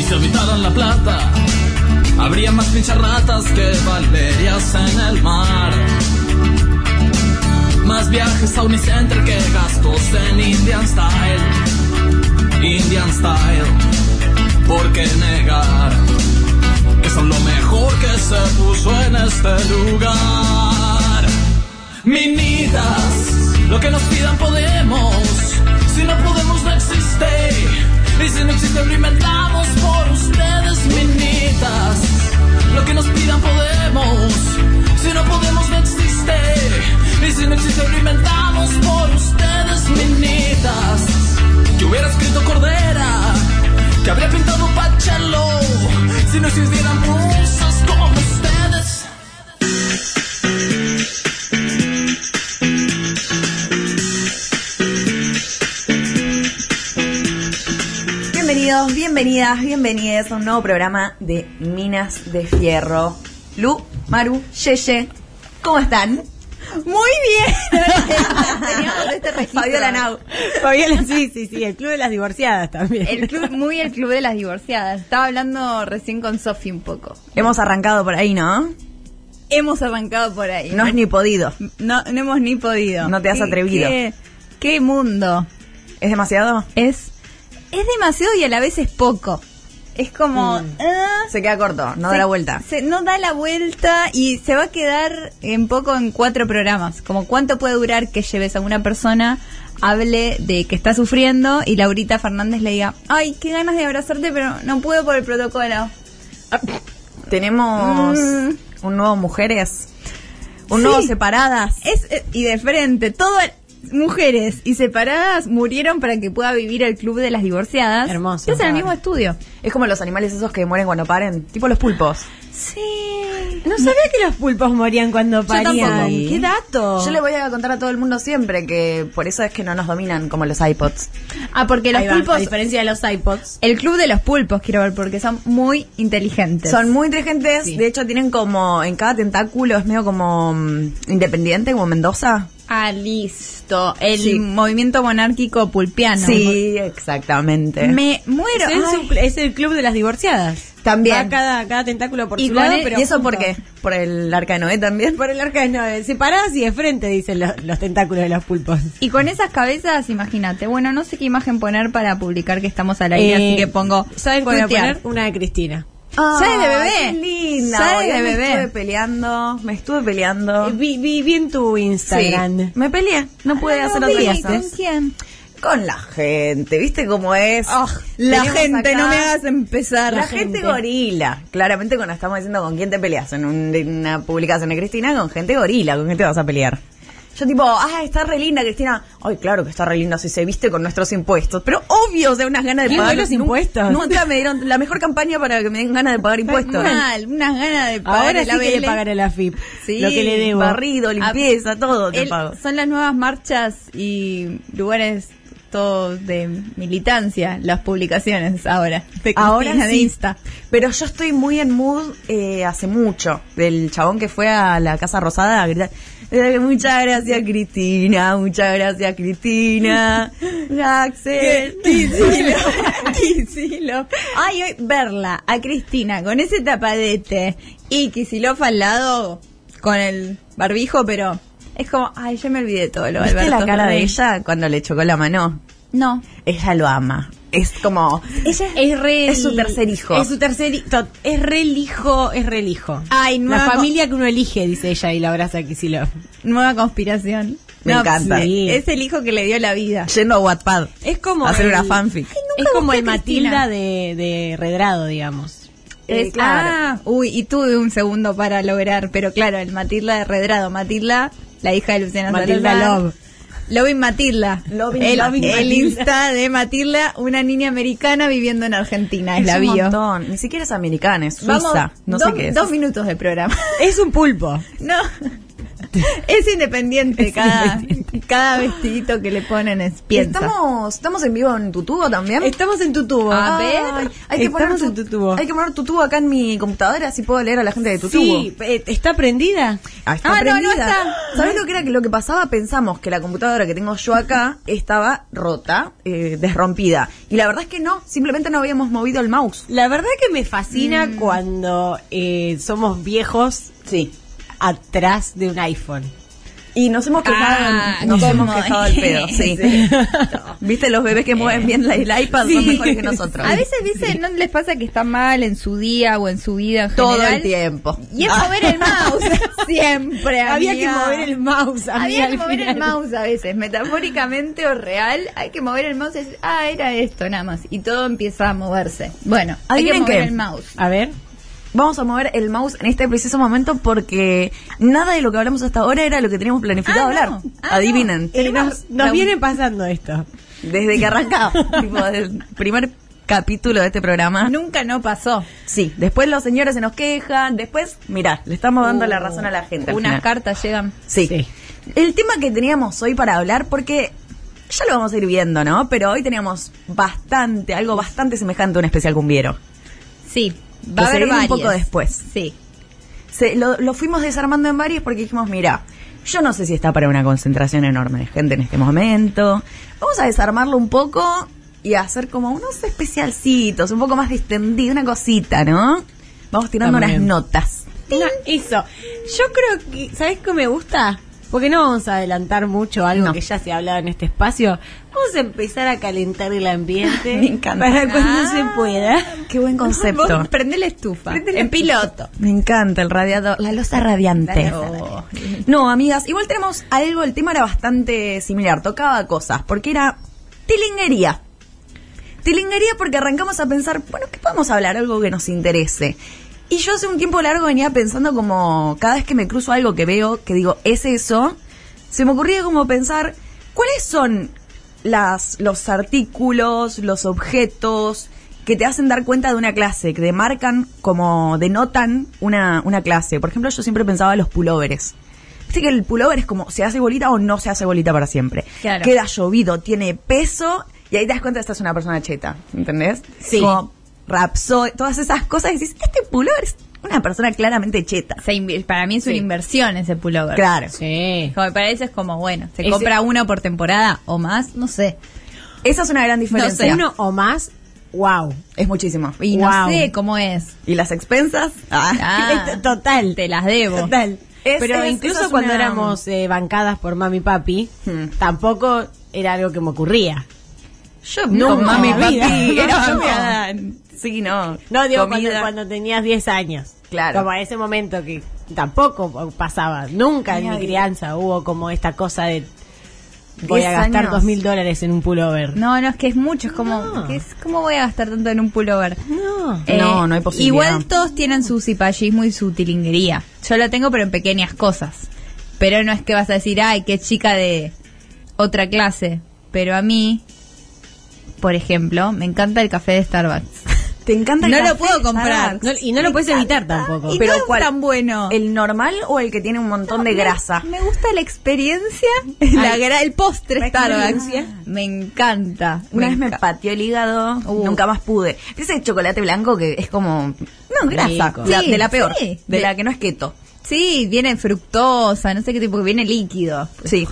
Y si habitaran la plata, habría más pincharratas que valerias en el mar. Más viajes a Unicenter que gastos en Indian Style. Indian Style, ¿por qué negar? Que son lo mejor que se puso en este lugar. Minidas, lo que nos pidan podemos. Si no podemos, no existe. Y si no existe, lo inventamos por ustedes, minitas. Lo que nos pidan podemos. Si no podemos, no existe. Y si no existe, lo inventamos por ustedes, minitas. Yo hubiera escrito Cordera, que habría pintado Pachalo. Si no existieran musas como ustedes. Bienvenidos, bienvenidas, bienvenidas a un nuevo programa de Minas de Fierro. Lu, Maru, Yeye, ¿cómo están? Muy bien. Teníamos este registro. Fabiola Nau. Fabiola, sí, sí, sí, el club de las divorciadas también. El club, muy el club de las divorciadas. Estaba hablando recién con Sofi un poco. Hemos arrancado por ahí, ¿no? Hemos arrancado por ahí. No es ni podido. no, no hemos ni podido. No te has ¿Qué- atrevido. Qué, qué mundo. ¿Es demasiado? Es, es demasiado y a la vez es poco. Es como... Mm. ah, Se queda corto, no se- da la vuelta. se- no da la vuelta y se va a quedar en poco en cuatro programas. Como cuánto puede durar que lleves a una persona, hable de que está sufriendo y Laurita Fernández le diga, ay, qué ganas de abrazarte, pero no puedo por el protocolo. Tenemos Mm. un nuevo Mujeres, un Sí. nuevo Separadas. Es, eh, y de frente, todo mujeres y separadas murieron para que pueda vivir el club de las divorciadas. Hermoso. Que Es en el Ah. mismo estudio. Es como los animales esos que mueren cuando paren, tipo los pulpos. Sí. No sabía que los pulpos morían cuando parían. tampoco. ¡Qué dato! Yo le voy a contar a todo el mundo siempre que por eso es que no nos dominan como los iPods. Ah, porque los Ahí va, a pulpos. diferencia de los iPods. El club de los pulpos, quiero ver, porque son muy inteligentes. Son muy inteligentes, Sí. de hecho tienen como en cada tentáculo es medio como mm, independiente, como Mendoza. Ah, listo. El Sí. movimiento monárquico pulpiano. sí, exactamente. Me muero. es, Ay. un cl- es el club de las divorciadas. También. Va cada, cada tentáculo por y, su con lado, el- pero ¿y eso junto. por qué? Por el arca de Noé también. Por el arca de Noé. Separadas y de frente, dicen lo- los tentáculos de los pulpos. Y con esas cabezas, imagínate. Bueno, no sé qué imagen poner para publicar que estamos al aire, Eh, así que pongo. ¿Saben cuál voy a tuitear. poner? Una de Cristina. Eh, Soy de Ah, bebé. qué linda. Soy hoy de me bebé. estuve peleando, me estuve peleando. Eh, Vi, vi, vi en tu Instagram. Me peleé, no pude Ah, hacer no, otra vi, cosa. ¿Con quién? Con la gente, ¿viste cómo es? la Ah, Tenemos gente, acá- no me hagas empezar. La, gente. gorila. Claramente cuando estamos diciendo con quién te peleas en un- en una publicación de Cristina, con gente gorila, ¿con quién te vas a pelear? Yo tipo, ah, está re linda Cristina. Ay, claro que está re linda si se viste con nuestros impuestos. Pero obvio, de unas ganas de Bien, pagar buenos impuestos. Nunca me dieron la mejor campaña para que me den ganas de pagar impuestos. Mal, unas ganas de pagar Ahora sí el que ABL. le pagaré la FIP. Sí, lo que le debo. Barrido, limpieza, todo te El- pago. Son las nuevas marchas y lugares todos de militancia, las publicaciones ahora. de Ahora Cristina de sí. Insta. Pero yo estoy muy en mood eh, hace mucho del chabón que fue a la Casa Rosada a gritar. "Eh, muchas gracias Cristina, muchas gracias Cristina, Axel. Quisilo, Quisilo. Ay, hoy verla a Cristina con ese tapadete y Kisilov al lado con el barbijo, pero es como, ay, yo me olvidé de todo lo de ¿Viste Alberto la cara de Fernández. ella cuando le chocó la mano? No. Ella lo ama. Es como... Ella es re. Es su tercer hijo. Es su tercer hijo. Ah, Es re el hijo, es re el hijo. Ay, La nueva, co- familia que uno elige, dice ella, y la abraza a Kicillof. nueva conspiración. Me encanta. sí. Es el hijo que le dio la vida. Yendo a Wattpad. Es como. Hacer el- una fanfic. Es nunca como busqué el Cristina. Matilda de, de Redrado, digamos. Eh, Es- claro. Ah, uy, y tuve un segundo para lograr, pero claro, el Matilda de Redrado, Matilda, la hija de Luciana Matilda Salazar. Love. Loving Matilda. Loving- el, Loving el Matilda. Insta de Matilda, una niña americana viviendo en Argentina, es, la un bio. montón. Ni siquiera es americana, es suiza. Vamos, no dos, sé qué es. dos minutos de programa. Es un pulpo. No. Es independiente Es cada, cada vestidito que le ponen es piensa. Estamos, estamos en vivo en tu tubo también. Estamos en tu tubo. A Ay, ver, hay que poner estamos tu, en tu tubo. Hay que poner tu tubo acá en mi computadora así puedo leer a la gente de tu sí, tubo. eh, ¿está prendida? Ah, está Ah, no, no prendida. está. ¿Sabés lo que era? Que Lo que pasaba, pensamos que la computadora que tengo yo acá estaba rota, eh, desrompida. Y la verdad es que no, simplemente no habíamos movido el mouse. La verdad que me fascina cuando eh, somos viejos Sí. atrás de un iPhone. Y nos hemos quejado, Ah, nos ¿cómo? hemos quejado al pedo, sí. Sí. Viste los bebés que mueven bien la, el iPad son Sí. mejores que nosotros. A veces dicen, ¿no les pasa que está mal en su día o en su vida en todo general? el tiempo. Y es mover el mouse siempre. Había amiga. que mover el mouse. amiga, Había que al mover el final. mouse a veces, metafóricamente o real, hay que mover el mouse. es, ah, era esto nada más. Y todo empieza a moverse. Bueno, hay que Adivinen mover qué. el mouse. A ver. Vamos a mover el mouse en este preciso momento porque nada de lo que hablamos hasta ahora era lo que teníamos planificado Ah, no. hablar. Ah, Adivinen. Eh, nos nos la- viene pasando esto. Desde que arrancamos, tipo, desde el primer capítulo de este programa. Nunca no pasó. Sí, después los señores se nos quejan, después, mirá, le estamos dando Uh, la razón a la gente. al Unas final. cartas llegan. Sí. Sí. El tema que teníamos hoy para hablar, porque ya lo vamos a ir viendo, ¿no? Pero hoy teníamos bastante, algo bastante semejante a un especial cumbiero. Sí, Que va a se haber viene un varias. poco después. Sí. Se- lo, lo fuimos desarmando en varios porque dijimos, mira, yo no sé si está para una concentración enorme de gente en este momento. Vamos a desarmarlo un poco y a hacer como unos especialcitos, un poco más distendido, una cosita, ¿no? Vamos tirando También. unas notas. No, eso. Yo creo que, ¿sabes qué me gusta? Porque no vamos a adelantar mucho algo No. que ya se ha hablado en este espacio. Vamos a empezar a calentar el ambiente. Me encanta. Para cuando Ah. se pueda. Qué buen concepto. Vos prende la estufa. Prende la en piloto. Me encanta el radiador, la losa radiante. Oh. No, amigas, igual tenemos algo, el tema era bastante similar, tocaba cosas, porque era tilinguería. Tilinguería porque arrancamos a pensar, bueno, ¿qué podemos hablar? Algo que nos interese. Y yo hace un tiempo largo venía pensando como, cada vez que me cruzo algo que veo, que digo, es eso, se me ocurría como pensar, ¿cuáles son las, los artículos, los objetos que te hacen dar cuenta de una clase, que demarcan como denotan una, una clase? Por ejemplo, yo siempre pensaba en los pulóveres. Viste que el pullover es como, ¿se hace bolita o no se hace bolita para siempre? Claro. Queda llovido, tiene peso, y ahí te das cuenta que esta es una persona cheta, ¿entendés? Sí. Como rapso, todas esas cosas, y decís, este pullover es una persona claramente cheta. Se invi- para mí es una Sí. inversión ese pullover. Claro. Sí. Como para eso es como, bueno, se Ese- compra uno por temporada o más, no sé. Esa es una gran diferencia. uno o más, wow. Es muchísimo. Y, Y no Wow. sé cómo es. y las expensas, ah, Ah, Total. te las debo. Total. Es- Pero es- incluso esa es cuando una- éramos eh, bancadas por mami y papi, Hmm. tampoco era algo que me ocurría. yo No, con mami y vida. papi, era No. bancada. Sí, no. No, digo, cuando, Comida. cuando tenías 10 años. Claro. Como a ese momento que tampoco pasaba. Nunca en mi Ay. crianza hubo como esta cosa de voy a 10 gastar años. dos mil dólares en un pullover. No, no, es que es mucho. Es como, No. que es, ¿cómo voy a gastar tanto en un pullover? Eh, No. No, no hay posibilidad. Igual todos tienen su cipallismo y su tilinguería. Yo lo tengo, pero en pequeñas cosas. Pero no es que vas a decir, ay, qué chica de otra clase. Pero a mí, por ejemplo, me encanta el café de Starbucks. Te encanta el No lo café, puedo comprar. Sara. No, y no lo puedes evitar tampoco. Y Pero no es ¿cuál? tan bueno. ¿El normal o el que tiene un montón de Me- grasa? Me gusta la experiencia, la gra- el La postre Starbucks. experiencia. Me encanta. Una vez me enca- pateó el hígado, Uh. nunca más pude. Ese chocolate blanco que es como. No, grasa. Rico. la- Sí, de la peor. sí. De De- la que no es keto. Sí, viene fructosa, no sé qué tipo, que viene líquido. Sí.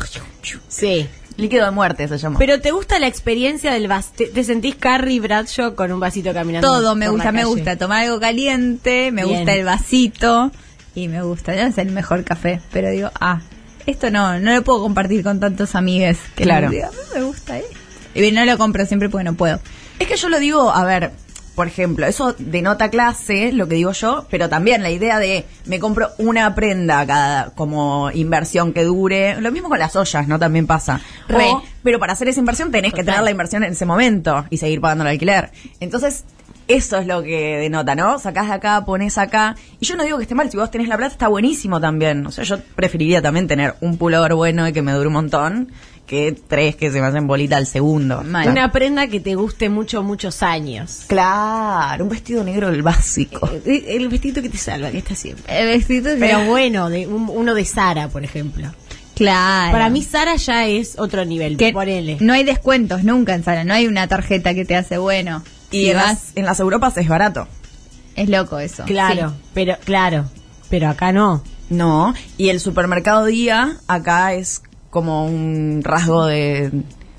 Sí. Líquido de muerte se llama. Pero te gusta la experiencia del vas te, te sentís Carrie Bradshaw con un vasito caminando. Todo me por la gusta, me calle. gusta. Tomar algo caliente, me Bien. gusta el vasito y me gusta. No es el mejor café, pero digo, ah, esto no, no lo puedo compartir con tantos amigues. Que Claro. les digo, a mí me gusta esto. Y bien, no lo compro siempre porque no puedo. Es que yo lo digo, a ver, por ejemplo, eso denota clase, lo que digo yo, pero también la idea de me compro una prenda cada como inversión que dure. Lo mismo con las ollas, ¿no? También pasa. Re. O, pero para hacer esa inversión tenés que tener la inversión en ese momento y seguir pagando el alquiler. Entonces, eso es lo que denota, ¿no? Sacás de acá, ponés acá. Y yo no digo que esté mal, si vos tenés la plata está buenísimo también. O sea, yo preferiría también tener un pullover bueno y que me dure un montón que tres que se me hacen bolita al segundo. Mal. Una prenda que te guste mucho, muchos años. Claro, un vestido negro el básico. Eh, El vestido que te salva, que está siempre. El vestido que- Pero bueno, de, un- uno de Sara, por ejemplo. Claro. Para mí Sara ya es otro nivel, que ponele. no hay descuentos nunca en Sara, no hay una tarjeta que te hace bueno. Y Si en, vas, las, en las Europas es barato. es loco eso. Claro, Sí. pero claro, pero acá no. No, y el supermercado día acá es como un rasgo de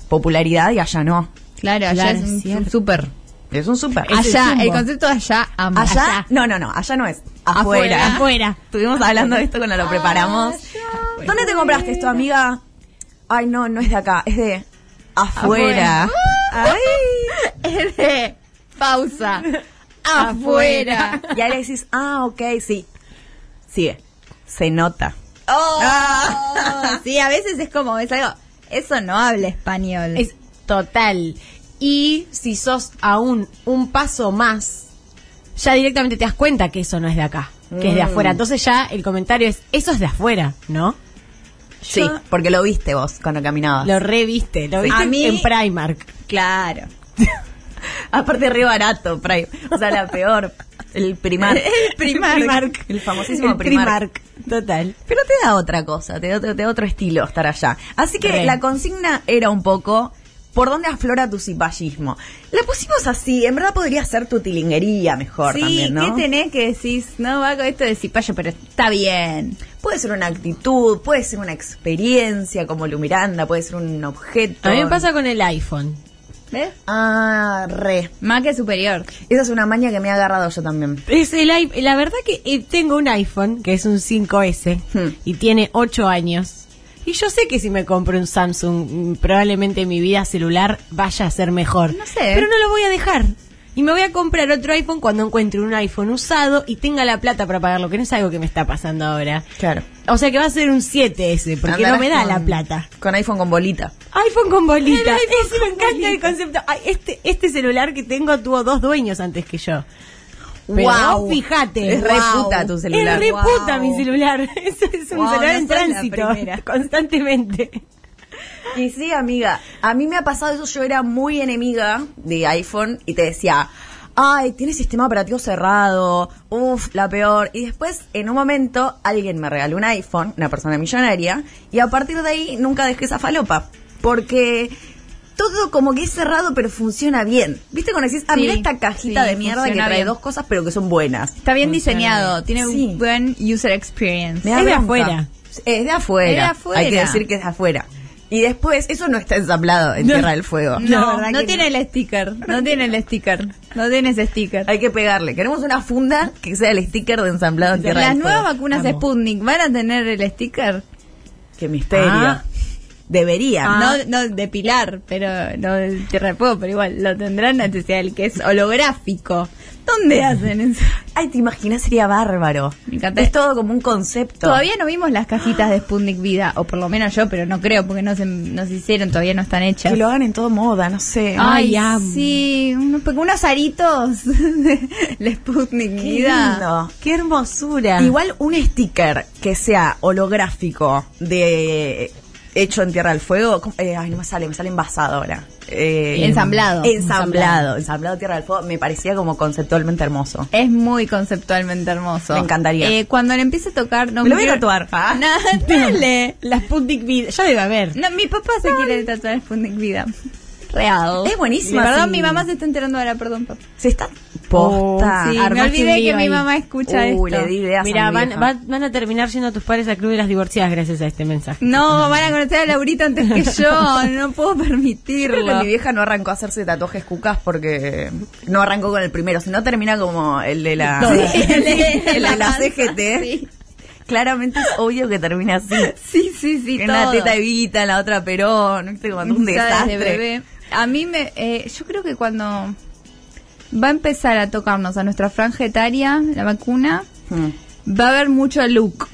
popularidad y allá no. Claro, allá Claro, es es cierto. un súper. Es un super. Es el Allá, el, chumbo. concepto de allá, amo. Allá, no, no, no, allá no es. Afuera. Afuera. Afuera. Estuvimos hablando de esto cuando lo preparamos. ¿Dónde te compraste esto, amiga? Ay, no, no es de acá, es de afuera. Es de pausa. Afuera. Y ahí le decís, ah, ok, sí. Sigue. Se nota. Oh. sí, a veces es como, es algo, eso no habla español. Es total. Y si sos aún un paso más, ya directamente te das cuenta que eso no es de acá, que es de afuera. Entonces ya el comentario es, eso es de afuera, ¿no? Sí, Yo- porque lo viste vos cuando caminabas. Lo reviste, lo Sí. viste A mí- en Primark. claro. Aparte, re barato, Prime. O sea, la peor. El primar. El Primark. El famosísimo El primar. Primark. Total. Pero te da otra cosa, te da otro, te da otro estilo estar allá. Así que Re. la consigna era un poco por dónde aflora tu cipallismo. La pusimos así, en verdad podría ser tu tilinguería mejor Sí, también, ¿no? ¿qué tenés que decís? No, va con esto de cipayo, pero está bien. Puede ser una actitud, puede ser una experiencia como Lu Miranda, puede ser un objeto. A mí me pasa con el iPhone. ¿Ves? Ah, re. Más que superior. Esa es una maña que me ha agarrado yo también. Es el i- la verdad que eh, tengo un iPhone, que es un 5S, Hmm. y tiene 8 años. Y yo sé que si me compro un Samsung, mm, probablemente mi vida celular vaya a ser mejor. No sé. Pero no lo voy a dejar. Y me voy a comprar otro iPhone cuando encuentre un iPhone usado y tenga la plata para pagarlo, que no es algo que me está pasando ahora. Claro. O sea que va a ser un 7S, porque no Andarás me da con- la plata. Con iPhone con bolita. iPhone con bolita. El iPhone Eso me encanta el concepto. Ay, este, este celular que tengo tuvo dos dueños antes que yo. Pero Guau. vos fijate. Es re Guau. puta tu celular. Es re Guau. puta mi celular. Es, es un Guau, celular no en soy la tránsito. primera. Constantemente. Y sí, amiga, a mí me ha pasado eso, yo era muy enemiga de iPhone y te decía, ay, tiene sistema operativo cerrado, uff, la peor. Y después, en un momento, alguien me regaló un iPhone, una persona millonaria, y a partir de ahí nunca dejé esa falopa, porque todo como que es cerrado pero funciona bien. ¿Viste cuando decís, ah, Sí, mira esta cajita sí, de mierda que funciona trae bien. dos cosas pero que son buenas? Está bien diseñado, tiene Sí. un buen user experience. Me da Es de bronca. afuera. Es de afuera. Es de afuera. Hay que decir que es de afuera. Y después, eso no está ensamblado en No. Tierra del Fuego. La No, verdad no que tiene el sticker, no tiene el sticker, no tiene ese sticker. Hay que pegarle. Queremos una funda que sea el sticker de ensamblado en Tierra Las del nuevas Fuego. vacunas Amo. Sputnik van a tener el sticker. Qué misterio. Ah. Debería. No, no de Pilar, pero no de Tierra del Fuego, pero igual lo tendrán antes sea el que es holográfico. ¿Dónde hacen eso? Ay, te imaginas, sería bárbaro. Me encanta. Es todo como un concepto. Todavía no vimos las cajitas de Sputnik Vida, o por lo menos yo, pero no creo porque no se, no se hicieron, todavía no están hechas. Que lo hagan en todo moda, no sé. Ay, Ay, amo. sí, unos, porque unos aritos de la Sputnik Qué Vida. lindo. Qué hermosura. Igual un sticker que sea holográfico de eh, hecho en Tierra del Fuego. ¿cómo? Eh, ay, no me sale, me sale envasado ahora. Eh, Ensamblado. Ensamblado. Ensamblado Tierra del Fuego. Me parecía como conceptualmente hermoso. Es muy conceptualmente hermoso. Me encantaría. Eh, cuando le empiece a tocar, no Me lo voy a quiero- tatuar. Ah. No, dale. Las Sputnik Vida. Ya debe haber. No, mi papá se quiere tatuar Sputnik Vida. Real. Es buenísima, Perdón, sí. mi mamá se está enterando ahora, perdón, papá. Se está posta. Oh, Sí, me armaste un olvidé que lío ahí. mi mamá escucha Uh, esto. le di ideas. Mira, a mi van, vieja. va- van a terminar yendo tus padres al club de las divorciadas gracias a este mensaje. No, van a conocer a Laurita antes que yo. No puedo permitirlo. Creo que mi vieja no arrancó a hacerse tatuajes cucas porque no arrancó con el primero, sino termina como el de la, Sí, el de, el de la, la panza, CGT. sí. Claramente es obvio que termina así. Sí, sí, sí. En una todo. teta evita, en la otra perón, ¿viste? Como un Ya desastre. desde bebé. A mí me, eh, yo creo que cuando va a empezar a tocarnos a nuestra franja etaria la vacuna, Hmm. va a haber mucho look,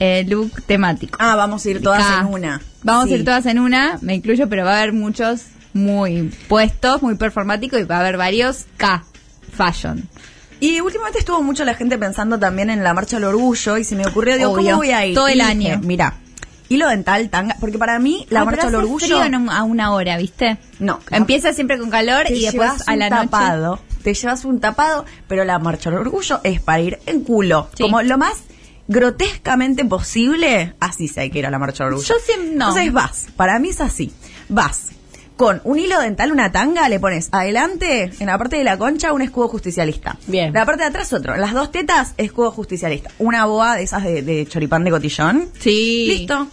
eh, look temático. Ah, vamos a ir todas Acá. en una. Vamos Sí. a ir todas en una, me incluyo, pero va a haber muchos muy puestos, muy performáticos y va a haber varios K fashion. Y últimamente estuvo mucho la gente pensando también en la marcha del orgullo y se me ocurrió, digo, Obvio. ¿cómo voy a ir? Todo el Y año. dije, Mira. hilo dental, tanga. Porque para mí la Ay, marcha Ah, pero del hace orgullo. frío en un- a una hora, ¿viste? No. Empieza siempre con calor te y después llevas a un la noche. tapado, Te llevas un tapado, pero la marcha del orgullo es para ir en culo. Sí. Como lo más grotescamente posible, así se hay que ir a la marcha del orgullo. Yo siempre- no. Entonces vas, para mí es así. Vas con un hilo dental, una tanga, le pones adelante, en la parte de la concha, un escudo justicialista. Bien. La parte de atrás otro. Las dos tetas, escudo justicialista. Una boa de esas de, de choripán de cotillón. Sí. Listo.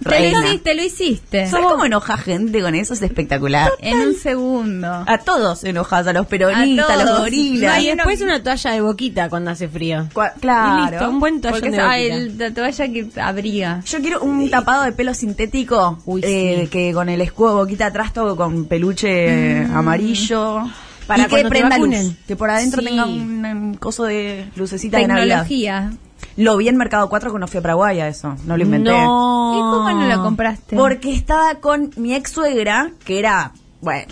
Te lo Reina. hiciste, lo hiciste. ¿Sabes cómo enoja gente con eso? Es espectacular. En un segundo. A todos enojas, a los peronistas, A a, todos. los No gorilas. hay y uno- después una toalla de boquita cuando hace frío. Cua- Claro. Y listo, un buen toallón Porque de es ah, boquita. el, la toalla que abriga. Yo quiero un tapado de pelo sintético Uy, eh, sí. que con el escudo de boquita atrás todo con peluche Mm. amarillo. Para cuando que te prenda luz. vacunen. Que por adentro Sí. tenga un, un coso de lucecita de Navidad. Tecnología. Lo vi en Mercado 4 cuando fui a Paraguay a eso. No lo inventé. No. ¿Y cómo no la compraste? Porque estaba con mi ex suegra, que era, bueno,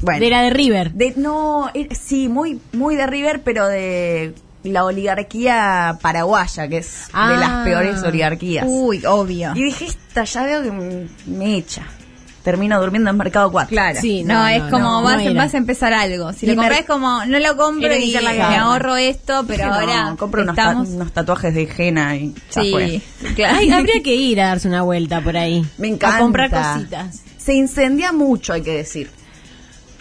bueno. De la de River. De, no, eh, sí, muy, muy de River, pero de la oligarquía paraguaya, que es Ah. Uh, de las peores oligarquías. Uy, obvio. Y dije, esta ya veo que m- me echa. Termino durmiendo en Mercado 4. Claro. Sí, No, es como no, vas, no era. vas a empezar algo. Si Y lo compras mer- es como, no lo compro Era y iniciar la me guerra. ahorro esto, pero ahora compro unos, ta- estamos... unos tatuajes de henna y ya fue. sí, claro. Ay, habría que ir a darse una vuelta por ahí. Me encanta. A comprar cositas. Se incendia mucho, hay que decir.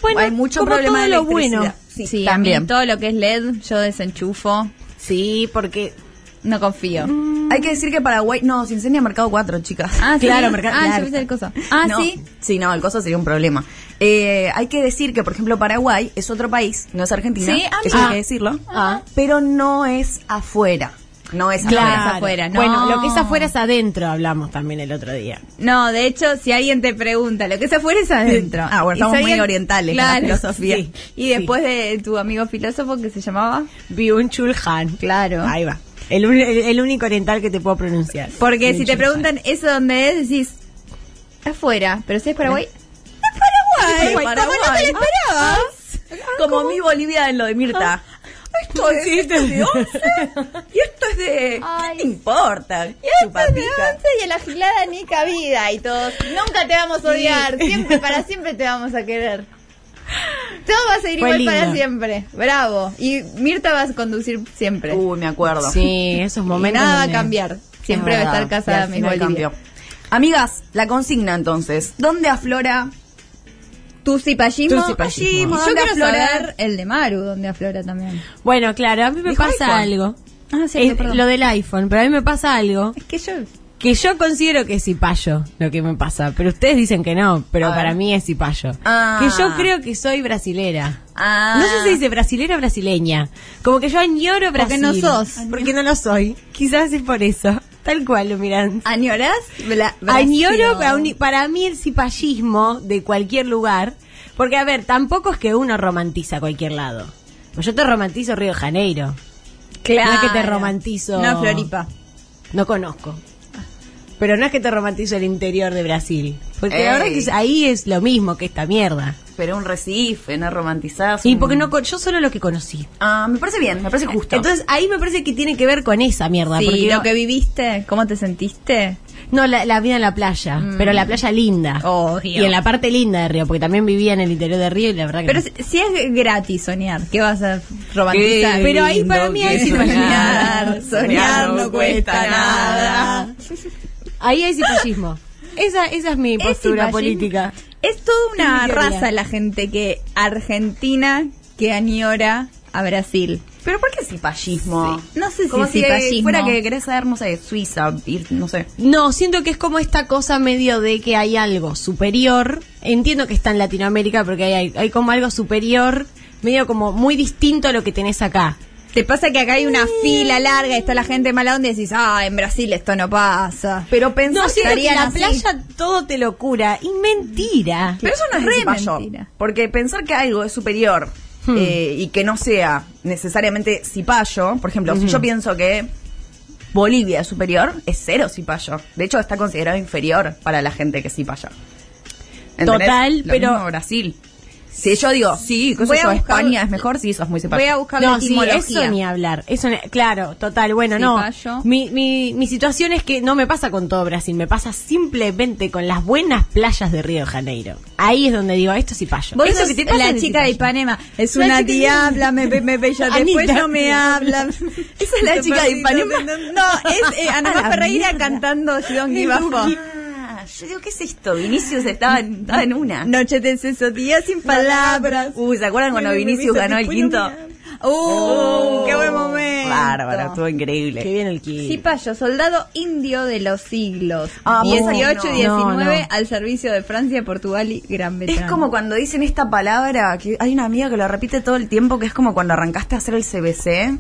Bueno, hay mucho como problema todo de lo bueno. electricidad. sí, Sí, también. también. todo lo que es LED, yo desenchufo. Sí, porque No confío. Hay que decir que Paraguay. No, se incendia Mercado 4, chicas. Ah, ¿sí? claro, Mercado Ah, yo claro. pensé el coso. Ah, No, ¿sí? Sí, no, el coso sería un problema. Eh, hay que decir que, por ejemplo, Paraguay es otro país, no es Argentina. Sí, ah, eso mira. hay que decirlo. Ah. Pero no es afuera. No es claro. afuera. afuera, no. Bueno, lo que es afuera es adentro, hablamos también el otro día. No, de hecho, si alguien te pregunta, lo que es afuera es adentro. Ah, bueno, Y estamos si muy alguien- orientales con la filosofía. sí. Y después de tu amigo filósofo que se llamaba... Byung Chul Han. Claro. Ahí va. El, un- el- el único oriental que te puedo pronunciar. Porque si Byung-Chul te Han. preguntan eso dónde es, decís, afuera. Pero si es Paraguay, Ay, ¡es Paraguay! Paraguay. Ah, ¡Como no te lo esperabas! Como mi Bolivia en lo de Mirta. Esto es, esto es de 11 y esto es de... Ay. ¿Qué te importa? Y esto Chupapija. me avanza y a la gilada ni cabida y todos. Nunca te vamos a odiar, siempre para siempre te vamos a querer. Todo va a seguir Fue igual lindo. para siempre. Bravo. Y Mirta vas a conducir siempre. Uy, me acuerdo. Sí, esos Y momentos. nada va a donde- cambiar. Siempre va a estar casada mi mismo Bolivia. Amigas, la consigna entonces. ¿Dónde aflora? Tu cipallismo. Tu cipallismo. Yo ¿Dónde quiero aflora? saber el de Maru, donde aflora también. Bueno, claro, a mí me Dijo pasa iPhone. algo. Ah, cierto, Es perdón. lo del iPhone, pero a mí me pasa algo Es que yo. que yo considero que es cipallo lo que me pasa. Pero ustedes dicen que no, pero A ver. para mí es cipallo. Ah. Que yo creo que soy brasilera. Ah. No sé si dice brasilera o brasileña. Como que yo añoro Porque Brasil. no sos. Porque no lo soy. Quizás es por eso. Tal cual lo miran. ¿Añorás? Bla- Añoro Brasil. para, un- para mí el cipallismo de cualquier lugar. Porque, a ver, tampoco es que uno romantiza cualquier lado. Pues yo te romantizo Río de Janeiro. Claro. No es que te romantizo. No, Floripa. No conozco. Pero no es que te romantizo el interior de Brasil. Porque la Ey. verdad es que ahí es lo mismo que esta mierda. Pero un recife, no romantizás. Y un- porque no con- yo solo lo que conocí. Ah, me parece bien, me parece justo. Entonces ahí me parece que tiene que ver con esa mierda. Sí, porque lo no- que viviste, cómo te sentiste. No, la, la vida en la playa, Mm. pero la playa linda. Obvio. Y en la parte linda de Río, porque también vivía en el interior de Río y la verdad que Pero no. si, si es gratis soñar, ¿qué vas a romantizar? Qué Pero ahí lindo para mí que hay es soñar, soñar. soñar no cuesta nada. Ahí hay cipallismo. esa, esa es mi postura imagin- política. Es toda una Sí, querida. raza la gente que argentina que añora a Brasil. Pero ¿por qué cipallismo? Sí. No sé si Como eh, cipallismo. fuera que querés saber, no sé, Suiza, ir, no sé. No, siento que es como esta cosa medio de que hay algo superior. Entiendo que está en Latinoamérica porque hay, hay, hay como algo superior, medio como muy distinto a lo que tenés acá. Te pasa que acá hay una fila larga y está la gente mala onda y decís, ah, en Brasil esto no pasa. Pero pensás No, que siento que estarían la así. playa todo te lo cura. Y mentira. Pero eso no es Re cipallo, mentira. Porque pensar que algo es superior eh, y que no sea necesariamente cipallo, por ejemplo, si yo pienso que Bolivia es superior, es cero cipallo. De hecho, está considerado inferior para la gente que es cipallo. ¿Entendés? Total, Lo pero- mismo Brasil. Si yo digo, sí, qué sé Voy a yo, buscar- España es mejor, sí, sos muy Voy a separado. buscar la No, sí, etimología. eso ni hablar. Eso ni- claro, total. Bueno, Sí, no. fallo. Mi, mi, mi situación es que no me pasa con todo Brasil, me pasa simplemente con las buenas playas de Río de Janeiro. Ahí es donde digo, esto sí payo. Vos Eso sos que te pasa es la de chica de payo. Ipanema. Es La una chica de- diabla, me, me, me bella, después Anita. no me habla. Esa es la chica de Ipanema. No, es eh, A la Ana Ferreira mierda. cantando Shidongi Bafo. Ah, yo digo, ¿qué es esto? Vinicius estaba en, estaba en una. Noche de seso, día sin palabras. Uy, ¿se acuerdan cuando Bueno, me Vinicius besas ganó el después, quinto? Oh, no me ¡Uh! ¡Qué buen momento! Bárbaro, estuvo Qué increíble. bien el kit. Cipayo, soldado indio de los siglos Ah, vos, 18 y no. 19 No, no. al servicio de Francia, Portugal y Gran Es Bretaña. como cuando dicen esta palabra, que hay una amiga que lo repite todo el tiempo, que es como cuando arrancaste a hacer el CBC.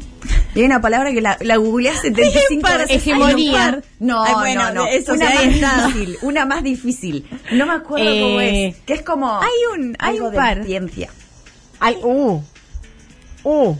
Y hay una palabra que la, la googleás 75 par, veces. hegemonía. Hay un par. No, Ay, bueno, no, no. de eso una sí, más ahí está. difícil, una más difícil. No me acuerdo cómo Eh, es. Que es como... hay un- hay algo un de par. ciencia. Ay, uh. Uh.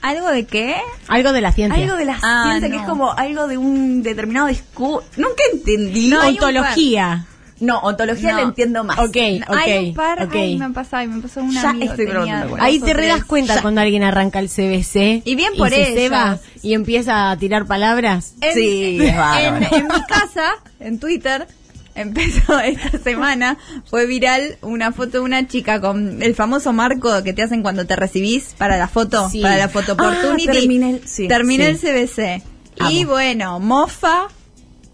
¿Algo de qué? Algo de la ciencia. Algo de la Ah, ciencia, no. que es como algo de un determinado discurso. Nunca entendí. No, hay un Ontología. No, ontología No. la entiendo más. Ok, ok. Hay un par. ok. Ay, me pasó, ay, me pasó una. Ya estoy preguntando cuál es. Ahí te re das cuenta cuando alguien arranca el CBC. Y bien por se ellas. ceba y empieza a tirar palabras. Sí, es bárbaro. en, en mi casa, en Twitter, empezó esta semana, fue viral una foto de una chica con el famoso marco que te hacen cuando te recibís para la foto, Sí. para la foto opportunity. Ah, terminé el- sí, Terminé sí. el CBC. Y Amo. bueno, mofa,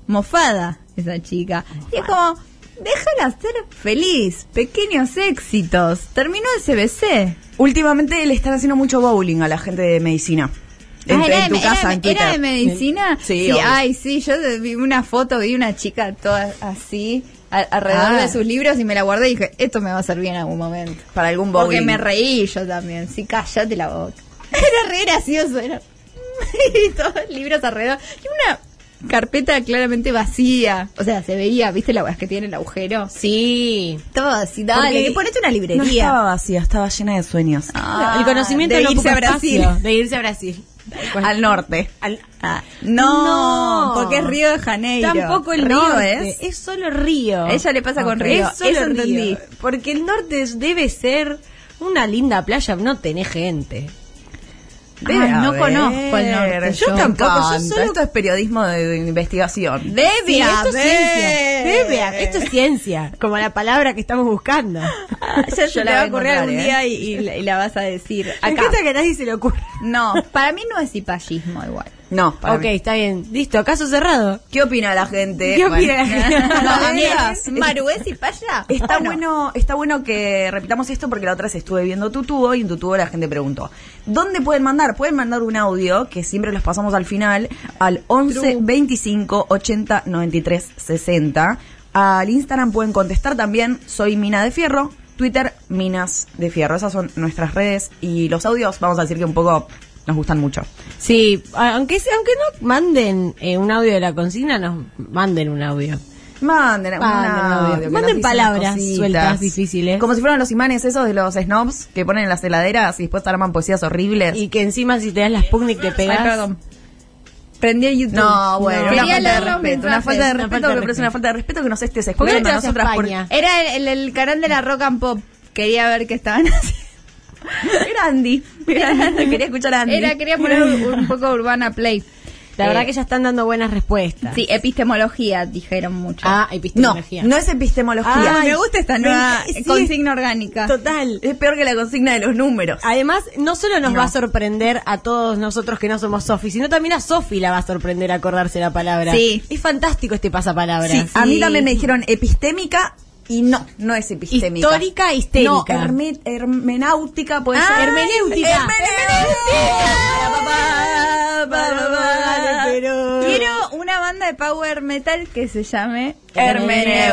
mofada esa chica. Y es como, déjala ser feliz, pequeños éxitos. Terminó el CBC. Últimamente le están haciendo mucho bowling a la gente de medicina. En, Ah, en era, tu de, casa, era de- en Twitter. era de medicina. Sí, obvio. ay, sí, yo de- vi una foto, vi una chica toda así, a- alrededor Ah. de sus libros y me la guardé y dije, esto me va a servir en algún momento. Para algún Porque bowling. me reí yo también, sí, cállate la boca. Era re gracioso, era. y todos los libros alrededor. Y una carpeta claramente vacía. O sea, se veía, ¿viste la que tiene el agujero? Sí. Todo así, dale, Porque- que ponete una no librería. estaba vacía, estaba llena de sueños. Ah, el conocimiento de no irse ocupa a Brasil. espacio, Pues, de irse a Brasil. Al norte. Al- Ah, no, No. porque es Río de Janeiro. Tampoco el Río norte, es. es. solo río. Ella le pasa con Ok. río, Es solo eso río, entendí. Porque el norte debe ser una linda playa, no tenés gente. Debe Ah, no haber. conozco el norte, Yo, yo. tampoco. Yo Encanta. solo esto es periodismo de, de investigación. Debe Sí, esto es haber. ciencia. Debe haber. Esto es ciencia, como la palabra que estamos buscando. Ah, ya se Yo te la va a voy a ocurrir encontrar, algún ¿eh? día y, y la, y la vas a decir. Me Acá. encanta que a nadie se le ocurra. No, para mí no es cipallismo igual. No, para ok, mí. está bien. Listo, caso cerrado. ¿Qué opina la gente? ¿Qué Bueno. opina la gente? No, amigas, Maru es cipalla. Ah, Está ¿O no? bueno, está bueno que repitamos esto porque la otra vez estuve viendo Tutubo y en Tutubo la gente preguntó, ¿dónde pueden mandar? Pueden mandar un audio, que siempre los pasamos al final, al 11 25 80 93 60. Al Instagram pueden contestar también, soy Mina de Fierro, Twitter Minas de Fierro. Esas son nuestras redes y los audios, vamos a decir que un poco nos gustan mucho. Sí, aunque, sea- aunque no manden eh, un audio de la consigna, nos manden un audio. Manden, un Manden audio, audio. que nos Manden dicen palabras cositas. sueltas, difíciles. Como si fueran los imanes esos de los snobs que ponen en las heladeras y después arman poesías horribles. Y que encima si te das las pugni te Ay, pegas. perdón. Prendí el YouTube. No, bueno, una Quería falta, leer de los respeto, una mensajes. falta de una respeto, falta de me parece una respeto. falta de respeto que nos estés ¿Por qué no escuchando te a vas a nosotras por- España? Era el, el- el canal de la rock and pop. Quería ver qué estaban haciendo. Era Andy, era Andy, quería escuchar a Andy. Era, quería poner un, un poco Urbana Play. La verdad Eh, que ya están dando buenas respuestas. Sí, epistemología, dijeron mucho. Ah, No, epistemología. no es epistemología. Ay, me gusta esta me nueva enca- sí, consigna orgánica. Total. Es peor que la consigna de los números. Además, no solo nos No. va a sorprender a todos nosotros que no somos Sofi, sino también a Sofi la va a sorprender acordarse la palabra. Sí. Es fantástico este pasapalabra. Sí, a mí también me dijeron epistémica y no, no es epistémica. Histórica, e histérica. No, herme- hermenáutica puede ser. Ah, hermenéutica. Quiero una banda de power metal que se llame Hermenéutica.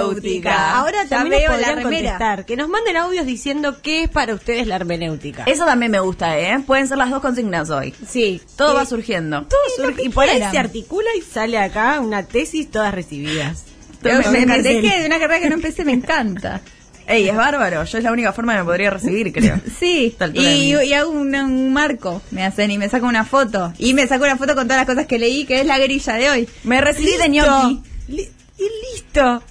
Hermenéutica. Ahora Ya también veo nos podrían la remera. contestar. Que nos manden audios diciendo qué es para ustedes la hermenéutica. Eso también me gusta, ¿eh? Pueden ser las dos consignas hoy. sí. Todo Sí. va surgiendo. Todo surge- Y por ahí quieran. se articula y sale acá una tesis todas recibidas. Pero Todo me bien, encanté Marceli. que de una carrera que no empecé me encanta. Ey, es bárbaro. Yo es la única forma que me podría recibir, creo. Sí, Tal cual. y, y hago un, un marco, me hacen y me saco una foto. Y me saco una foto con todas las cosas que leí, que es la grilla de hoy. Me recibí de Listo. ñoqui. Li- y listo.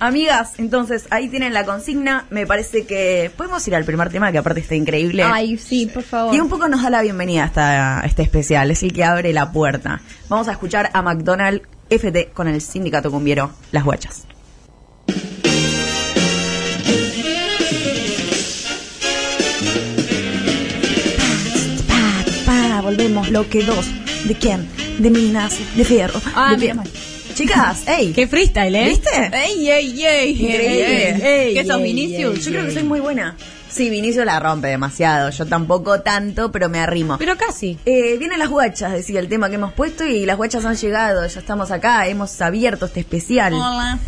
Amigas, entonces ahí tienen la consigna. Me parece que podemos ir al primer tema, que aparte está increíble. Ay, sí, por favor. Y un poco nos da la bienvenida a, esta- a este especial, es el que abre la puerta. Vamos a escuchar a McDonald FT con el sindicato cumbiero Las Guachas. Volvemos bloque 2. ¿De quién? De Minas, de Fierro. Ah, de mira. Fierro. Chicas, ey. Qué freestyle, ¿eh? ¿Viste? ¡Ey, ey, ey! Increíble. ey, ¿Qué Ey, sos, ey, Vinicius? ey, Yo creo que soy muy buena. Sí, Vinicio la rompe demasiado. Yo tampoco tanto, pero me arrimo. Pero casi. Eh, vienen las guachas, decía el tema que hemos puesto, y las guachas han llegado. Ya estamos acá, hemos abierto este especial. Hola.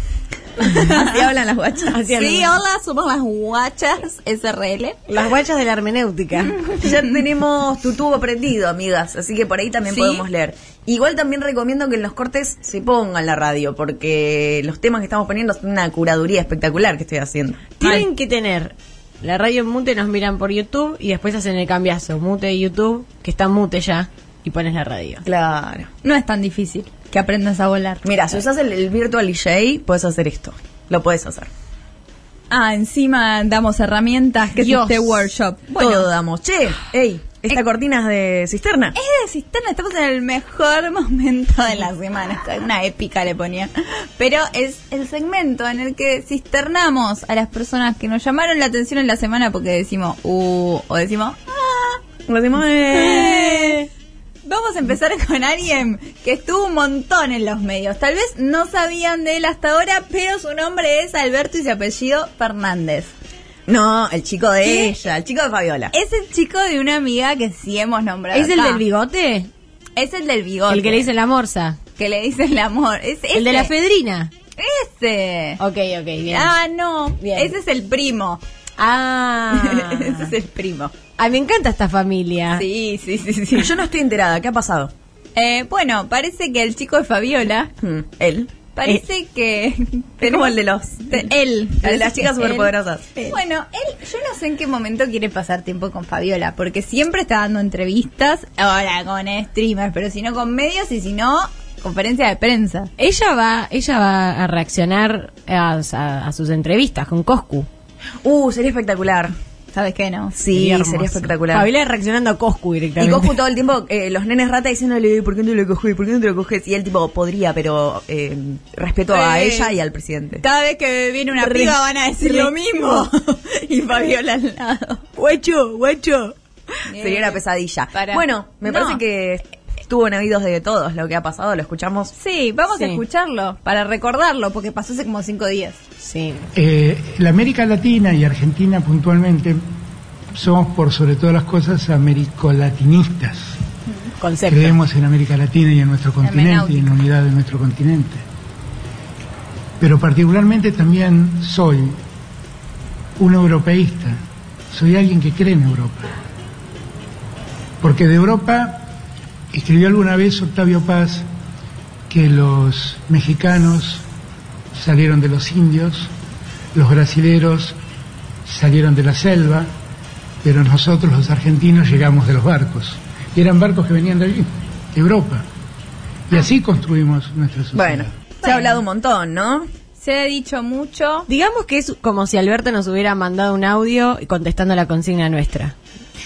Así hablan las guachas. Así Ah. Sí, hablan. hola, somos las guachas SRL. Las guachas de la hermenéutica. Ya tenemos tu tubo prendido, amigas, así que por ahí también Sí. podemos leer. Igual también recomiendo que en los cortes se pongan la radio, porque los temas que estamos poniendo son una curaduría espectacular que estoy haciendo. Tienen que tener la radio en mute, nos miran por YouTube y después hacen el cambiazo. Mute de YouTube, que está mute ya, y pones la radio. Claro. No es tan difícil que aprendas a volar. Mira, si usas el, el virtual DJ, puedes hacer esto. Lo puedes hacer. Ah, encima damos herramientas que Dios. es este workshop. Bueno, todo damos. Che, ey, esta Eh. cortina es de cisterna. Es de cisterna, estamos en el mejor momento de la semana. Esto es Una épica le ponía. Pero es el segmento en el que cisternamos a las personas que nos llamaron la atención en la semana porque decimos, uh, o decimos, ah, Lo decimos, eh. Vamos a empezar con alguien que estuvo un montón en los medios. Tal vez no sabían de él hasta ahora, pero su nombre es Alberto y su apellido Fernández. No, el chico de ¿Qué? ella, el chico de Fabiola. Es el chico de una amiga que sí hemos nombrado. ¿Es el acá. del bigote? Es el del bigote. El que le dice la morsa. Que le dice el amor. Es El de la ese. Fedrina. Ese. Ok, ok, bien. Ah, no. Bien. Ese es el primo. Ah. ese es el primo. Ay, me encanta esta familia. Sí, sí, sí, sí. Yo no estoy enterada, ¿qué ha pasado? Eh, bueno, parece que el chico de Fabiola Hmm, Él. Parece que. Es como el de los- Te- él. El de las chicas superpoderosas. Él. Bueno, él, yo no sé en qué momento quiere pasar tiempo con Fabiola, porque siempre está dando entrevistas, ahora con streamers, pero si no con medios y si no, conferencia de prensa. Ella va, ella va a reaccionar a, a- a sus entrevistas con Coscu. Uh, sería espectacular. ¿Sabes qué no? Sí, Sería hermoso. sería espectacular. Fabiola reaccionando a Coscu Y directamente. Coscu todo el tiempo, eh, los nenes rata diciéndole, ¿por qué no te lo coges? ¿Por qué no te lo coges? Y él tipo, podría, pero eh, respeto a Eh. ella y al presidente. Cada vez que viene una Re- piba van a decir re- lo mismo. y Fabiola al lado. Guacho, guacho. Sería una pesadilla. Para. Bueno, me No. parece que estuvo en oídos de todos lo que ha pasado, lo escuchamos. Sí, vamos Sí. a escucharlo para recordarlo, porque pasó hace como cinco días. Sí. Eh, la América Latina y Argentina puntualmente somos por sobre todas las cosas americolatinistas. Concepto. Creemos en América Latina y en nuestro continente y en la unidad de nuestro continente. Pero particularmente también soy un europeísta, soy alguien que cree en Europa. Porque de Europa escribió alguna vez Octavio Paz que los mexicanos salieron de los indios, los brasileros salieron de la selva, pero nosotros los argentinos llegamos de los barcos. Y eran barcos que venían de allí, de Europa. Y así construimos nuestra sociedad. Bueno, se ha hablado un montón, ¿no? Se ha dicho mucho. Digamos que es como si Alberto nos hubiera mandado un audio contestando la consigna nuestra.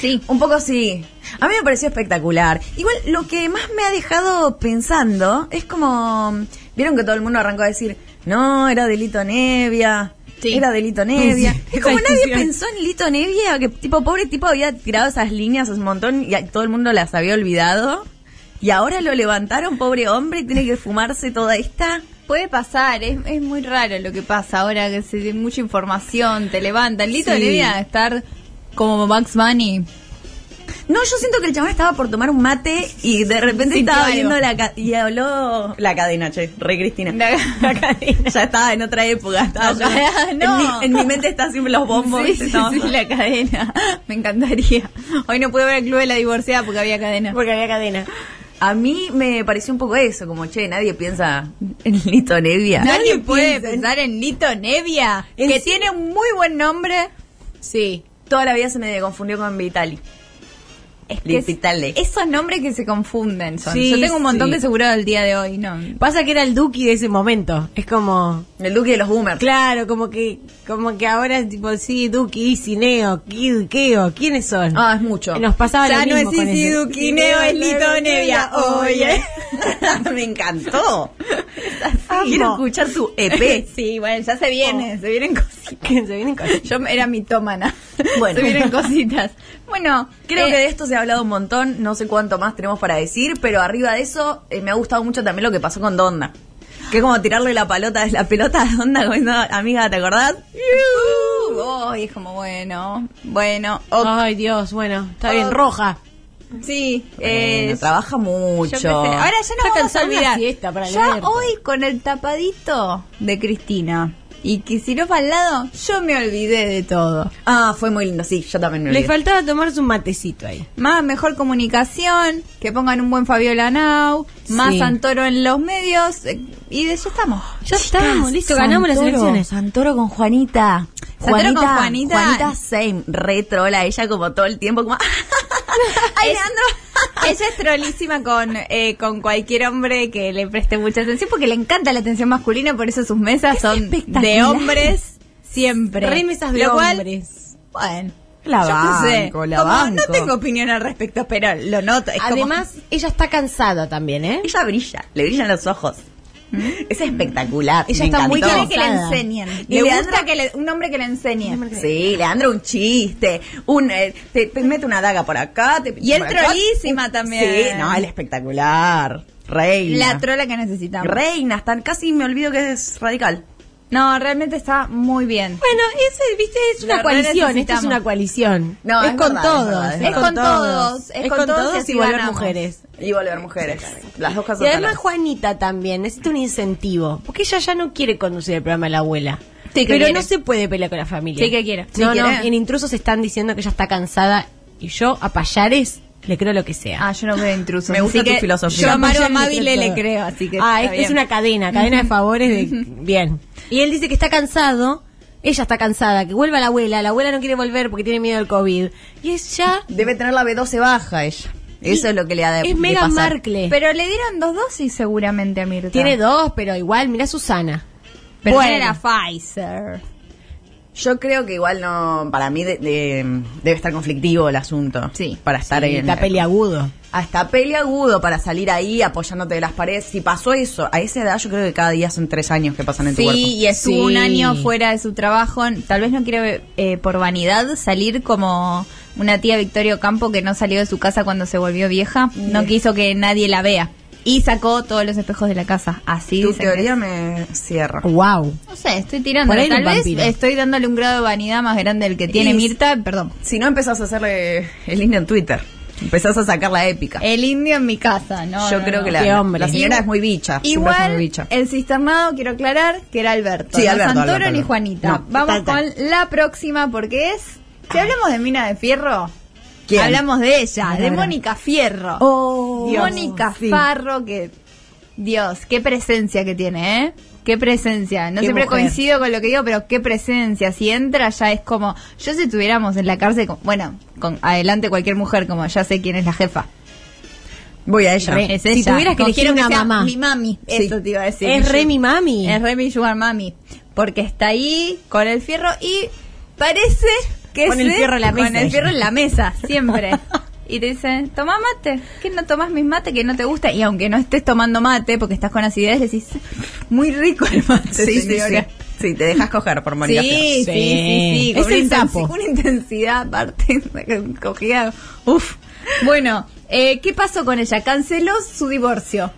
Sí. Un poco sí. A mí me pareció espectacular. Igual lo que más me ha dejado pensando es como. Vieron que todo el mundo arrancó a decir, no, era de Lito Nevia. Sí. Era de Lito Nevia. Sí. Es como Esa nadie discusión. pensó en Lito Nevia, que tipo, pobre tipo había tirado esas líneas un montón y a- todo el mundo las había olvidado. Y ahora lo levantaron, pobre hombre, y tiene que fumarse toda esta. Puede pasar, es, es muy raro lo que pasa ahora, que se tiene mucha información, te levantan. Lito Sí. le viene a estar como Max Bunny. No, yo siento que el chaval estaba por tomar un mate y de repente Sintió estaba algo. viendo la ca- y habló la cadena, che, re Cristina. La- la cadena. Ya estaba en otra época, estaba La yo- cadena, en, no. mi, en mi mente está siempre los bombos. sí, ¿viste? sí, Estamos- sí, la cadena. Me encantaría. Hoy no pude ver el club de la divorciada porque había cadena. Porque había cadena. A mí me pareció un poco eso, como che, nadie piensa en Lito Nevia. Nadie, Nadie puede piensa en- pensar en Lito Nevia, En que sí- tiene un muy buen nombre. Sí. Toda la vida se me confundió con Vitali. Es que es- Lipitale. esos nombres que se confunden son. Sí, Yo tengo un montón sí. de seguro del día de hoy, ¿no? Pasa que era el Duki de ese momento. Es como. El duque de los boomers. Claro, como que como que ahora tipo sí, Duki, Cineo, Kid, Keo, ¿quiénes son? Ah, es mucho. Nos pasaba Ya lo no mismo es con ese. Sisi Duki, Neo es Lito Nevia, ¿eh? oye. ¿eh? Me encantó. Ah, Quiero escuchar tu E EP. Sí, bueno, ya se viene, se vienen cositas. Que se vienen con- Yo era mitómana. Bueno. se vienen cositas. Bueno, Creo eh, que de esto se ha hablado un montón, no sé cuánto más tenemos para decir, pero arriba de eso eh, me ha gustado mucho también lo que pasó con Donda. Que es como tirarle la pelota, la pelota a Donda, como diciendo, amiga, ¿te acordás? Uh, y es como bueno, bueno, ok. Ay, Dios, bueno, está bien, Oh. roja. sí, Bueno, eh, trabaja yo mucho. empecé. Ahora ya Está no vamos a cansada una olvidar. siesta para ya Alberto. hoy con el tapadito de Cristina y Kicillof al lado, yo me olvidé de todo. Ah, fue muy lindo, sí, yo también me Le olvidé. faltaba tomarse un matecito ahí. Más mejor comunicación, que pongan un buen Fabiola Now, más Sí. Santoro en los medios eh, y de ya estamos. Ya Chicas, estamos, listo, ganamos las Santoro, elecciones. Santoro con Juanita. Santoro Juanita, con Juanita. Juanita Same, re trola, ella como todo el tiempo, como, Ay, Leandro. Ella es trolísima con, eh, con cualquier hombre que le preste mucha atención porque le encanta la atención masculina, por eso sus mesas son de espectacular. hombres siempre. Re mesas de Lo cual, hombres. Bueno. La yo qué sé. banco, la Como No banco. tengo opinión al respecto, pero lo noto. Es como- Además, ella está cansada también, ¿eh? ella brilla, le brillan los ojos. ¿Mm? Es espectacular. Ella me está muy encantó. quiere que le cansada. enseñen. Y Le Leandro- gusta que le- un hombre que le enseñe. Sí, Leandro, un chiste. Un, eh, te, te mete una daga por acá. Te, Y es por acá. trolísima también. Sí, no, él es espectacular. Reina. La trola que necesitamos. Reina, están, casi me olvido que es radical. no, realmente está muy bien. Bueno, ese, viste, es una La verdad coalición, esta es necesitamos. una coalición. No, es, es con verdad, es todos, verdad, es verdad. Es con todos, es con todos así y volver ganamos. mujeres. Y volver mujeres. Las dos cosas. Y además raras. Juanita también necesita un incentivo, porque ella ya no quiere conducir el programa de la abuela. Sí que pero quiere. no se puede pelear con la familia. Sí que quiere. Sí No, no, quiere. en intrusos están diciendo que ella está cansada y yo a Payares le creo lo que sea. Ah, yo no veo intrusos. Me gusta así tu que filosofía. Yo a Maru Payares Amabile creo le todo. creo, así que. Ah, está es, es bien. una cadena, cadena de favores de bien. Y él dice que está cansado, ella está cansada, que vuelva la abuela, la abuela no quiere volver porque tiene miedo al COVID. Y es ya Debe tener la B12 baja ella. Eso Y es lo que le ha de es de Meghan pasar. Markle. Eh, Pero le dieron dos dosis seguramente a Mirta. Tiene dos, pero igual, mira Susana. Pero Bueno. tiene la Pfizer. Yo creo que igual no. Para mí de- de- debe estar conflictivo el asunto. Sí. Para estar en. Está peliagudo. Hasta peleagudo para salir ahí apoyándote de las paredes. Si pasó eso, a esa edad yo creo que cada día son tres años que pasan en tu Sí, cuerpo. y estuvo Sí. un año fuera de su trabajo. Tal vez no quiere, eh, por vanidad, salir como una tía Victoria Ocampo que no salió de su casa cuando se volvió vieja. No quiso que nadie la vea. Y sacó todos los espejos de la casa. Así Tu dicen que- teoría me cierra. Wow. No sé, estoy tirando. Por ahí Tal un vez vampiro. estoy dándole un grado de vanidad más grande del que tiene Y- Mirta. Perdón. Si no empezás a hacerle el indio en Twitter, empezás a sacar la épica. El indio en mi casa, ¿no? yo no, creo no. que la, qué hombre. la señora es muy bicha. Ah, siempre fue Igual, muy bicha. el cisternado, quiero aclarar, que era Alberto. Sí, no Alberto, Santoro Alberto, ni Alberto. Juanita. No, Vamos tal, tal. con la próxima, porque es... Si hablamos de Mina de Fierro, ¿Quién? Oh, hablamos de ella, de Mira, mira. Mónica Fierro. Dios. Oh, Mónica Sí. Farro, que... Dios, qué presencia que tiene, ¿eh? Qué presencia. No Qué siempre mujer. coincido con lo que digo, pero qué presencia. Si entra ya es como... Yo si estuviéramos en la cárcel, como- bueno, con adelante cualquier mujer, como ya sé quién es la jefa. Voy a ella. Re. Es Si ella. tuvieras que Con- elegir quiero una sea mamá. Mi mami, Sí. eso te iba a decir. es re Yo- mi mami. es re mi sugar mami. Porque está ahí con el fierro y parece que Con el se- fierro en la Con mesa el ella. fierro en la mesa, siempre. Y te dicen, toma mate, que no tomas mis mate, que no te gusta. Y aunque no estés tomando mate, porque estás con acidez, le decís, muy rico el mate, Sí, sí, sí. señora. Sí, te dejas coger por Mónica Flores. Sí, sí, sí, sí, Sí. con Es una el intensi- sapo. Una intensidad aparte, cogida. Uf. Bueno, eh, ¿qué pasó con ella? Canceló su divorcio.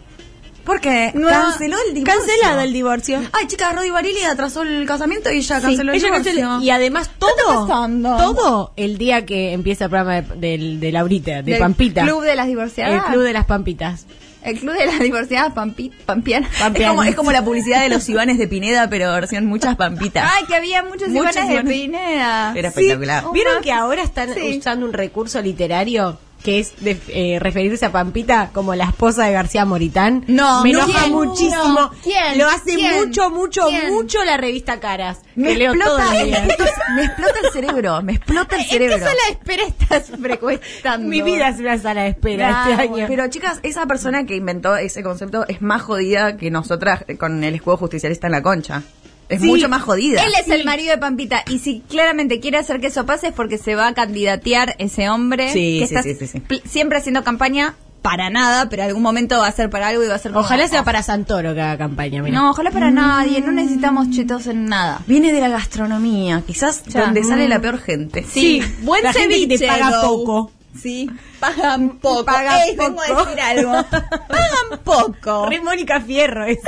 Porque No, canceló el divorcio. Cancelada el divorcio. Ay, chica, Roddy Barili atrasó el casamiento y ya canceló el Ella divorcio. canceló- Y además está todo, pasando? todo el día que empieza el programa de, del- de Laurita, de Del Pampita. Club de las el divorciadas. club de las Pampitas. El club de las divorciadas pampi, pampianas. Es como, es como la publicidad de los Ivanes de Pineda, pero versión muchas pampitas. Ay, que había muchos Muchos ibanes de ibanes. Pineda. Era espectacular. Oh, ¿Vieron ma- que ahora están Sí. usando un recurso literario que es de- eh, referirse a Pampita como la esposa de García Moritán. No, me no. enoja ¿Quién? muchísimo. ¿Quién? Lo hace ¿Quién? mucho, mucho, ¿Quién? mucho la revista Caras. Me que leo todos explota, los me, días. explota, me explota el cerebro, me explota el cerebro. ¿En qué sala de espera estás frecuentando? Mi vida es una sala de espera Claro, este año. Pero chicas, esa persona que inventó ese concepto es más jodida que nosotras eh, con el escudo justicialista en la concha. Es mucho más jodida. Él es el marido de Pampita. Y si claramente quiere hacer que eso pase es porque se va a candidatear ese hombre. Sí, que sí, sí, sí, sí. pl- Siempre haciendo campaña para nada, pero algún momento va a ser para algo y va a ser como- "Ah, Ojalá sea para Santoro que haga campaña, mira. No, ojalá para nadie. No necesitamos chetos en nada. Viene de la gastronomía, quizás Ya. donde sale Mm. la peor gente. Sí, buen La gente ceviche que paga though. poco. Sí, pagan poco. Pagan Ey, vengo a poco. decir algo. Pagan poco. Re Mónica Fierro eso.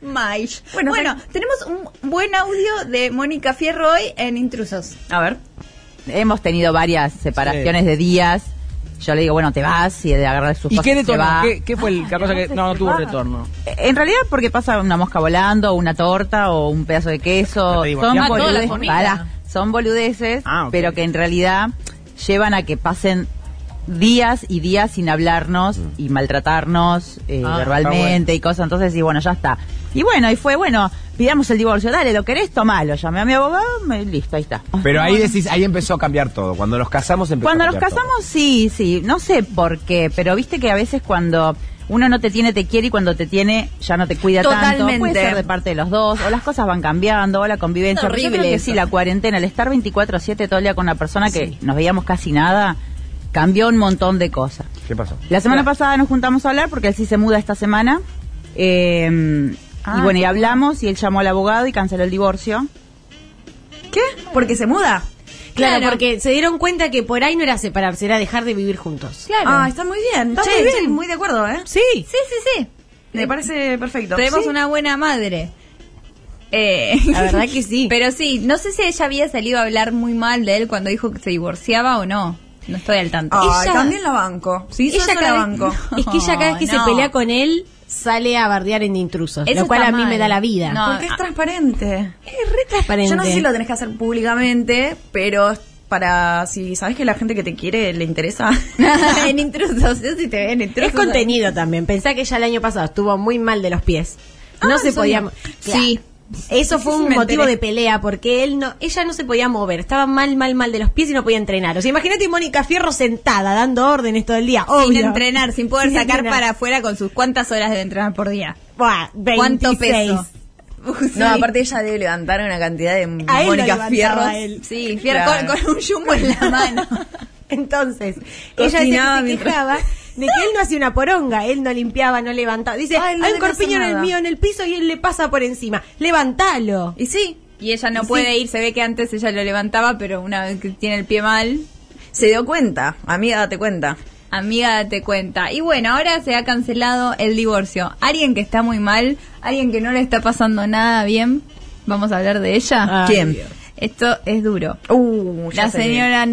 Maish. Bueno, tenemos un buen audio de Mónica Fierro hoy en Intrusos. A ver. Hemos tenido varias separaciones de días. Yo le digo, bueno, te vas y de agarrar sus ¿Y cosas qué se detonó? va. Ah, ¿Qué, qué fue el- la cosa que no, no tuvo retorno? En realidad, porque pasa una mosca volando, o una torta, o un pedazo de queso. Te digo, Son ya- Ah, toda la boludeces, comida. pará, son boludeces, Ah, ok. pero que en realidad llevan a que pasen días y días sin hablarnos y maltratarnos eh, Mm. Ah, verbalmente y cosas. Entonces, y bueno, ya está. Y bueno, y fue, bueno, pidamos el divorcio. Dale, ¿lo querés? Tomalo. Llamé a mi abogado, me- listo, ahí está. Pero ahí decís, ahí empezó a cambiar todo. Cuando nos casamos empezó Cuando a nos cambiar todo. casamos, sí, sí. No sé por qué, pero viste que a veces cuando uno no te tiene, te quiere y cuando te tiene, ya no te cuida tanto. Puede Totalmente. ser de parte de los dos, o las cosas van cambiando, o la convivencia. Es Pero yo creo horrible que eso. sí, la cuarentena, el estar 24-7 todo el día con una persona que nos veíamos casi nada, cambió un montón de cosas. ¿Qué pasó? La semana pasada nos juntamos a hablar porque él sí se muda esta semana. Eh, Ah, y bueno, y hablamos y él llamó al abogado y canceló el divorcio. ¿Qué? ¿Porque se muda? Claro, porque se dieron cuenta que por ahí no era separarse, era dejar de vivir juntos. Claro. Ah, está muy bien. Está Che, muy bien. estoy muy de acuerdo, ¿eh? Sí. Sí, sí, sí. Me parece perfecto. Tenemos Sí. una buena madre. Eh, La verdad que sí. Pero sí, no sé si ella había salido a hablar muy mal de él cuando dijo que se divorciaba o no. No estoy al tanto. Ay, Ella- también la banco. Sí, ella yo la cada vez- banco. Es que ella cada vez que No, se no. pelea con él, sale a bardear en intrusos. Eso lo cual está a mí mal. me da la vida. No, Porque ah. es transparente. es re transparente. Yo no sé si lo tenés que hacer públicamente, pero para si sabes que la gente que te quiere le interesa. en intrusos, yo sí te veo en intrusos. es contenido también. Pensá que ya el año pasado estuvo muy mal de los pies. Ah, No se podía. mo- Sí. Eso fue sí un me motivo enteré. de pelea porque él no, ella no se podía mover, estaba mal, mal, mal de los pies y no podía entrenar. O sea, imagínate Mónica Fierro sentada dando órdenes todo el día. Sin obvio. entrenar, sin poder Sin sacar entrenar. para afuera con sus cuántas horas de entrenar por día. Buah, ¿Cuánto 26. peso? No, aparte ella debe levantar una cantidad de A él lo Mónica levantaba Fierros. él. Sí, fier- Claro. con, con un yumbo en la mano. Entonces, ella decía que se mientras- quejaba de que él no hacía una poronga, él no limpiaba, no levantaba. Dice, Ay, no hay un debe hacer corpiño en el nada. mío en el piso y él le pasa por encima. Levantalo. Y sí. Y ella no puede ir, se ve que antes ella lo levantaba, pero una vez que tiene el pie mal, Se dio cuenta, amiga, date cuenta. amiga, date cuenta. Y bueno, ahora se ha cancelado el divorcio. Alguien que está muy mal, alguien que no le está pasando nada bien, vamos a hablar de ella. Ay, ¿Quién? Dios. Esto es duro. Uh, ya La sé. señora,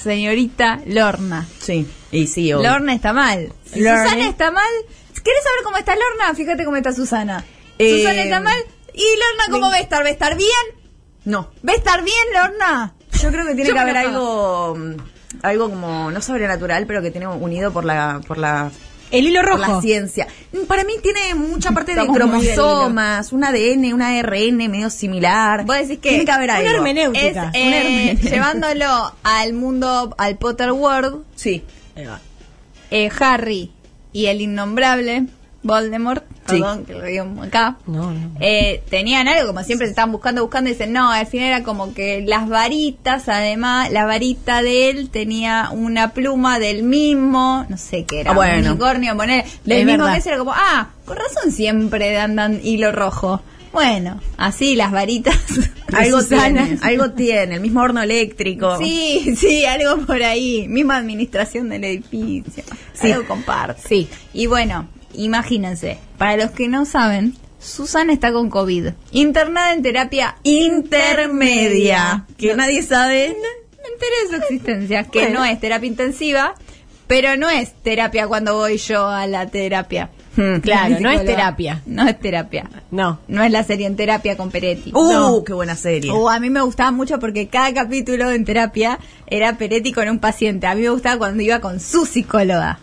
señorita Lorna. Sí, y sí, obvio. Lorna está mal. Si Lorna. Susana está mal. ¿Querés saber cómo está Lorna? Fíjate cómo está Susana. Eh, Susana está mal. ¿Y Lorna cómo va a estar? ¿Va a estar bien? No, ¿Va a estar bien, Lorna? yo creo que tiene que Yo me haber enojaba. algo, mm, algo como, no sobrenatural, pero que tiene unido por la, por la El hilo por la rojo. ciencia. Para mí tiene mucha parte de Estamos muy cromosomas, un ADN, un ARN medio similar. Vos decís que tiene que haber una algo. hermeneu- es Hermenéutica. eh, Una hermenéutica. llevándolo al mundo, al Potter World, Sí. eh, Harry y el innombrable Voldemort, Sí. perdón que lo digo acá, No, no. eh, tenían algo, como siempre se estaban buscando, buscando, y dicen, no, al final era como que las varitas, además, la varita de él tenía una pluma del mismo, no sé qué era, Ah, bueno. un unicornio, poner, del Es mismo verdad. mes era como, ah, con razón siempre andan hilo rojo. Bueno, así las varitas. de Algo Susana. tiene, algo tiene, el mismo horno eléctrico. Sí, sí, algo por ahí. Misma administración del edificio. Sí. Algo comparte. Sí. Y bueno, imagínense, para los que no saben, Susana está con COVID. Internada en terapia intermedia. Intermedia, que nadie sabe. No me enteré de su existencia, que no es terapia intensiva, pero no es terapia cuando voy yo a la terapia. Hmm. Claro, no es Psicóloga. terapia. No es terapia. No. No es la serie en terapia con Peretti. Uh, No. qué buena serie. Uh, a mí me gustaba mucho porque cada capítulo en terapia era Peretti con un paciente. A mí me gustaba cuando iba con su psicóloga.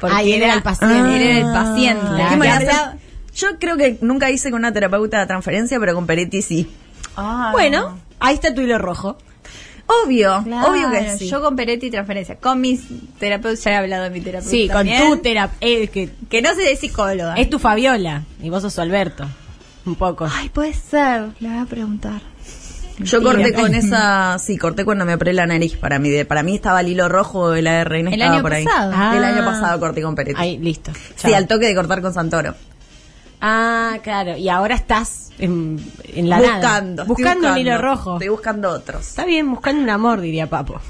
Porque Ah, y él era el paciente. él era el paciente. Ah, Que Qué manera de hablaba- hacer- Yo creo que nunca hice con una terapeuta de transferencia, pero con Peretti sí. Ah. Bueno, ahí está tu hilo rojo. Obvio, Claro, obvio que sí. Yo con Peretti transferencia. Con mis terapeutas, ya he hablado de mi terapeuta. Sí, con también. tu terapia. que Que no se de psicóloga. es tu Fabiola y vos sos su Alberto. Un poco. Ay, puede ser. Le voy a preguntar. Yo Mentira. corté con esa, sí, corté cuando me operé la nariz. Para mí, de- para mí estaba el hilo rojo de la RN. El estaba año por ahí. pasado. Ah. El año pasado corté con Peretti. Ahí, listo. Sí, Chao. al toque de cortar con Santoro. Ah, claro. Y ahora estás en, en la nada. buscando, estoy Buscando un hilo rojo. Estoy buscando otros. Está bien, buscando un amor, diría Papo.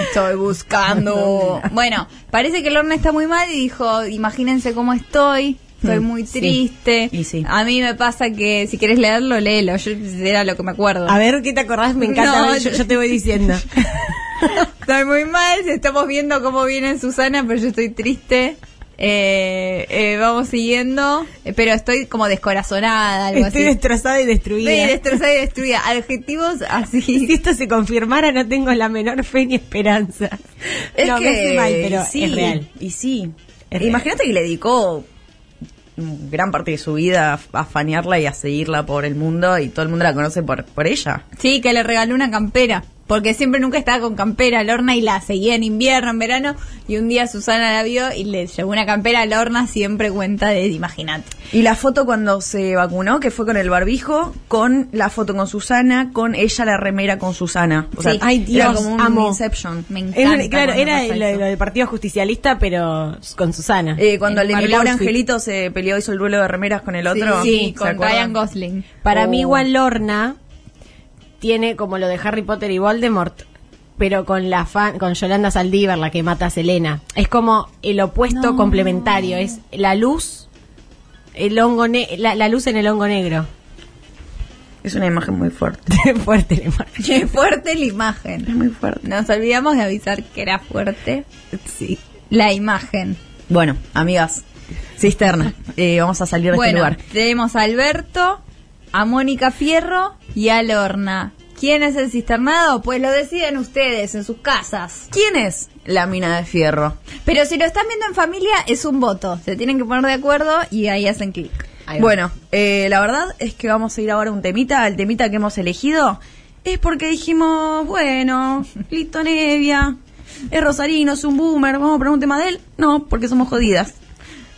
Estoy buscando. bueno, parece que Lorna está muy mal y dijo, imagínense cómo estoy. Mm, Estoy muy triste. Y sí. A mí me pasa que si querés leerlo, léelo. Yo era lo que me acuerdo. A ver, ¿qué te acordás? Me encanta. No, a ver, yo, yo te voy diciendo. Estoy muy mal, estamos viendo cómo viene Susana, pero yo estoy triste. Eh, eh, vamos siguiendo, Eh, pero estoy como descorazonada, algo Estoy así. destrozada y destruida. Estoy destrozada y destruida. Adjetivos si así. esto se confirmara, no tengo la menor fe ni esperanza. Es no, que me hace mal, pero sí, es real. Y sí. Es real. Imagínate que le dedicó mm, gran parte de su vida a- a fanearla y a seguirla por el mundo y todo el mundo la conoce por, por ella. Sí, que le regaló una campera, porque siempre nunca estaba con campera Lorna y la seguía en invierno, en verano, y un día Susana la vio y le llevó una campera a Lorna, siempre cuenta de, imagínate. Y la foto cuando se vacunó, que fue con el barbijo, con la foto con Susana, con ella la remera con Susana. O sea, Sí. Ay, era Dios, como un amo. Inception. Me Es encanta. una- claro, cuando era pasa lo, eso. lo del Partido Justicialista, pero con Susana. Eh, cuando el de mi Marvel pobre Outfit. angelito se peleó, hizo el duelo de remeras con el otro. Sí, ¿Se con acuerdan? Ryan Gosling. Para Oh. mí, igual Lorna tiene como lo de Harry Potter y Voldemort, pero con la fan, con Yolanda Saldívar, la que mata a Selena. Es como el opuesto complementario, es la luz, el hongo ne- la, la luz en el hongo negro. Es una imagen muy fuerte. Fuerte la imagen. Qué fuerte la imagen. Es muy fuerte. Nos olvidamos de avisar que era fuerte Sí. la imagen. Bueno, amigas, cisterna. Eh, vamos a salir de este bueno, lugar. tenemos a Alberto, a Mónica Fierro y a Lorna. ¿Quién es el cisternado? Pues lo deciden ustedes en sus casas. ¿Quién es la mina de fierro? Pero si lo están viendo en familia, es un voto. Se tienen que poner de acuerdo y ahí hacen clic. Ahí va. Bueno, eh, la verdad es que vamos a ir ahora a un temita. El temita que hemos elegido es porque dijimos, bueno, Lito Nevia, es Rosarino, es un boomer, vamos a poner un tema de él. No, porque somos jodidas.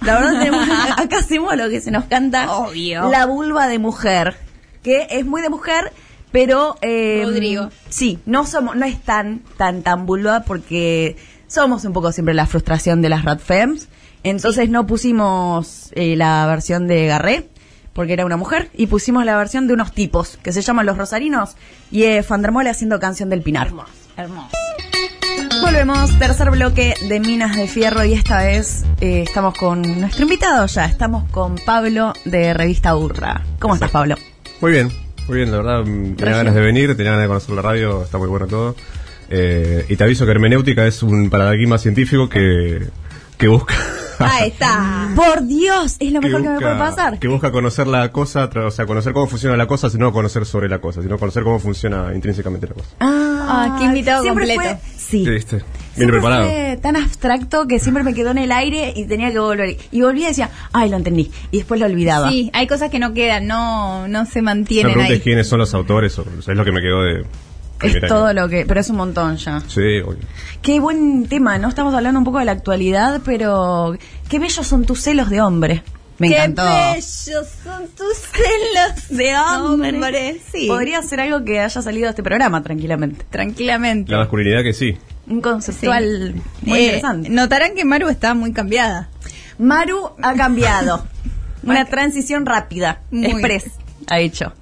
La verdad, tenemos- acá hacemos lo que se nos canta. Obvio. La vulva de mujer, que es muy de mujer, pero... eh, Rodrigo. Sí, no somos, no es tan, tan, tan vulva porque somos un poco siempre la frustración de las Rat Femmes. Entonces no pusimos eh, la versión de Garré, porque era una mujer, y pusimos la versión de unos tipos, que se llaman Los Rosarinos, y eh, Fandermole haciendo canción del Pinar. Hermoso. Volvemos, tercer bloque de Minas de Fierro, y esta vez eh, estamos con nuestro invitado ya, estamos con Pablo de Revista Urra. ¿Cómo estás, Pablo? Muy bien, muy bien, la verdad. mm, Tenía ganas de venir, tenía ganas de conocer la radio, está muy bueno todo. Eh, y te aviso que hermenéutica es un paradigma científico que, que busca. Ahí está. Por Dios, es lo mejor que, me busca- puede pasar. que busca conocer la cosa, tra- o sea, conocer cómo funciona la cosa, sino conocer sobre la cosa, sino conocer cómo funciona intrínsecamente la cosa. Ah, qué invitado completo. fue- sí. ¿Qué viste? Bien Siempre preparado. fue tan abstracto que siempre me quedó en el aire y tenía que volver. Y volvía y decía, ay, lo entendí. Y después lo olvidaba. Sí, hay cosas que no quedan, no, no se No me mantienen preguntes ahí. quiénes son los autores, o, o sea, es lo que me quedó de. Es primer año. todo lo que... Pero es un montón ya. Sí, obvio. Qué buen tema, ¿no? Estamos hablando un poco de la actualidad, pero... Qué bellos son tus celos de hombre. Me Qué encantó. bellos son tus celos de hombre. Sí. Podría ser algo que haya salido de este programa, tranquilamente. Tranquilamente. La masculinidad que sí. Un conceptual Sí. muy Eh, interesante. Notarán que Maru está muy cambiada. Maru ha cambiado. Una transición rápida, Muy. express, ha hecho.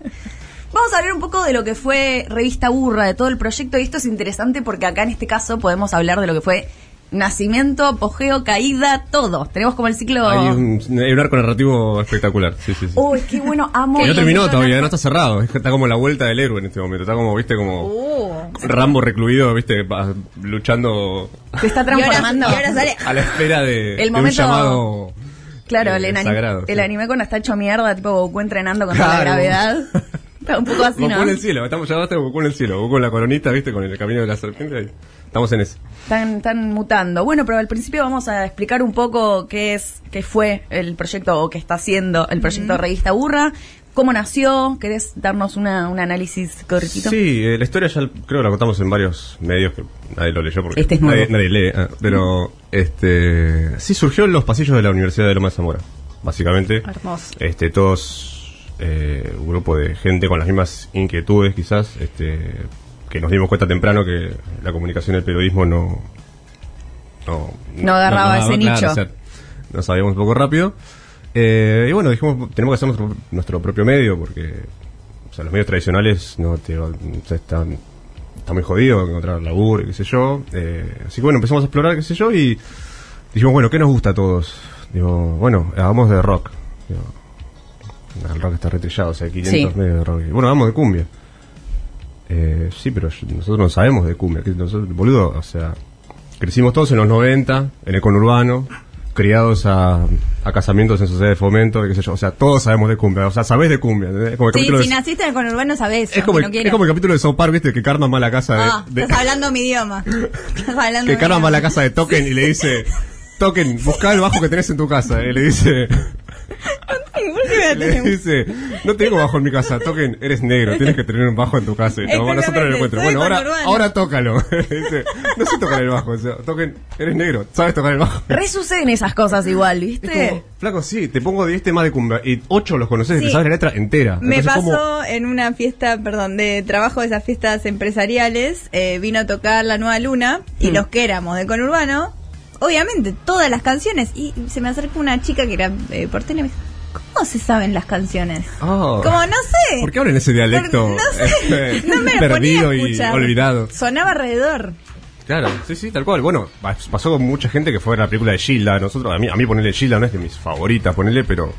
Vamos a hablar un poco de lo que fue Revista Burra, de todo el proyecto, y esto es interesante porque acá en este caso podemos hablar de lo que fue nacimiento, apogeo, caída, todo. Uh, Tenemos como el ciclo... Hay un, hay un arco narrativo espectacular. Sí, sí, sí. Uy, qué bueno, amo... Que no los terminó ciclos todavía, no está cerrado. Es que Está como la vuelta del héroe en este momento. Está como, viste, como Oh. Rambo recluido, viste, pa- luchando Se está Y ahora- transformando. y ahora sale a la espera de, El de un momento- llamado Claro, eh, el, ani- sagrado, el sí. anime con está hecho mierda, tipo Goku entrenando contra la Claro. gravedad. Está un poco así, Goku ¿no? en el cielo, estamos ya basta de Goku en el cielo, Goku en la coronita, viste, con el camino de la serpiente, ahí. estamos en eso. Están, están mutando. Bueno, pero al principio vamos a explicar un poco qué es, qué fue el proyecto o qué está haciendo el proyecto Revista Burra, cómo nació, ¿querés darnos una, un análisis cortito? Sí, eh, la historia ya l- creo que la contamos en varios medios que nadie lo leyó porque Este es nadie, nuevo. nadie lee. ah, pero este sí surgió en los pasillos de la Universidad de Loma de Zamora, básicamente. Hermoso. Este, todos eh, un grupo de gente con las mismas inquietudes quizás, este, que nos dimos cuenta temprano que la comunicación y el periodismo no... No, No agarraba ese claro, nicho. o sea, nos sabíamos un poco rápido. Eh, y bueno, dijimos, tenemos que hacer nuestro, nuestro propio medio, porque o sea, los medios tradicionales no te, va- o sea, están, está muy jodido encontrar laburo y qué sé yo. Eh, así que bueno, empezamos a explorar, qué sé yo, y dijimos, bueno, ¿qué nos gusta a todos? Digo, bueno, hagamos de rock. Digo, "Nah, el rock está retrillado, o sea, 500 Sí. medios de rock. Y, bueno, hagamos de cumbia. Eh, sí, pero yo- nosotros no sabemos de cumbia. que Nosotros, boludo, o sea, crecimos todos en los 90, en el conurbano, criados a, a casamientos en sociedad de fomento, y qué sé yo. O sea, todos sabemos de cumbia. O sea, sabés de cumbia. ¿entendés? Como el Sí, capítulo si de- naciste en el conurbano sabés. es como, aunque el, no es quieras. como el capítulo de South Park, viste, que Karma va a la casa de- Ah, de, estás hablando mi idioma. Estás hablando que mi Karma va a la idioma. casa de Token y le dice, Token, buscá el bajo que tenés en tu casa. Y le dice, le dice, no tengo bajo en mi casa, Token, eres negro, tienes que tener un bajo en tu casa. Y no, nosotros no lo Exactamente, encuentro. soy Bueno, ahora, conurbano. ahora tócalo. Le dice, no sé tocar el bajo, o sea, Token, eres negro, sabes tocar el bajo. Resuceden esas cosas igual, ¿viste? Es como, flaco, sí, te pongo 10 temas de cumbia y 8 los conoces, te Sí. sabes la letra entera. Me Entonces, pasó ¿cómo- en una fiesta, perdón, de trabajo de esas fiestas empresariales. eh, vino a tocar La Nueva Luna Mm. y los que éramos de Conurbano, obviamente todas las canciones. Y se me acercó una chica que era eh, porteña y me dijo: ¿Cómo se saben las canciones? Ah. Como no sé. ¿Por qué hablan ese dialecto? Por- no sé. No me lo ponía perdido a y escuchar. olvidado. Sonaba alrededor. Claro, sí, sí, tal cual. Bueno, pa- pasó con mucha gente que fue a la película de Gilda. Nosotros, a mí, a mí ponerle Gilda no es de mis favoritas, ponerle, pero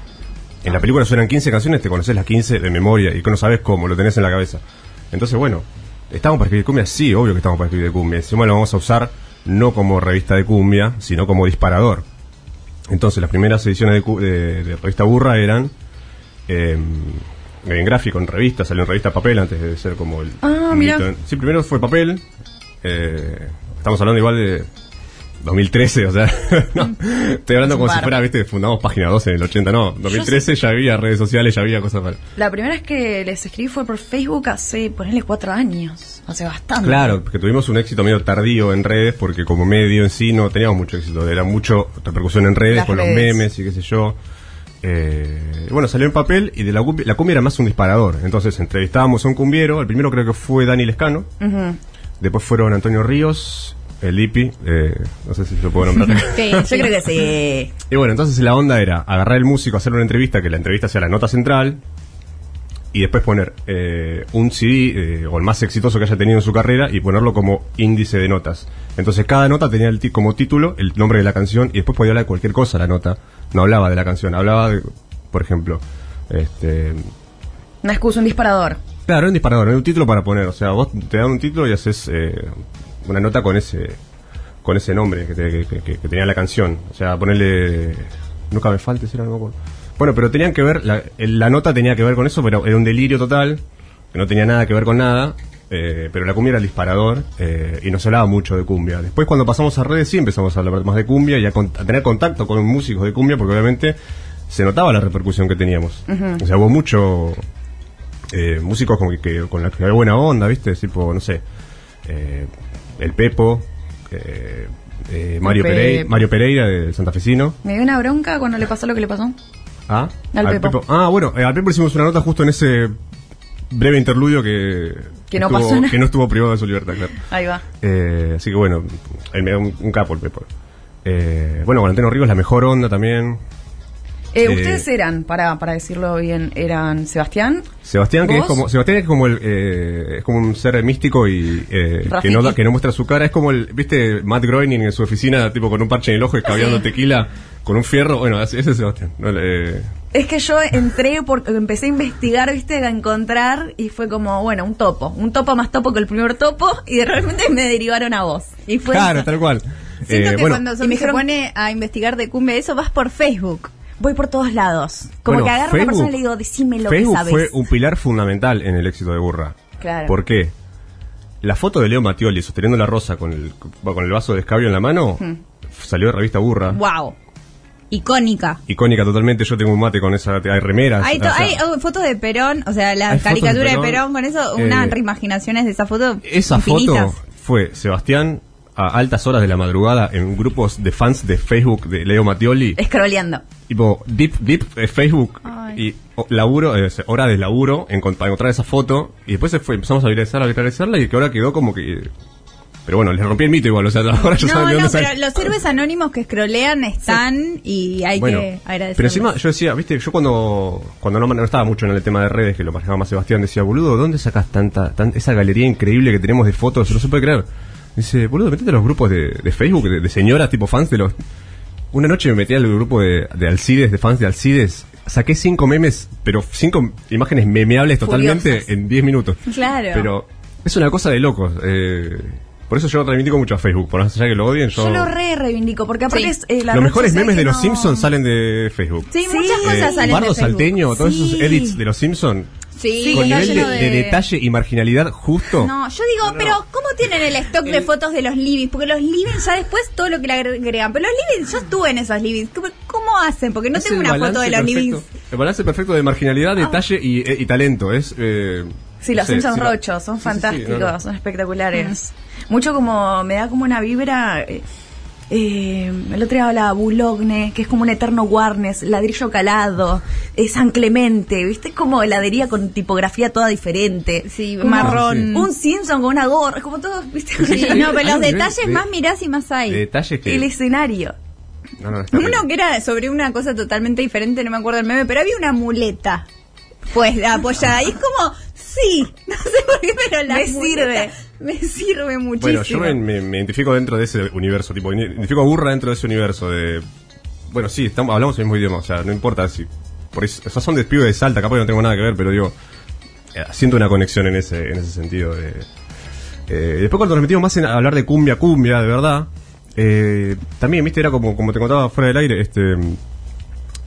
en la película suenan 15 canciones, te conoces las 15 de memoria y que no sabes cómo, lo tenés en la cabeza. Entonces, bueno, ¿estamos para escribir cumbia? Sí, obvio que estamos para escribir de cumbia. Encima lo vamos a usar no como revista de cumbia, sino como disparador. Entonces, las primeras ediciones de, cu- de- de revista Burra eran eh, en gráfico, en revista, salió en revista papel antes de ser como el. Ah, mirá. mito en- Sí, primero fue papel. eh, estamos hablando igual de 2013, o sea. no, estoy hablando como si fuera, viste, fundamos página 12 en el 80, no. 2013 ya había redes sociales, ya había cosas para. La primera vez que les escribí fue por Facebook hace, ponerle cuatro años, hace bastante. Claro, porque tuvimos un éxito medio tardío en redes, porque como medio en sí no teníamos mucho éxito, era mucho repercusión en redes, Las con los redes. memes y qué sé yo. Eh, bueno, salió en papel y de la, cumbia, la cumbia era más un disparador. Entonces entrevistábamos a un cumbiero, el primero creo que fue Dani Lescano, después fueron Antonio Ríos, el IPI, eh, no sé si lo puedo nombrar. Yo creo que sí. Y bueno, entonces la onda era agarrar el músico, hacer una entrevista, que la entrevista sea la nota central, y después poner eh, un CD, eh, o el más exitoso que haya tenido en su carrera, y ponerlo como índice de notas. Entonces cada nota tenía el ti- como título el nombre de la canción, y después podía hablar de cualquier cosa la nota. No hablaba de la canción, hablaba de, por ejemplo, este... Una excusa, un disparador. Claro, era un disparador, era un título para poner. O sea, vos te dan un título y haces eh, una nota con ese con ese nombre que, te- que- que- que tenía la canción. O sea, ponerle. Nunca me falte, si era algo. Bueno, pero tenían que ver. La, el- la nota tenía que ver con eso, pero era un delirio total, que no tenía nada que ver con nada. eh, pero la cumbia era el disparador eh, y no se hablaba mucho de cumbia. Después, cuando pasamos a redes, sí empezamos a hablar más de cumbia y a, con- a tener contacto con músicos de cumbia, porque obviamente se notaba la repercusión que teníamos. O sea, hubo mucho eh, músicos como que, que- con la que hay buena onda, ¿viste? Tipo, no sé, eh, El Pepo, eh, eh, Mario, Pepo. Pereira, Mario Pereira de Santafesino. Me dio una bronca cuando le pasó lo que le pasó. ¿Ah? Al Pepo. Ah, bueno, eh, al Pepo hicimos una nota justo en ese breve interludio que, Que no estuvo- pasó nada. que no estuvo privado de su libertad, claro. Ahí va. Eh, así que bueno, él me da un, un capo el Pepo. Eh, bueno, con Anteno Rigo es la mejor onda también. Eh, Eh, ustedes eran, para, para decirlo bien, eran Sebastián. Sebastián que es ¿Vos? como Sebastián es como el eh, es como un ser místico y eh, que no da- que no muestra su cara es como el viste Matt Groening en su oficina tipo con un parche en el ojo y caviando tequila con un fierro bueno ese ese es Sebastián no, eh, Es que yo entré porque empecé a investigar, viste, a encontrar y fue como, bueno, un topo. Un topo más topo que el primer topo y de repente me derivaron a vos. Y fue claro eso. tal cual Siento Eh, que bueno, cuando y se, me se dijeron- pone a investigar de cumbia eso, vas por Facebook. voy por todos lados. Como Bueno, que agarro a una Facebook- persona y le digo, decime lo Facebook que sabes. fue un pilar fundamental en el éxito de Burra. Claro. ¿Por qué? La foto de Leo Mattioli sosteniendo la rosa con el, con el vaso de escabio en la mano Hmm. salió de revista Burra. Wow. Icónica. Icónica totalmente. Yo tengo un mate con esa. Hay remeras. Hay, o to- sea, hay, oh, fotos de Perón, o sea, la Hay fotos de caricatura de Perón. Perón, con eso, Eh, unas reimaginaciones de esa foto. Esa infinitas. foto fue Sebastián a altas horas de la madrugada en grupos de fans de Facebook de Leo Mattioli. Eh. Scrolleando. tipo deep deep de Facebook y o- laburo eh, hora de laburo en, con- para encontrar esa foto y después se fue, empezamos a viralizarla a viralizarla y que ahora quedó como que pero bueno les rompí el mito igual o sea ahora ya saben de No, no, dónde pero sale. los héroes anónimos que scrollean están y hay Bueno, que agradecer. pero encima yo decía viste yo cuando cuando no, man- no estaba mucho en el tema de redes que lo manejaba más Sebastián decía boludo dónde sacas tanta tan- esa galería increíble que tenemos de fotos yo no se puede creer dice boludo metete a los grupos de, de Facebook de, de señoras tipo fans de los Una noche me metí al grupo de, de Alcides, de fans de Alcides. Saqué cinco memes, pero cinco imágenes memeables totalmente en 10 minutos. Claro. Pero es una cosa de locos. eh, por eso yo reivindico mucho a Facebook. Por más allá que lo odien, yo. Yo lo re reivindico, porque aparte Sí. es eh, la los red mejores social memes que de los no- Simpsons salen de Facebook. sí, muchas Sí. cosas Eh, salen Bardo de Facebook. Salteño, todos esos Sí. edits de los Simpsons. Sí, con está nivel de, lleno de detalle y marginalidad justo. No, yo digo, pero ¿cómo tienen el stock de fotos de los livings? Porque los livings ya después todo lo que le agregan. Pero los livings, yo estuve en esos livings. ¿Cómo, cómo hacen? Porque no Es tengo el una foto balance de los Ah. perfecto. livings. El balance perfecto de marginalidad, detalle y, eh, y talento. Es, eh, Sí, no los sé, Simpsons si no- rochos, son Sí, sí, sí, no, no. fantásticos, son espectaculares. Mm. Mucho como, me da como una vibra... eh, eh, el otro día hablaba Bulogne, que es como un eterno Warnes, ladrillo calado, eh, San Clemente, ¿viste? Es como heladería con tipografía toda diferente. Sí, Como marrón. Ah, Un Simpson con una gorra, como todos, ¿viste? Sí, no, Hay pero los un nivel detalles de- más mirás y más hay. de detalles que. El escenario. No, no, está Uno bien. que era sobre una cosa totalmente diferente, no me acuerdo el meme, pero había una muleta. Pues la apoyada. Y es como, sí, no sé por qué, pero la Me muleta sirve. Me sirve Bueno, muchísimo. yo me, me- me identifico dentro de ese universo, tipo, me identifico a Burra dentro de ese universo de... Bueno, sí, estamos, hablamos el mismo idioma, o sea, no importa si... Por eso, o sea, son despidos de Salta, capaz que no tengo nada que ver, pero digo, eh, siento una conexión en ese, en ese sentido. De, eh, después cuando nos metimos más en hablar de cumbia, cumbia, de verdad, eh, también, viste, era como, como te contaba fuera del aire, este...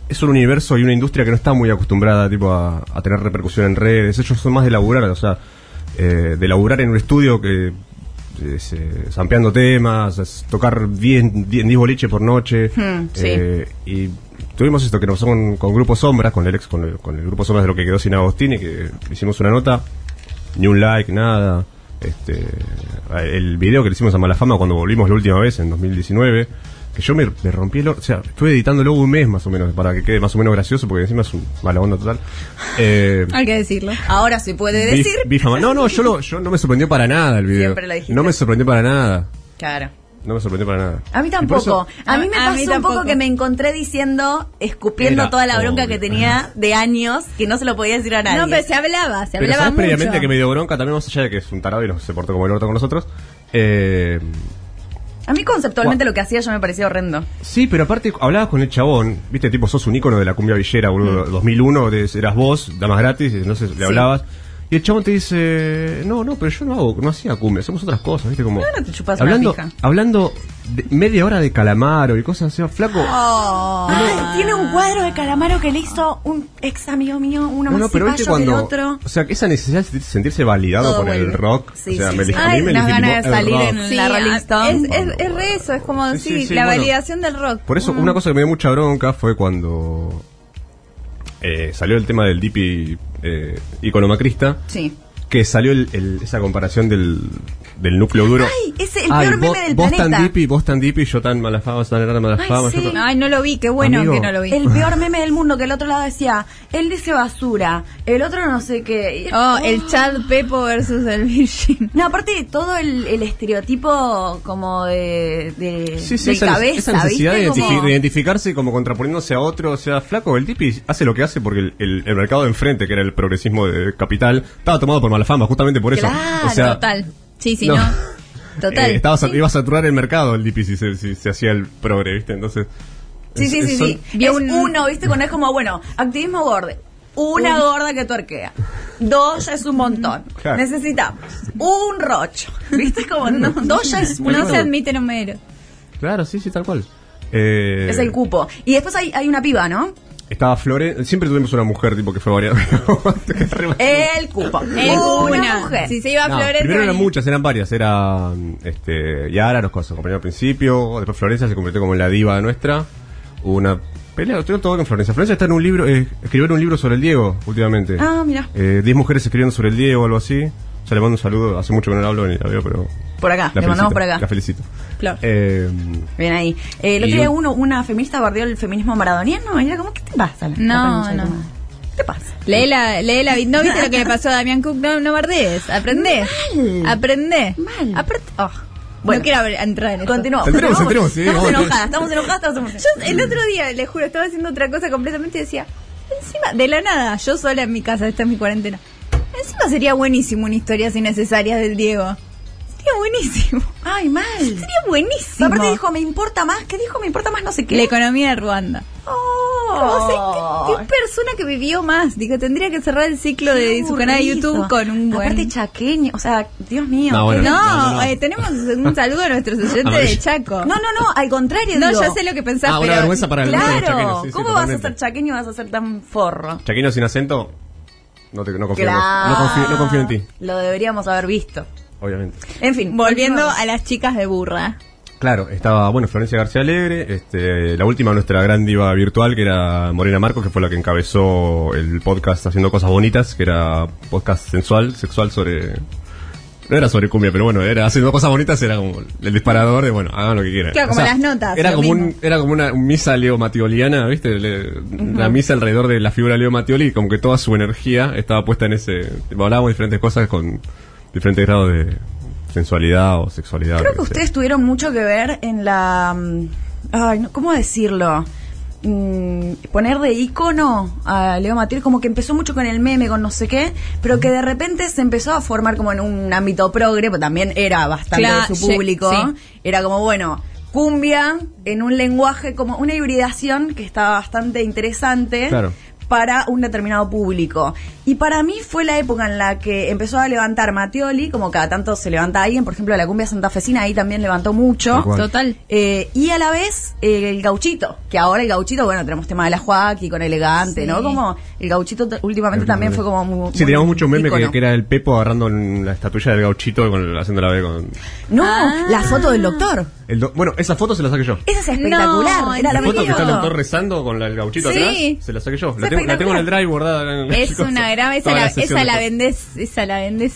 Es un universo y una industria que no está muy acostumbrada tipo a, a tener repercusión en redes. Ellos son más de laburar, o sea, eh, de laburar en un estudio que es, eh, zampeando temas, es tocar 10 10 10 boliches por noche. Eh, y tuvimos esto que nos pasó con, con Grupo Sombras, con el ex, con el, con el Grupo Sombras de lo que quedó sin Agostini, que hicimos una nota, ni un like, nada. Este, el video que le hicimos a Malafama cuando volvimos la última vez, en 2019, que yo me, me rompí el... hor- O sea, estuve editándolo un mes más o menos, para que quede más o menos gracioso, porque encima es un mala onda total. Eh, Hay que decirlo. Ahora se puede vi- decir. vi fama- no, no, yo, lo- yo no me sorprendió para nada el video. Siempre lo dijiste. No me sorprendió para nada. Claro. No me sorprendió para nada. A mí Y por eso- tampoco. A mí me A pasó mí un poco tampoco. que me encontré diciendo, escupiendo Era toda la bronca obvio. que tenía de años, que no se lo podía decir a nadie. No, pero se hablaba, se Pero hablaba sabes mucho. previamente que me dio bronca también, más allá de que es un tarado y no se portó como el orto con nosotros. Eh, A mí conceptualmente Guau. lo que hacía yo me parecía horrendo. sí, pero aparte hablabas con el chabón, viste, tipo, sos un ícono de la cumbia villera, boludo, Mm. 2001, de- eras vos, damas gratis, entonces le hablabas. Y el chabón te dice, no, no, pero yo no hago, no hacía cumbia, hacemos otras cosas, viste, como... no te chupas una hablando, pija. hablando de media hora de calamaro y cosas así, flaco. Ay, Ah, tiene un cuadro de calamaro que le hizo un ex amigo mío, uno No, más no, pero viste cipallo que el cuando. otro. O sea, que esa necesidad de sentirse validado Todo por el vuelve. rock. Sí, o sea, sí, me sí. leg- a Ay, mí me las legitimó ganas de el salir rock. en- la Rolling a- Stone. Es, es- es re eso, es como, Sí, sí, sí, sí, la bueno. validación del rock. Por eso, Mm. una cosa que me dio mucha bronca fue cuando. eh, salió el tema del Dipi eh, iconomacrista. Sí. Que salió el- el- esa comparación del, del núcleo duro. Ay, es el Ay, peor vos- meme del vos tan planeta. Dipi, vos tan Dipi, yo tan mala fama, tan grande mala Ay, fama. sí. yo tan- Ay, no lo vi, qué bueno Amigo. que no lo vi. El peor meme del mundo que el otro lado decía, él dice basura, el otro no sé qué. Y- "Ah". Oh, el Chad Pepo versus el Virgin. No, aparte de todo el, el estereotipo como de, de Sí, sí, del esa, cabeza, esa necesidad de, ¿viste? identifi- Como- de identificarse como contraponiéndose a otro. O sea, flaco, el tipi hace lo que hace porque el, el- el mercado de enfrente, que era el progresismo de capital, estaba tomado por mala fama, justamente por eso. Claro, o sea, Total. Sí, sí, no. no. Total. eh, estaba sa- Iba a saturar el mercado el tipi si se, si se hacía el progre, ¿viste? Entonces. Sí, es- sí, es- sí, son- sí. Vio es un- uno, ¿viste? Cuando es como, bueno, activismo gordo. Una gorda que tuerquea. Dos ya es un montón. Claro. Necesitamos un rocho. ¿Viste? Como, no, dos ya es No se admiten números. Claro, sí, sí, tal cual. Eh, Es el cupo. Y después hay, hay una piba, ¿no? Estaba Flore. Siempre tuvimos una mujer tipo que fue variable. El cupo. una. una mujer. Si se iba a No, Florencia. primero eran venía. muchas, eran varias. Era mm, este, Yara, nos cosas, compañero al principio. Después Florencia se convirtió como en la diva nuestra. Hubo una pelea, estoy todo con Florencia. Florencia está en un libro, eh, escribió en un libro sobre el Diego últimamente. Ah, mira. Eh, Diez mujeres escribiendo sobre el Diego o algo así. Ya le mando un saludo. Hace mucho que no la hablo ni la veo, pero. Por acá, la le felicito, mandamos por acá. La felicito. Flor. Eh, Bien ahí. Eh, el Y otro día un- uno, una feminista bardeó el feminismo maradoniano. Y era como, ¿qué te pasa? La- No, la- la- no. ¿Qué te pasa? Lee la, lee la, no viste lo que le pasó a Damián Cook, no, no bardees, aprendé, aprendé, Mal. Aparte- oh, Bueno. no quiero abrir- entrar en esto. Continuamos. Entremos, entremos, sí, estamos vamos, enojadas, estamos enojadas, estamos enojadas. Yo el otro día, les juro, estaba haciendo otra cosa completamente y decía, encima, de la nada, yo sola en mi casa, esta es mi cuarentena. Encima sería buenísimo una historia sin necesarias del Diego. Sería buenísimo. Ay, mal. Sería buenísimo. Aparte dijo, me importa más. ¿Qué dijo? Me importa más no sé qué. la economía de Ruanda. Oh. ¿Qué, persona que vivió más? Digo, tendría que cerrar el ciclo de su canal de YouTube con un buen... Aparte chaqueño, o sea, Dios mío. No, bueno, no, no, no. eh, tenemos un saludo a nuestros oyentes de Amarillo. Chaco. No, no, no, al contrario. No, digo. ya sé lo que pensás, Ah, una pero... vergüenza para el resto de Claro, los chaqueños, sí, sí, ¿cómo vas a totalmente. ser chaqueño y vas a ser tan forro? Chaquino sin acento, no, te, no, confío, en vos. Claro. no, confío, no confío en ti, Lo deberíamos haber visto. obviamente. En fin, Volviendo a las chicas de burra. Claro, estaba, bueno, Florencia García Alegre, este, la última nuestra gran diva virtual, que era Morena Marcos, que fue la que encabezó el podcast Haciendo Cosas Bonitas, que era podcast sensual, sexual sobre... No era sobre cumbia, pero bueno, era haciendo cosas bonitas, era como el disparador de, bueno, hagan lo que quieran. Claro, como las notas, Era lo como, un, mismo. era como una misa leomatioleana, ¿viste? Le- La misa alrededor de la figura de Leo Matioli, y como que toda su energía estaba puesta en ese... Hablábamos de diferentes cosas con diferentes grados de sensualidad o sexualidad. lo Creo que sea. ustedes tuvieron mucho que ver en la. mm, Ay, no, ¿cómo decirlo? Mm, poner de icono a Leo Matiel, como que empezó mucho con el meme, con no sé qué, pero que de repente se empezó a formar como en un ámbito progre, porque también era bastante Claro, de su sí, público. sí. Era como, bueno, cumbia en un lenguaje, como una hibridación que estaba bastante interesante Claro. para un determinado público. Y para mí fue la época en la que empezó a levantar Matioli, como cada tanto se levanta alguien, por ejemplo, la cumbia santafesina ahí también levantó mucho. Tal cual. Total. Eh, y a la vez eh, el gauchito, que ahora el gauchito, bueno, tenemos tema de la Joaquí con elegante, ¿no? Como el gauchito t- últimamente también fue como muy... Sí, teníamos muchos memes que, ícono. que era el Pepo agarrando en la estatuilla del gauchito con, haciendo la B con... No, Ah. la foto del doctor. El do- Bueno, esa foto se la saqué yo. Esa es espectacular. No, era La la foto que mejor está el foto. doctor rezando con la- el gauchito Sí. atrás, se la saqué yo. La Es tengo, la tengo en el espectacular. drive guardada. en el Es chico. una gran... Esa Toda la, sesión esa la de- vendés, esa la vendés.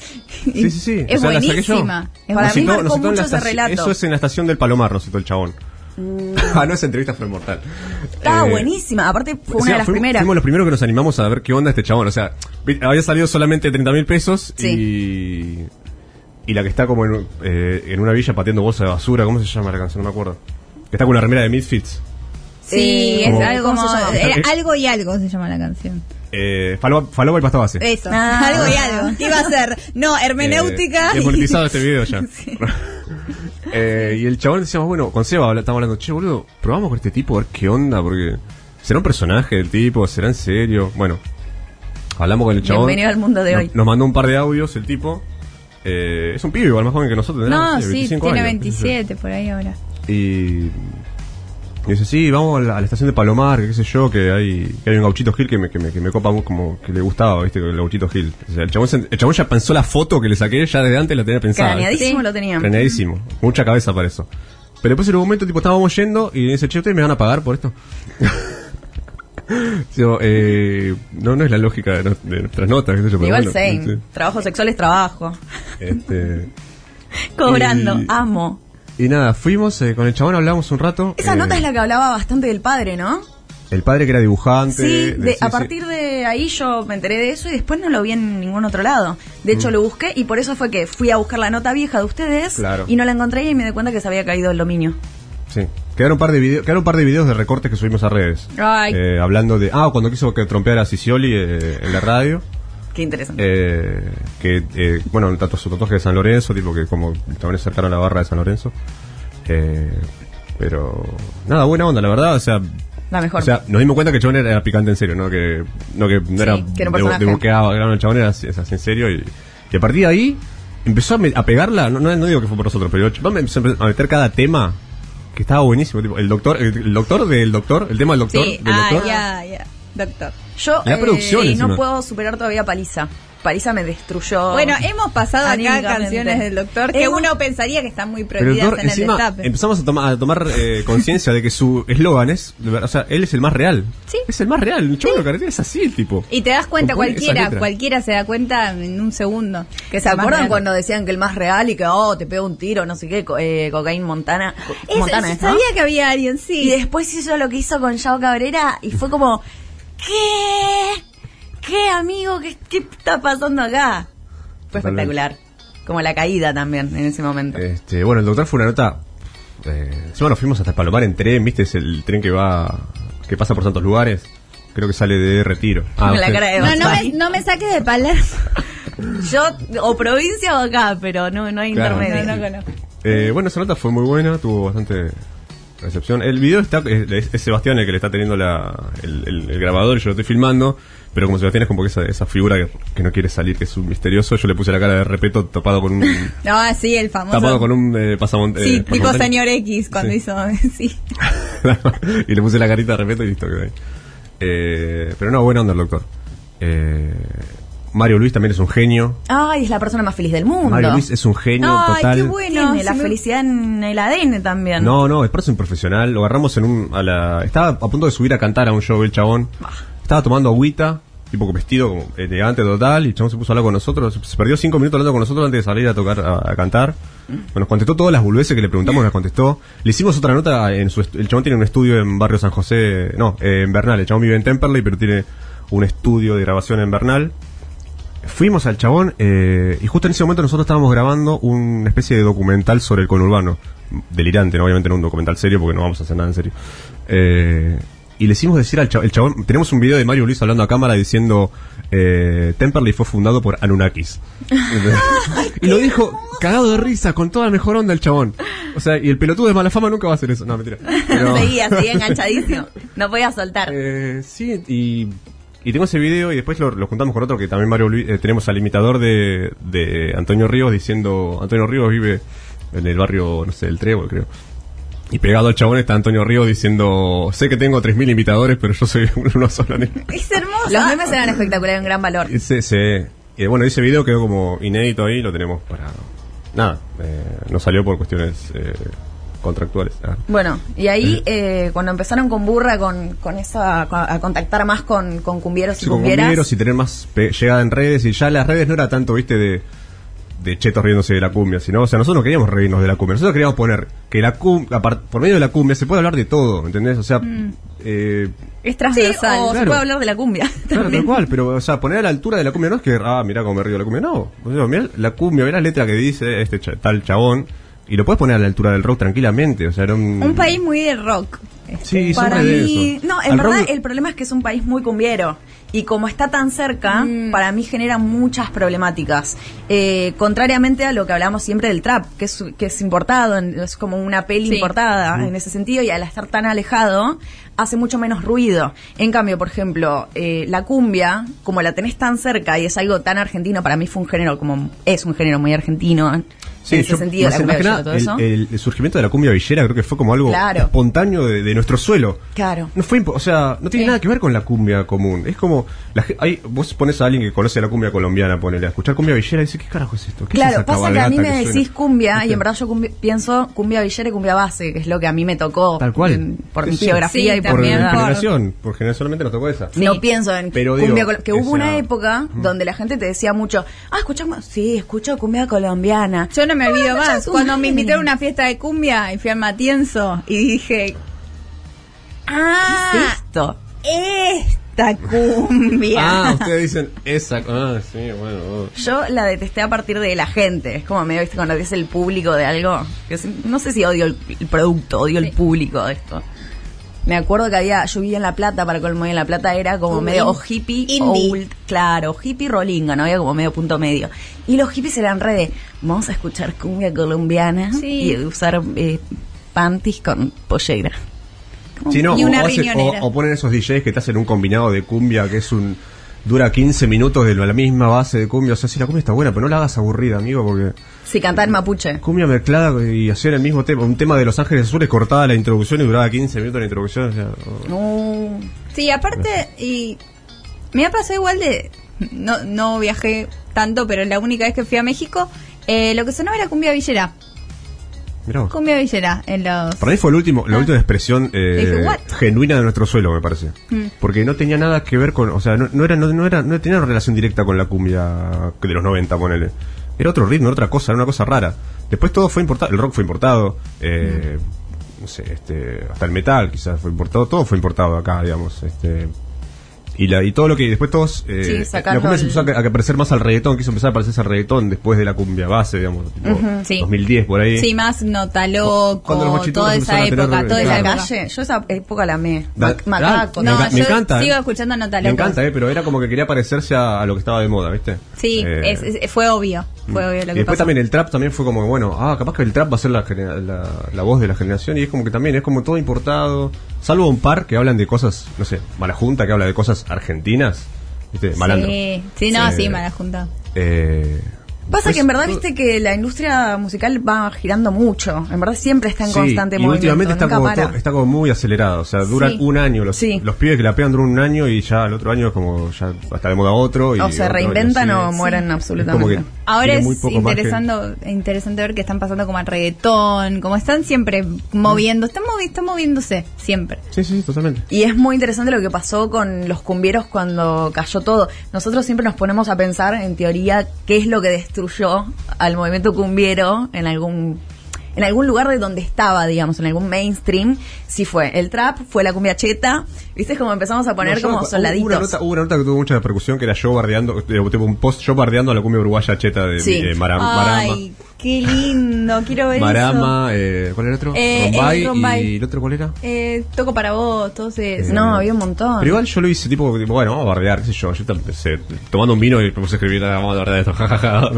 Sí, sí, sí. O Es sea, la saqué buenísima. yo. Es Nos Para mí citó- marcó nos citó en mucho la ese estaci- relato. Eso es en la estación del Palomar, nos citó el chabón. Mm. Ah, no, esa entrevista fue mortal. Estaba Eh, buenísima. Aparte fue O una sea, de las fuimos, primeras. Fuimos los primeros que nos animamos a ver qué onda este chabón. O sea, vi- había salido solamente 30 mil pesos y. Y la que está como en, eh, en una villa pateando bolsa de basura, ¿cómo se llama la canción? No me acuerdo. Que está con una remera de Misfits. Sí, ¿Cómo- es algo ¿cómo como... se llama? era algo y algo se llama la canción. Eh, falopa, falopa y pasta base. Eso, Ah. algo y algo. Iba a ser, no, hermenéutica. Eh, y- desmonetizado este video ya. Eh, y el chabón decíamos, bueno, con Seba habla- estábamos hablando, che, boludo, probamos con este tipo a ver qué onda, porque será un personaje el tipo, será en serio. Bueno, hablamos con el chabón. Bienvenido al mundo de No- hoy. Nos mandó un par de audios el tipo. Eh, es un pibe igual más joven que nosotros. tendrá, No, sé, sí, 25 tiene años. 27 por ahí ahora. Y, y dice, sí, vamos a la, a la estación de Palomar, que qué sé yo, que hay, que hay un gauchito Gil que me, que me, que me copa mu- como que le gustaba, viste, el gauchito Gil. O sea, el, chabón, se- el chabón ya pensó la foto que le saqué, ya desde antes la tenía pensada. Craneadísimo Sí. lo tenía. Planeadísimo. Mucha cabeza para eso. Pero después en un momento, tipo, estábamos yendo y dice, che, ¿ustedes me van a pagar por esto? Digo, eh, no, no es la lógica de, nos- de nuestras notas, qué sé yo, pero Igual bueno, same. sí. Trabajo sexual es trabajo. Este, Cobrando. Y- Amo. y nada, fuimos, eh, con el chabón hablábamos un rato. Esa eh, nota es la que hablaba bastante del padre, ¿no? El padre que era dibujante. Sí, de- de- sí, a sí. partir de ahí yo me enteré de eso y después no lo vi en ningún otro lado. De Mm. hecho lo busqué y por eso fue que fui a buscar la nota vieja de ustedes Claro. y no la encontré y me di cuenta que se había caído el dominio. Sí. Quedaron un par de videos, quedaron un par de videos de recortes que subimos a redes. Ay. Eh, hablando de, ah, cuando quiso que trompeara a Sicioli eh, en la radio. Qué interesante. Eh, que, eh, bueno, el tatu- su tatuaje de San Lorenzo, tipo que como también cercaron la barra de San Lorenzo. Eh, pero, nada, buena onda, la verdad, o sea. La mejor. O sea, nos dimos cuenta que el chabón era, era picante en serio, ¿no? Que no, que no era que era de- un personaje. de boqueado, era un chabón, era así, así en serio. Y, y a partir de ahí, empezó a, me- a pegarla, no, no, no digo que fue por nosotros, pero el chabón me empezó a meter cada tema. que estaba buenísimo. tipo, el doctor, el, el doctor del doctor, el tema del doctor. Sí, del ah, doctor. ya, ya. Doctor. Yo Eh, La producción sí, encima. no puedo superar todavía a Paliza. Paliza me destruyó. Bueno, eh, hemos pasado acá Anímicamente. canciones del doctor que Hemos- uno pensaría que están muy Pero el prohibidas doctor, en el encima, em- destape. empezamos a, toma- a tomar eh, conciencia de que su eslogan es, de verdad, o sea, él es el más real. Sí. Es el más real, el chavo lo es así el tipo. Y te das cuenta Compone esa cualquiera, letra. cualquiera se da cuenta en un segundo. Que ¿Se acuerdan cuando decían que el más real y que, oh, te pego un tiro, no sé qué, co- eh, cocaine Montana? co- Montana es, ¿no? sabía que había alguien, sí. Y después hizo lo que hizo con Yao Cabrera y fue como, ¿qué? ¿Qué, amigo? ¿Qué, qué está pasando acá? Fue Totalmente. espectacular. Como la caída también en ese momento. Este, bueno, el doctor fue una nota. Eh, encima nos fuimos hasta Palomar en tren, ¿viste? Es el tren que va. que pasa por tantos lugares. Creo que sale de Retiro. Ah, Con la usted- cara de No, no me, Batsai. no me saques de Palermo. Yo, o provincia o acá, pero no, no hay Claro. intermedio. No, no conozco. Eh, bueno, esa nota fue muy buena, tuvo bastante recepción. El video está. Es, es Sebastián el que le está teniendo la, el, el- el grabador, y yo lo estoy filmando. Pero como Sebastián es como que esa, esa figura que, que no quiere salir, que es un misterioso, yo le puse la cara de repeto tapado con un. No, sí, el famoso. tapado con un eh, pasamont- Sí, eh, tipo pasamontañas. señor X cuando Sí. hizo. Sí. y le puse la carita de respeto y listo. quedó ahí. Eh, pero no, buena onda el doctor. Eh, Mario Luis también es un genio. Ay, es la persona más feliz del mundo. Mario Luis es un genio Ay, total. qué bueno. Tiene la la felicidad en el ADN también. No, no, es parece un profesional. Lo agarramos en un. A la, estaba a punto de subir a cantar a un show el chabón. Estaba tomando agüita, tipo con vestido como elegante total. Y el chabón se puso a hablar con nosotros. Se perdió cinco minutos hablando con nosotros antes de salir a tocar, a, a cantar. Bueno, nos contestó todas las boludeces que le preguntamos, nos contestó. Le hicimos otra nota. en su est- El chabón tiene un estudio en Barrio San José. No, eh, en Bernal. El chabón vive en Temperley, pero tiene un estudio de grabación en Bernal. Fuimos al chabón eh, y justo en ese momento nosotros estábamos grabando una especie de documental sobre el conurbano. Delirante, ¿no? obviamente no un documental serio porque no vamos a hacer nada en serio. Eh, y le hicimos decir al chabón, el chabón, tenemos un video de Mario Luis hablando a cámara diciendo eh, Temperley fue fundado por Anunnakis. y lo dijo cagado de risa, con toda la mejor onda el chabón. O sea, y el pelotudo de mala fama nunca va a hacer eso. No, mentira. Pero- Seguía, seguía enganchadísimo. No podía soltar. eh, sí, y, y tengo ese video y después lo, lo juntamos con otro que también Mario Luis- eh, tenemos al imitador de, de Antonio Ríos diciendo, Antonio Ríos vive en el barrio, no sé, el Trébol creo. Y pegado al chabón está Antonio Ríos diciendo, sé que tengo 3.000 imitadores, pero yo soy uno solo. Es hermoso. Los memes eran espectaculares, un gran valor. Ese, ese- y eh, bueno, ese video quedó como inédito ahí, lo tenemos para... Nada, eh, no salió por cuestiones eh, contractuales. Ah. Bueno, y ahí eh, cuando empezaron con Burra, con, con eso, a, a contactar más con, con cumbieros y Sí, con cumbieras. cumbieros y tener más pe- llegada en redes y ya las redes no era tanto, viste, de, de chetos riéndose de la cumbia, sino, o sea, nosotros no queríamos reírnos de la cumbia, nosotros queríamos poner que la cumbia, por medio de la cumbia se puede hablar de todo, ¿entendés? O sea, Mm. eh, Es Sí, transversal. o se Claro. puede hablar de la cumbia. claro, tal cual, pero, o sea, poner a la altura de la cumbia no es que, ah, mirá cómo me río de la cumbia, no, o sea, mirá la cumbia, mirá la letra que dice este cha- tal chabón y lo puedes poner a la altura del rock tranquilamente, o sea, era un... Un país muy de rock. Sí, Para siempre de mí, eso. no, en Al verdad rock- el problema es que es un país muy cumbiero. Y como está tan cerca, para mí genera muchas problemáticas. Eh, contrariamente a lo que hablamos siempre del trap, que es, que es importado, en- es como una peli Sí. importada Mm. en ese sentido, y al estar tan alejado, hace mucho menos ruido. En cambio, por ejemplo, eh, la cumbia, como la tenés tan cerca y es algo tan argentino, para mí fue un género como. es un género muy argentino. En ese yo- sentido, más- la más cumbia que villera, nada, todo eso. el, el surgimiento de la cumbia villera creo que fue como algo Claro. espontáneo de, de nuestro suelo. Claro. No fue, impo- o sea, no tiene nada que ver con la cumbia común. Es como, la, ge- hay, vos pones a alguien que conoce la cumbia colombiana, ponele a escuchar cumbia villera y dice, ¿qué carajo es esto? ¿Qué es Claro, esa pasa que a mí cabalgata me que suena?" decís cumbia y ¿Viste? en verdad yo cumbi- pienso cumbia villera y cumbia base, que es lo que a mí me tocó Tal cual. en- por Sí, mi sí. geografía Sí, y por por mi también, eh, ¿no? edad. generación, por generacionalmente nos tocó esa. No pienso en Pero cumbia digo, colo- que hubo esa- una época donde la gente te decía mucho, ah, escuchamos, sí, escucho cumbia colombiana. Yo no me olvido Bueno, ya es más. un Cuando me genio. invitaron a una fiesta de cumbia y fui al Matienzo y dije. ¡Ah! Listo. Esta cumbia. Ah, ustedes dicen esa. Ah, sí, bueno. oh. Yo la detesté a partir de la gente. Es como medio, viste, cuando es el público de algo. que es- no sé si odio el, el producto, odio el público de esto. Me acuerdo que había, yo vivía en La Plata, para colmo, y en La Plata era como Un medio in- o hippie o indie. ult- claro, hippie rolinga, no había como medio punto medio. Y los hippies eran re de, vamos a escuchar cumbia colombiana Sí. y usar eh, panties con pollera. Sí, no, Y o- una o, hacen- o- riñonera. o ponen esos DJs que te hacen un combinado de cumbia que es un dura 15 minutos de la misma base de cumbia. O sea, si la cumbia está buena, pero no la hagas aburrida, amigo, porque Si cantar mapuche. cumbia mezclada y hacer el mismo tema. Un tema de Los Ángeles Azules cortada la introducción y duraba 15 minutos la introducción. o sea, o- No. Sí, aparte, y me ha pasado igual de. No, no viajé tanto, pero la única vez que fui a México, eh, lo que sonaba era cumbia villera. mirá vos. Cumbia villera en los. Para mí fue el último, la última expresión eh, Ah. Dije, "What?" Mm. genuina de nuestro suelo, me parece. Porque no tenía nada que ver con. O sea, no, no era, no, no era, no tenía una relación directa con la cumbia de los 90, ponele. Era otro ritmo, era otra cosa, era una cosa rara. Después todo fue importado, el rock fue importado, eh, Mm. no sé, este, hasta el metal quizás fue importado, todo fue importado acá, digamos. Este, y, la, y todo lo que después todos. Eh, Sí, la sacarlo cumbia se al- empezó a, a aparecer más al reggaetón, quiso empezar a parecerse al reggaetón después de la cumbia base, digamos. tipo sí. 2010 por ahí. Sí, más nota Cuando los loco, mochitudos toda esa empezaron a época, tener- toda esa claro. época. Calle, yo esa época la amé. Da- ah, Mac- Macaco. Me No, enca- me yo encanta, sigo eh. escuchando nota Me loco. encanta, eh, pero era como que quería parecerse a, a lo que estaba de moda, ¿viste? Sí, Eh, mm. es- es- fue obvio, fue obvio lo y que después pasó. también el trap también fue como, bueno, ah, capaz que el trap va a ser la, genera- la, la voz de la generación y es como que también es como todo importado, salvo un par que hablan de cosas, no sé, Mala Junta que habla de cosas argentinas, ¿viste? Malandro. Sí, sí, no, Eh, sí, mala junta. Eh, Pasa después- que en verdad viste que la industria musical va girando mucho. En verdad siempre está en Sí, constante y movimiento. últimamente está nunca como, para. todo- este está como muy acelerado, o sea, duran Sí. un año, los, Sí. los pibes que la pegan duran un año y ya al otro año es como, ya está de moda otro. Y o se otro, y reinventan así. o mueren absolutamente. Es como que Ahora tiene es muy poco más que- interesando, interesante ver que están pasando como al reggaetón, como están siempre moviendo, están, movi- están moviéndose siempre. Sí, sí, sí, totalmente. Y es muy interesante lo que pasó con los cumbieros cuando cayó todo. Nosotros siempre nos ponemos a pensar, en teoría, qué es lo que destruyó al movimiento cumbiero en algún en algún lugar de donde estaba, digamos, en algún mainstream. Si fue el trap, fue la cumbia cheta. ¿Viste? Como empezamos a poner No, yo me como acuerdo- hubo Una soldaditos. nota, hubo una nota que tuvo mucha repercusión que era yo bardeando, eh, tipo un post yo bardeando a la cumbia uruguaya cheta de, Sí. eh, Maram- Ay, qué lindo, quiero ver Marama. Marama, eh, ¿cuál era el otro? Eh, el Rombay, Rombay. y el otro ¿cuál era? eso. Eh, toco para vos, todo eso. No, había un montón. Pero igual yo lo hice tipo, tipo, bueno, vamos a bardear, qué sé yo. Yo tam- se- tomando un vino y me puse a escribir, ah, vamos a bardear esto, jajaja.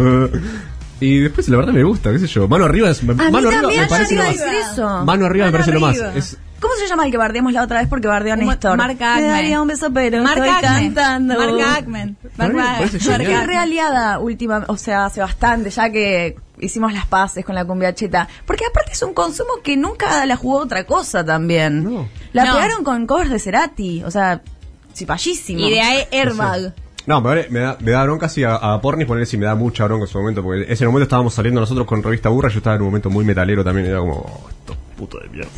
y después la verdad me gusta, qué sé yo. Mano arriba, es, A mí mano arriba también me yo parece iba lo a más. decir eso. Mano arriba me Mano parece lo arriba. más. Es, ¿Cómo se llama el que bardeamos la otra vez porque bardeó a Como- Néstor? Marca Me Acme. daría un beso, pero Marca estoy Acme. cantando. Marca Acme. Para mí me parece Marca genial. Qué Acme. realiada última, o sea, hace bastante, ya que hicimos las paces con la cumbia cheta. Porque aparte es un consumo que nunca la jugó otra cosa también. No. La No. pegaron con covers de Cerati, o sea, cipallísimo. Y de ahí Airbag. No, me, vale- me da, me da bronca si a, a Pornis ponerle si me da mucha bronca en su momento, porque en ese momento estábamos saliendo nosotros con revista burra, yo estaba en un momento muy metalero también, era como, oh, esto puto de mierda.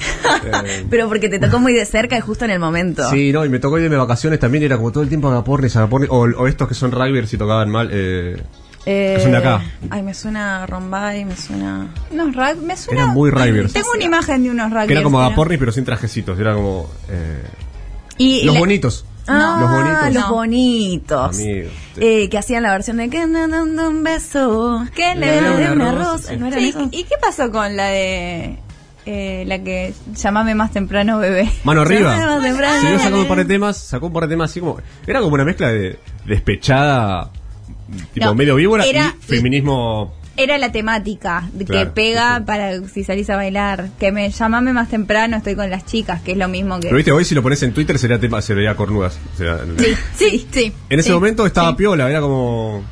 Eh, Pero porque te tocó muy de cerca y justo en el momento. sí, no, y me tocó irme de vacaciones también, era como todo el tiempo a Pornis, a Pornis, o, o estos que son rugbyers si tocaban mal, eh, Eh, que son de acá. Ay, me suena Rombay, me suena. Unos rag, me suena. Eran muy ragbiers. Tengo una imagen de unos rugbyers. Que era como a pero- Pornis pero sin trajecitos, era como, eh, Y los la- bonitos. Ah, los bonitos. Los No. bonitos. Amigo. Eh, que hacían la versión de que me dan un beso, que le Le den dan una arroz, rosa. sí. ¿No era Sí, eso? ¿Y y qué pasó con la de. eh, la que llamame más temprano, bebé? Mano arriba. Llamaba temprano. Siguió sacando un par de temas, sacó un par de temas así como. Era como una mezcla de despechada, tipo No, medio víbora era- y feminismo. Era la temática de que Claro, pega sí, sí. para si salís a bailar. Que me llamame más temprano, estoy con las chicas, que es lo mismo que. Pero viste, hoy si lo pones en Twitter sería tema, sería cornudas. Sería- Sí, sí. en ese sí. momento estaba piola, era como.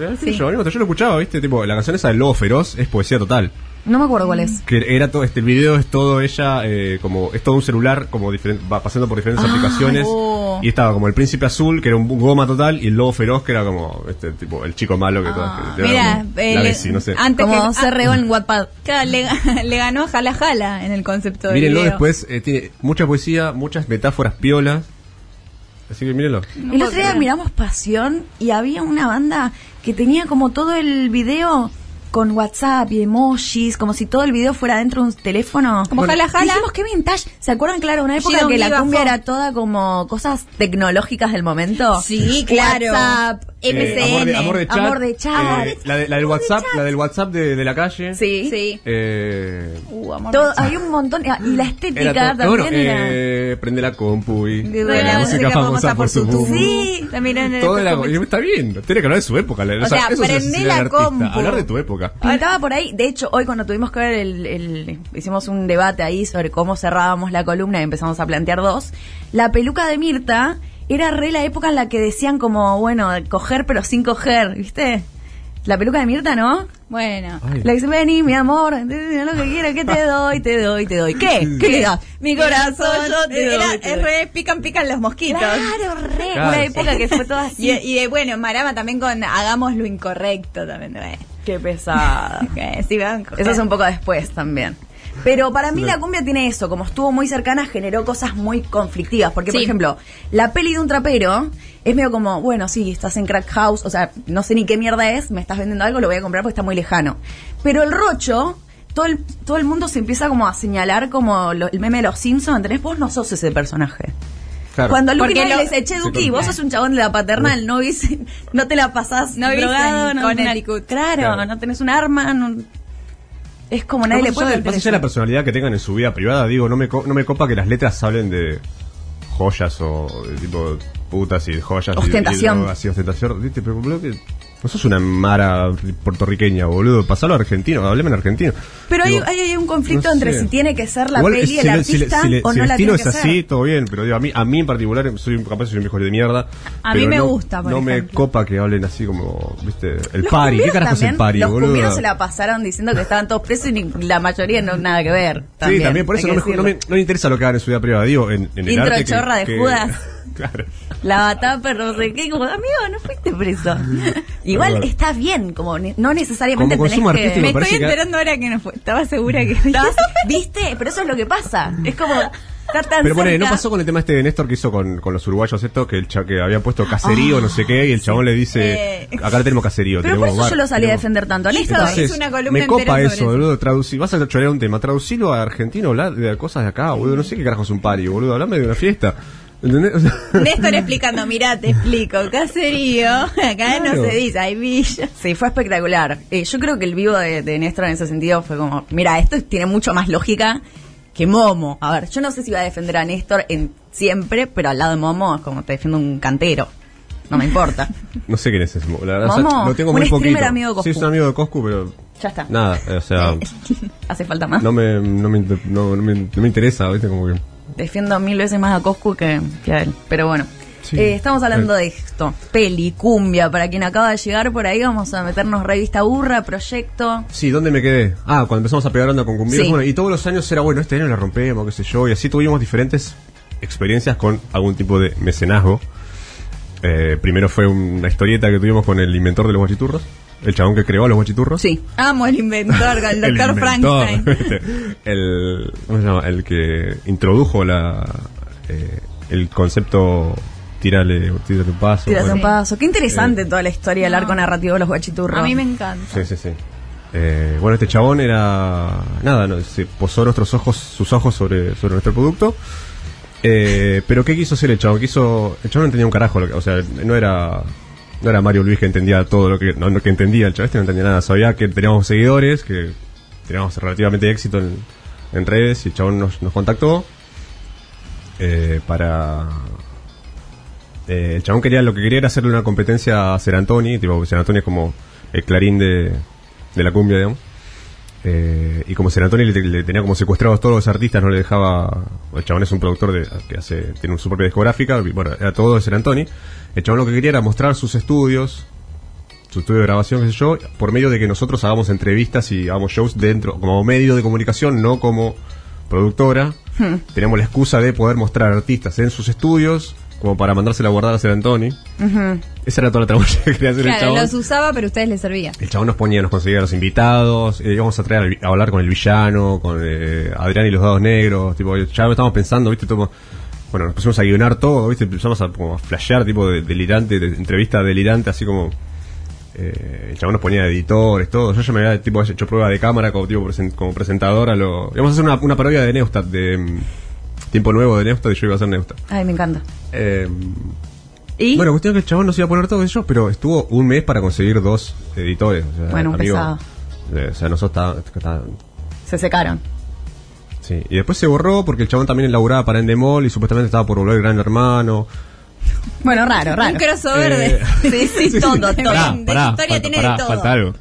eh, qué sé Yo, yo lo escuchaba, viste, tipo, la canción esa del lobo feroz es poesía total. No me acuerdo cuál es. Que era todo, este el video es todo ella, eh, como, es todo un celular, como diferente, va pasando por diferentes aplicaciones. Ah, oh. Y estaba como el príncipe azul, que era un goma total, y el lobo feroz, que era como, este, tipo, el chico malo que todas- que- que era Mira, como eh, la le- Bessie, no sé. antes Ah. Como que Ah. se regó en Wattpad. Claro, le, le ganó a Jala Jala en el concepto del Mírenlo video. después, eh, tiene mucha poesía, muchas metáforas piolas. Así que mírenlo. el otro día miramos Pasión y había una banda que tenía como todo el video con WhatsApp y emojis, como si todo el video fuera dentro de un teléfono. Como jala, jala. Dijimos que vintage. ¿Se acuerdan? Claro, una época She don't que give la a cumbia fuck. era toda como cosas tecnológicas del momento. Sí, claro. WhatsApp, Eh, amor, de, MCN, amor de chat. Amor de Chat. eh, la, de- la del WhatsApp, la del WhatsApp de, de la calle. Sí. Sí. Eh, Uh, amor. Todo, había un montón. Y la estética era todo- también bueno, era. eh, prende la compu y De la música famosa por su boom. tubo. Sí, También en el Todo era- concepto- está bien, tiene que hablar de su época. la- O sea, eso es prende ser la artista, compu. Hablar de tu época. Pintaba por ahí, de hecho, hoy cuando tuvimos que ver el, el- Hicimos un debate ahí sobre cómo cerrábamos la columna y empezamos a plantear dos. La peluca de Mirta era re la época en la que decían como, bueno, coger pero sin coger, ¿viste? La peluca de Mirta, ¿no? Bueno. La dice, vení, mi amor, dime lo que quieras, que te doy, te doy, te doy. ¿Qué? ¿Qué le das? Mi corazón, yo te Era- doy. te es doy. re pican, pican los mosquitos. Claro, re. Claro. Una época que fue toda así. Y, y eh, bueno, Marama también con hagamos lo incorrecto también. eh. Qué pesada. Eh, sí, van a coger. Eso es un poco después también. Pero para mí la cumbia tiene eso, como estuvo muy cercana, generó cosas muy conflictivas. Porque, por Sí. ejemplo, la peli de un trapero es medio como, bueno, sí, estás en crack house, o sea, no sé ni qué mierda es, me estás vendiendo algo, lo voy a comprar porque está muy lejano. Pero el rocho, todo el, todo el mundo se empieza como a señalar como lo- el meme de los Simpsons, ¿entendés? Vos no sos ese personaje. Claro. Cuando a Luke Porque Knight lo- le dice, eché Duki, vos sos un chabón de la paternal, no, vis- no te la pasás No vivís drogado, en no, Connecticut. claro, Claro. no tenés un arma, no- es como nadie le Más allá puede de- más allá de la personalidad que tengan en su vida privada, digo, no me, co- no me copa que las letras hablen de joyas o de tipo putas y joyas. y- Ostentación. Y, drogas y ostentación. Viste, Pero boludo, que no sos una mara puertorriqueña, boludo. Pasalo a argentino, hableme en argentino. Pero hay, Digo, hay, hay un conflicto no entre sé. si tiene que ser la Igual, peli, si el le- si le- artista, si le- o si no el la estilo tiene es que así, ser. todo bien, pero digo, a mí, a mí en particular soy un- capaz soy un viejo de mierda. A pero mí me no- gusta, por No me ejemplo. copa que hablen así como, viste, el Los pari. ¿Qué cumbieros carajo es también, el pari, Los boludo? cumbieros se la pasaron diciendo que estaban todos presos y ni- la mayoría no nada que ver. sí, también por eso hay no que me, ju- no, me, decirlo. no me interesa lo que hagan en su vida privada, digo, en, en el Intro arte que- chorra de que- Judas. claro. La batata, pero no sé qué, como, amigo, no fuiste preso. Igual Claro. está bien, como ne- no necesariamente Como consumo tenés que... artístico, Me Me parece estoy que- enterando ahora que no fue. Estaba segura que. ¿Estás? ¿Viste? Pero eso es lo que pasa. Es como. Está tan Pero bueno, cerca. ¿no pasó con el tema este de Néstor que hizo con, con los uruguayos esto? Que el cha- que habían puesto caserío, no sé qué, y el chabón le dice, Eh. acá tenemos caserío. Ah, Pero por tenemos bar, eso yo lo salí a tenemos-". defender tanto a Néstor. Entonces- Entonces, hizo una columna me entera copa sobre eso, eso. boludo. Traducir, vas a chorear un tema, traducirlo a argentino, hablar de cosas de acá, boludo. No sé qué carajo es un party, boludo. Hablame de una fiesta. ¿Entendés? O sea, Néstor explicando, mirá, te explico, caserío, acá no Claro. se dice, hay villa. Sí, fue espectacular. Eh, yo creo que el vivo de, de Néstor en ese sentido fue como, mira, esto tiene mucho más lógica que Momo. A ver, yo no sé si va a defender a Néstor en siempre, pero al lado de Momo es como te defiendo un cantero. No me importa. no sé quién es ese. La verdad, Momo, o sea, lo tengo un muy streamer poquito. amigo de Coscu. Sí, es un amigo de Coscu, pero Ya está. nada, o sea, Hace falta más. no me, no me, inter- no, no me, no me interesa, ¿viste? Como que. Defiendo mil veces más a Coscu que, que a él. Pero bueno, Sí. Eh, estamos hablando de esto. Peli, cumbia, para quien acaba de llegar por ahí vamos a meternos revista burra, proyecto. Sí, ¿dónde me quedé? Ah, cuando empezamos a pegar onda con cumbieros. Sí. Bueno, y todos los años era bueno, este año la rompemos, qué sé yo. Y así tuvimos diferentes experiencias con algún tipo de mecenazgo. Eh, primero fue una historieta que tuvimos con el inventor de los guachiturros, el chabón que creó a los guachiturros. Sí. Amo el inventor, con el doctor inventor, Frankenstein. ¿viste? el, ¿cómo se llama? El que introdujo la, eh, el concepto tírale, tírate un paso. Tírate bueno. un paso. Qué interesante toda la historia del No. arco narrativo de los guachiturros. A mí me encanta. Sí, sí, sí. Eh, bueno, este chabón era. Nada, no, se posó nuestros ojos, sus ojos sobre, sobre nuestro producto. Eh, pero ¿qué quiso hacer el chabón? Quiso, el chabón no entendía un carajo. lo que- O sea, no era. No era Mario Luis que entendía todo lo que. No, no, que entendía el chabón, este no entendía nada. Sabía que teníamos seguidores, que teníamos relativamente éxito en, en redes y el chabón nos, nos contactó. eh, para eh, el chabón quería, lo que quería era hacerle una competencia a Ser Antoni, tipo, Ser Antoni es como el clarín de, de la cumbia, digamos. Eh, y como Ser Antoni le, le tenía como secuestrados todos los artistas, no le dejaba. El chabón es un productor de, que hace, tiene su propia discográfica, y bueno, era todo de Ser Antoni. El chabón lo que quería era mostrar sus estudios, su estudio de grabación, qué sé yo, por medio de que nosotros hagamos entrevistas y hagamos shows dentro, como medio de comunicación, no como productora. Hmm. Tenemos la excusa de poder mostrar artistas en sus estudios, como para mandársela a guardar a Ser Antoni. Esa era toda la tramoya que quería hacer el Claro, chabón. los usaba, pero a ustedes les servía. El chabón nos ponía, nos conseguía los invitados, eh, íbamos a traer al vi- a hablar con el villano, con eh, Adrián y los dados negros, tipo, ya lo estábamos pensando, viste, Todo- bueno, nos pusimos a guionar todo, viste, empezamos a, como, a flashear, tipo, de- delirante, de, entrevista delirante, así como, eh, el chabón nos ponía editores, todo, yo ya me había, tipo, hecho prueba de cámara como, tipo, presen- como presentadora, lo, íbamos a hacer una, una parodia de Neustad, de mm, Tiempo Nuevo de Neustad, y yo iba a hacer Neustad. Ay, me encanta. Em, ¿Y? bueno, cuestión que el chabón no se iba a poner todo eso, pero estuvo un mes para conseguir dos editores. o sea, Bueno, un pesado. eh, o sea, nosotros está- está- se secaron. sí. Y después se borró porque el chabón también laburaba para Endemol y supuestamente estaba por volver Gran Hermano. Bueno, raro, raro. Un crossover de. Eh, Ah, Sí, sí, todo, Pará, todo. de pará, historia falta- tiene pará, de todo. falta algo.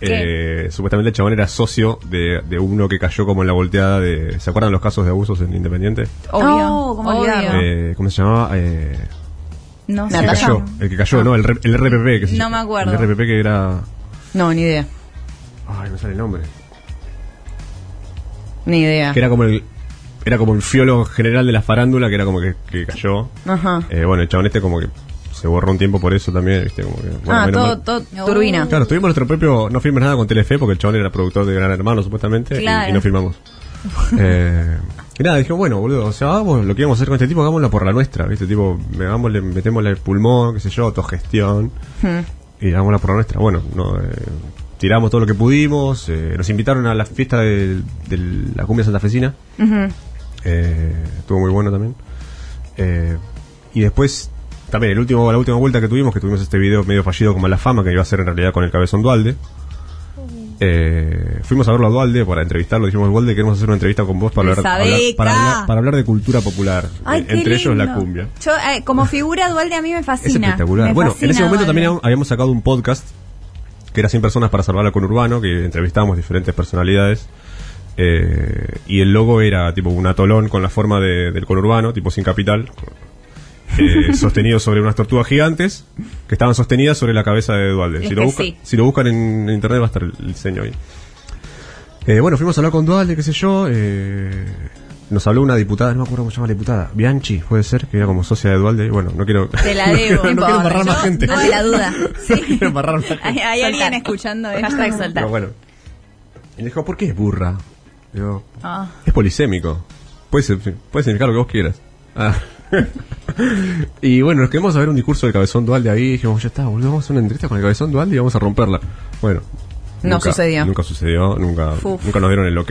Eh, supuestamente el chabón era socio de, de uno que cayó como en la volteada de... ¿Se acuerdan los casos de abusos en Independiente? Obvio. Obvio. como olvidarlo. Eh, ¿Cómo se llamaba? Eh, No El que cayó, el que cayó, no, el, re- el RPP. Que se- No me acuerdo. El RPP que era... No, ni idea. Ay, me sale el nombre. Ni idea. Que era como el... Era como el fiolo general de la farándula, que era como que, que cayó. Ajá. Eh, bueno, el chabón este como que se borró un tiempo por eso también, ¿viste? Como que, bueno, ah, menos todo, mal. todo turbina. Claro, tuvimos nuestro propio. No firmes nada con Telefe porque el chabón era productor de Gran Hermano, supuestamente, y- Claro. y, no firmamos. Eh, y nada, dije, bueno, boludo, o sea, vamos, lo que íbamos a hacer con este tipo, hagámoslo por la nuestra, ¿viste? Tipo, metámosle, metémosle el pulmón, qué sé yo, autogestión, Hmm. y hagámosla por la nuestra. Bueno, no, eh, tiramos todo lo que pudimos, eh, nos invitaron a la fiesta de, de la cumbia santafesina. Eh, estuvo muy bueno también. Eh, y después, también el último, la última vuelta que tuvimos, que tuvimos este video medio fallido con mala fama, que iba a ser en realidad con el cabezón Dualde. Eh, fuimos a verlo a Dualde para entrevistarlo. Dijimos, Dualde, queremos hacer una entrevista con vos para, hablar, Esa para, hablar- beca. para hablar- para hablar de cultura popular. Ay, Eh, qué entre ellos la lindo. cumbia. Yo, eh, como figura Dualde a mí me Es fascina. espectacular. Me Bueno, en fascina ese momento Dualde. también hab- habíamos sacado un podcast que era 100 personas para salvar la conurbano, que entrevistábamos diferentes personalidades. eh, y el logo era tipo un atolón con la forma de- del conurbano, tipo sin capital, eh, sostenido sobre unas tortugas gigantes que estaban sostenidas sobre la cabeza de Dualde. Es Si lo, que buscan, Este sí. si lo buscan en internet va a estar el diseño ahí. Eh, bueno, fuimos a hablar con Dualde, qué sé yo. eh, nos habló una diputada, no me acuerdo cómo se llama la diputada. Bianchi, puede ser, que era como socia de Dualde. Bueno, no quiero. Te la no debo. quiero- no quiero embarrar más gente. Ante la duda. No Sí. quiero embarrar más gente. Hay, hay alguien escuchando esto. Hashtag soltar. Pero bueno. Y le dijo, ¿por qué es burra? Le digo, Ah. es polisémico. Puede, ser- puede significar lo que vos quieras. Ah. y bueno, nos quedamos a ver un discurso del cabezón dual de ahí. Y dijimos, ya está, boludo, vamos a hacer una entrevista con el cabezón dual y vamos a romperla. Bueno. No sucedió. Nunca sucedió, nunca, Uf. nunca nos dieron el ok.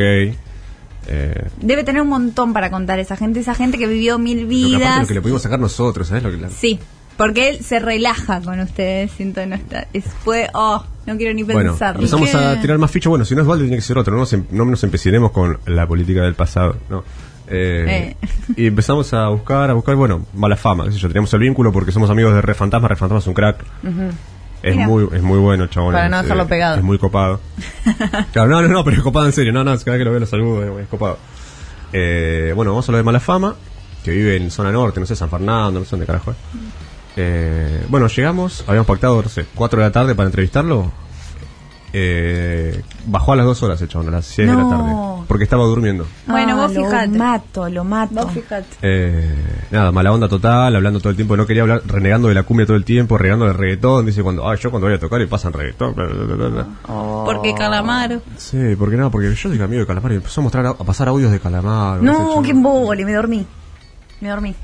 Eh, Debe tener un montón para contar esa gente, esa gente que vivió mil lo que, aparte, lo vidas. que le pudimos sacar nosotros, ¿sabes? Lo que la- Sí, porque él se relaja con ustedes, siento no está. Es, fue, oh, no quiero ni Bueno, pensarlo. empezamos a tirar más fichas. Bueno, si no es Valde, tiene que ser otro. No nos, em- no nos empecinemos con la política del pasado. No. Eh, Eh. Y empezamos a buscar, a buscar, bueno, mala fama. qué sé yo, teníamos el vínculo porque somos amigos de Re Fantasma. Re Fantasma es un crack. Es Mira. muy, es muy bueno, chabón. Para no Es, dejarlo eh, pegado. Es muy copado. claro, no, no, no, pero es copado en serio. No, no, cada vez que lo veo lo saludo, es, es copado. Eh, bueno, vamos a lo de mala fama, que vive en zona norte, no sé, San Fernando, no sé dónde carajo. es. Eh, bueno, llegamos, habíamos pactado, no sé, 4 de la tarde para entrevistarlo. Eh, bajó a las 2 horas el chabón, a las 6 de la tarde. Porque estaba durmiendo. Bueno, Ah, vos fijate. Lo mato, lo mato. Eh, nada, mala onda total, hablando todo el tiempo, no quería hablar, renegando de la cumbia todo el tiempo, renegando del reggaetón. Dice cuando, ah, yo cuando voy a tocar y pasan reggaetón. bla, bla, bla, bla, bla. Porque Calamaro. Sí, porque nada, porque yo soy amigo de Calamar y empezó a mostrar a, a pasar audios de Calamar. No, qué embole, me dormí. Me dormí.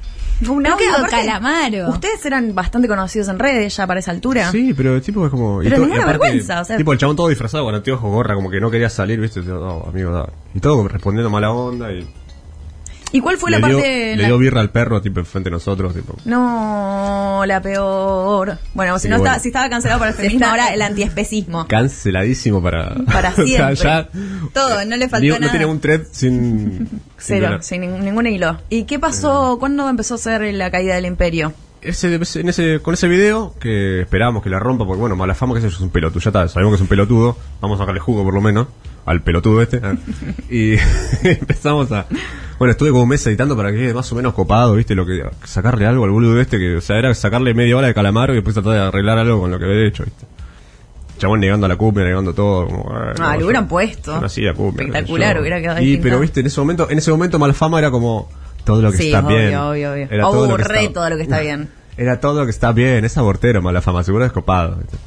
Un Creo que audio de aparte- Calamaro. Ustedes eran bastante conocidos en redes ya para esa altura. Sí, pero el tipo es como. Pero to- ninguna vergüenza, o sea- Tipo el chabón todo disfrazado con anteojos, gorra, como que no quería salir, ¿viste? Yo, No, amigo, da. Y todo respondiendo mala onda. Y ¿Y cuál fue le, la dio, parte? en le la- dio birra al perro, tipo, enfrente de nosotros, tipo. No, la peor. Bueno, si Sí, no bueno. estaba, si estaba cancelado para el feminismo, ahora el antiespecismo. Canceladísimo para. Para o sea, siempre. ya- Todo, no le faltó Ni- No nada. tiene un thread sin. sin Cero, ganar. sin nin- ningún hilo. ¿Y qué pasó? ¿Cuándo empezó a ser la caída del imperio? Ese- ese- en ese, con ese video que esperábamos que la rompa, porque bueno, mala fama que sé yo, es un pelotudo, ya está, sabemos que es un pelotudo, vamos a sacarle jugo por lo menos, al pelotudo este. ah. y empezamos a... Bueno, estuve como un mes editando para que quede más o menos copado, viste, lo que sacarle algo al boludo este, que o sea, era sacarle media hora de calamar y después tratar de arreglar algo con lo que había hecho, viste. Chabón negando a la cumbia, negando todo. Como, ah, Ah, no, le yo- hubieran puesto. yo no hacía cumbia, qué sé Espectacular, yo. hubiera quedado Y, distinto. pero viste, en ese momento, en ese momento Malfama era como todo lo que Sí, está obvio, bien. obvio, obvio. Era todo lo que Aburré está- todo lo que está bien. Era todo lo que está bien, es abortero, mala fama, seguro es copado. ¿viste?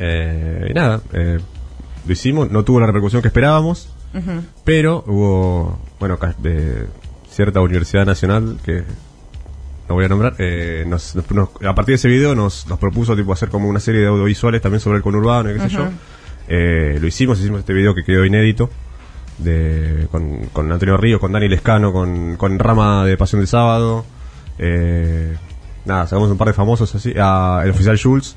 Eh, y nada, eh, lo hicimos, no tuvo la repercusión que esperábamos, pero hubo, bueno, ca- de cierta universidad nacional que no voy a nombrar, eh, nos- nos- nos- a partir de ese video nos, nos propuso tipo hacer como una serie de audiovisuales también sobre el conurbano y qué sé yo. Eh, lo hicimos, hicimos este video que quedó inédito. De, con, con Antonio Ríos, con Dani Lescano, con, con Rama de Pasión del Sábado. Eh, nada, sacamos un par de famosos así. A el oficial Jules.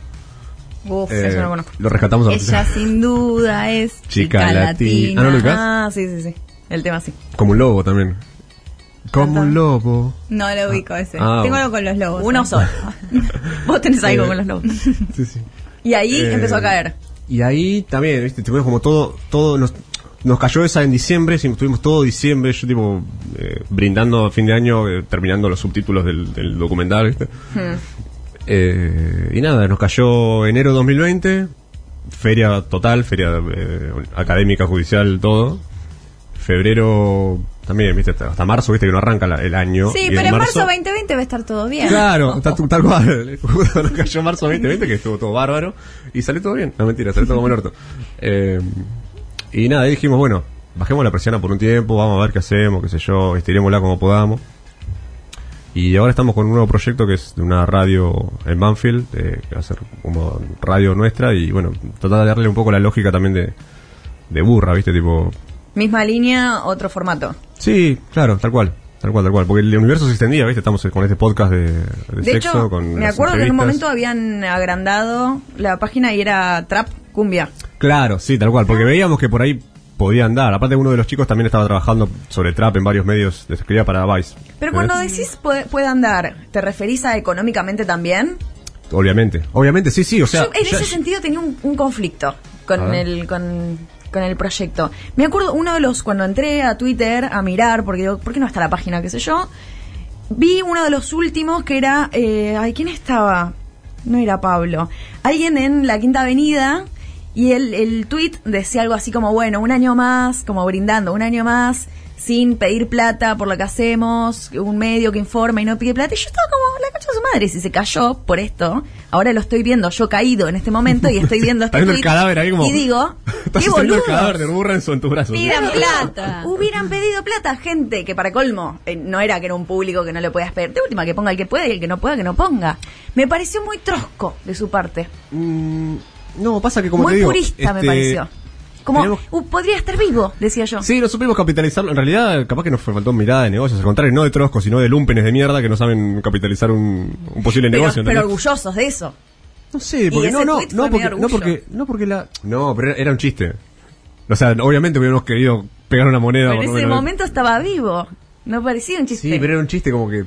Uf, eh, eso no lo conozco. lo rescatamos al Ella oficial. sin duda es Chica chica, latina. latina. Ah, no, Lucas. Ah, sí, sí, sí. El tema sí. Como un lobo también. Como un lobo. No lo ubico ese. Ah, bueno. Tengo algo con los lobos. Uno ¿eh? solo. Vos tenés algo con los lobos. Sí, sí. Y ahí Eh, empezó a caer. Y ahí también, viste, tuvimos como todo, todo nos, nos cayó esa en diciembre, sí, estuvimos todo diciembre, yo tipo eh, brindando a fin de año, eh, terminando los subtítulos del, del documental. ¿viste? Hmm. Eh, y nada, nos cayó enero 2020, feria total, feria eh, académica, judicial, todo. Febrero también, viste, hasta, hasta marzo, viste que no arranca la- el año. Sí, y pero en marzo 2020 va a estar todo bien. Claro, está tu- tal cual. Justo Nos cayó marzo 2020, que estuvo todo bárbaro. Y salió todo bien. No, mentira, salió todo como el orto. Eh, y nada, ahí dijimos, bueno, bajemos la presión por un tiempo, vamos a ver qué hacemos, qué sé yo, estirémosla como podamos. Y ahora estamos con un nuevo proyecto que es de una radio en Banfield, eh, que va a ser como radio nuestra. Y bueno, tratar de darle un poco la lógica también de, de burra, ¿viste? Tipo, Misma línea, otro formato. Sí, claro, tal cual. Tal cual, tal cual. Porque el universo se extendía, ¿viste? Estamos eh, con este podcast de, de De sexo. hecho, con me las acuerdo que en un momento entrevistas. habían agrandado la página y era Trap Cumbia. Claro, sí, tal cual. Ah. Porque veíamos que por ahí podía andar. Aparte, uno de los chicos también estaba trabajando sobre trap en varios medios de escribía para Vice. Pero ¿Eh? cuando decís puede, puede andar, ¿te referís a económicamente también? Obviamente. Obviamente, sí, sí. O sea. Yo en ya- ese sentido tenía un, un conflicto A con ver. el, con, con el proyecto. Me acuerdo uno de los, cuando entré a Twitter a mirar, porque digo, ¿por qué no está la página? qué sé yo. Vi uno de los últimos que era, eh, ay, ¿quién estaba? No era Pablo. Alguien en la Quinta Avenida y el, el tweet decía algo así como, bueno, un año más, como brindando, un año más, sin pedir plata por lo que hacemos, un medio que informa y no pide plata. Y yo estaba como, la concha de su madre, si se cayó por esto, ahora lo estoy viendo, yo caído en este momento y estoy viendo Está este viendo el tweet cadáver ahí como- Y digo, Estás qué sosteniendo el boludo. cadáver de Burra en, su- en tus brazos. Pidan ¿sí? plata. Hubieran pedido plata, gente, que para colmo, eh, no era que era un público que no le podías pedir. De última, que ponga el que puede y el que no pueda, que no ponga. Me pareció muy trosco de su parte. Mm, no, pasa que como muy te digo. purista me este, pareció. Como, tenemos- "Uh, podría estar vivo, decía yo. Sí, no supimos capitalizarlo. En realidad, capaz que nos faltó mirada de negocios. Al contrario, no de troscos, sino de lumpenes de mierda que no saben capitalizar un, un posible pero, negocio. pero ¿entendés? orgullosos de eso. No sé, porque ese no, no, tweet fue no medio porque, no orgullo. porque, no porque la... No, pero era- era un chiste. O sea, obviamente hubiéramos querido pegar una moneda. Pero por en lo ese menos. momento estaba vivo. No parecía un chiste. Sí, pero era un chiste como que...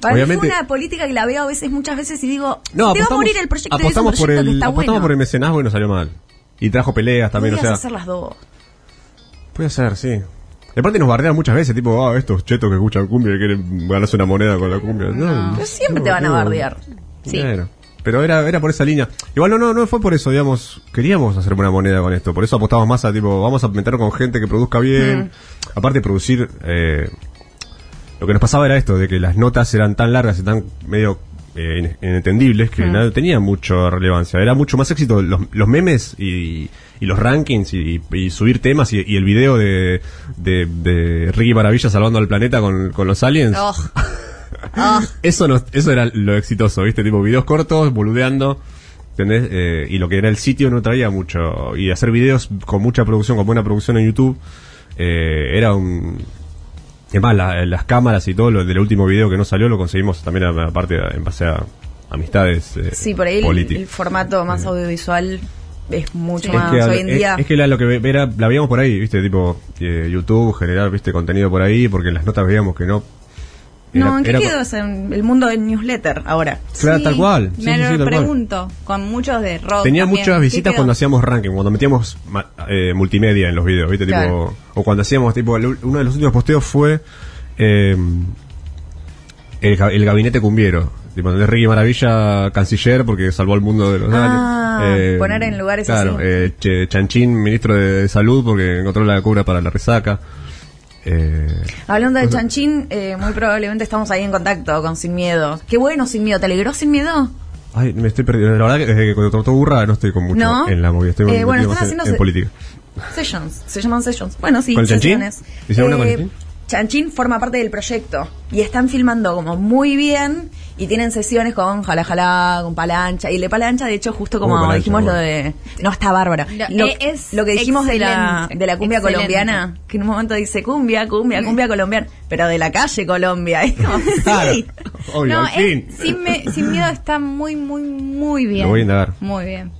Para mí obviamente... fue una política que la veo a veces, muchas veces, y digo, No, te va a morir el proyecto y es un apostamos por proyecto el, que está apostamos bueno. por el mecenazgo y nos salió mal. Y trajo peleas también, o Podrías sea... hacer las dos. Puede ser, sí. Y aparte nos bardean muchas veces, tipo, ah, estos chetos que escuchan cumbia y quieren ganarse una moneda con la cumbia. No, Pero siempre te van a no. bardear. Sí. Bueno, pero era, era por esa línea. Igual no, no, no fue por eso, digamos, queríamos hacer una moneda con esto, por eso apostamos más a tipo, vamos a meternos con gente que produzca bien. Aparte producir, eh, lo que nos pasaba era esto, de que las notas eran tan largas y tan medio eh, in- inentendibles que no tenía mucha relevancia. Era mucho más éxito los, los memes y, y los rankings y, y subir temas y, y el video de, de, de Ricky Maravilla salvando al planeta con, con los aliens. Oh. Ah. Eso, nos- eso era lo exitoso, ¿viste? Tipo, videos cortos, boludeando. ¿Entendés? Eh, y lo que era el sitio no traía mucho. Y hacer videos con mucha producción, con buena producción en YouTube, eh, era un. Es más, la- las cámaras y todo lo del último video que no salió lo conseguimos también, a- aparte, a- en base a amistades eh, Sí, por ahí el, políticas. el formato más audiovisual es mucho Es más que, hoy en es- día. es que era lo que ve- era, la veíamos por ahí, viste, tipo eh, YouTube, generar, viste, contenido por ahí, porque en las notas veíamos que no. no, ¿en qué era- quedó ese- el mundo del newsletter ahora? Claro, tal cual. Sí, Me sí, lo sí, tal cual. pregunto, con muchos de rock. Tenía también. muchas ¿Qué visitas quedó? cuando hacíamos ranking, cuando metíamos ma- eh, multimedia en los videos, ¿viste? Tipo, Claro. o cuando hacíamos, tipo, el u- uno de los últimos posteos fue eh, el, ga- el gabinete cumbiero. Tipo, de Ricky Maravilla, canciller, porque salvó al mundo de los Ah, aliens. poner en lugares claro, así. eh, Ch- Chanchín, ministro de Salud, porque encontró la cura para la resaca. Eh, Hablando de Chanchín, eh, muy probablemente estamos ahí en contacto con Sin Miedo. Qué bueno Sin Miedo, ¿te alegró Sin Miedo? Ay, me estoy perdiendo. La verdad que desde que contrató Burra no estoy con mucho ¿No? en la movida. Estoy Eh, bueno, metido están más en, haciendo en se- política. Sessions, se llaman Sessions. Bueno, sí, ¿Con el Chanchín? sesiones. ¿Hicieron una con Chanchín? Chanchín forma parte del proyecto y están filmando como muy bien y tienen sesiones con Jala Jala, con Palancha y Le Palancha, de hecho, justo como Oh, Palancha, dijimos bueno. lo de... No, está bárbara. No, Lo, eh, es lo que dijimos de la, excelente, de la cumbia excelente. colombiana, que en un momento dice cumbia, cumbia, cumbia colombiana, pero de la calle Colombia. Es como, Claro. sí. Obvio, No, al fin. es- sin, me- sin miedo está muy, muy, muy bien. Lo voy a indagar. Muy bien.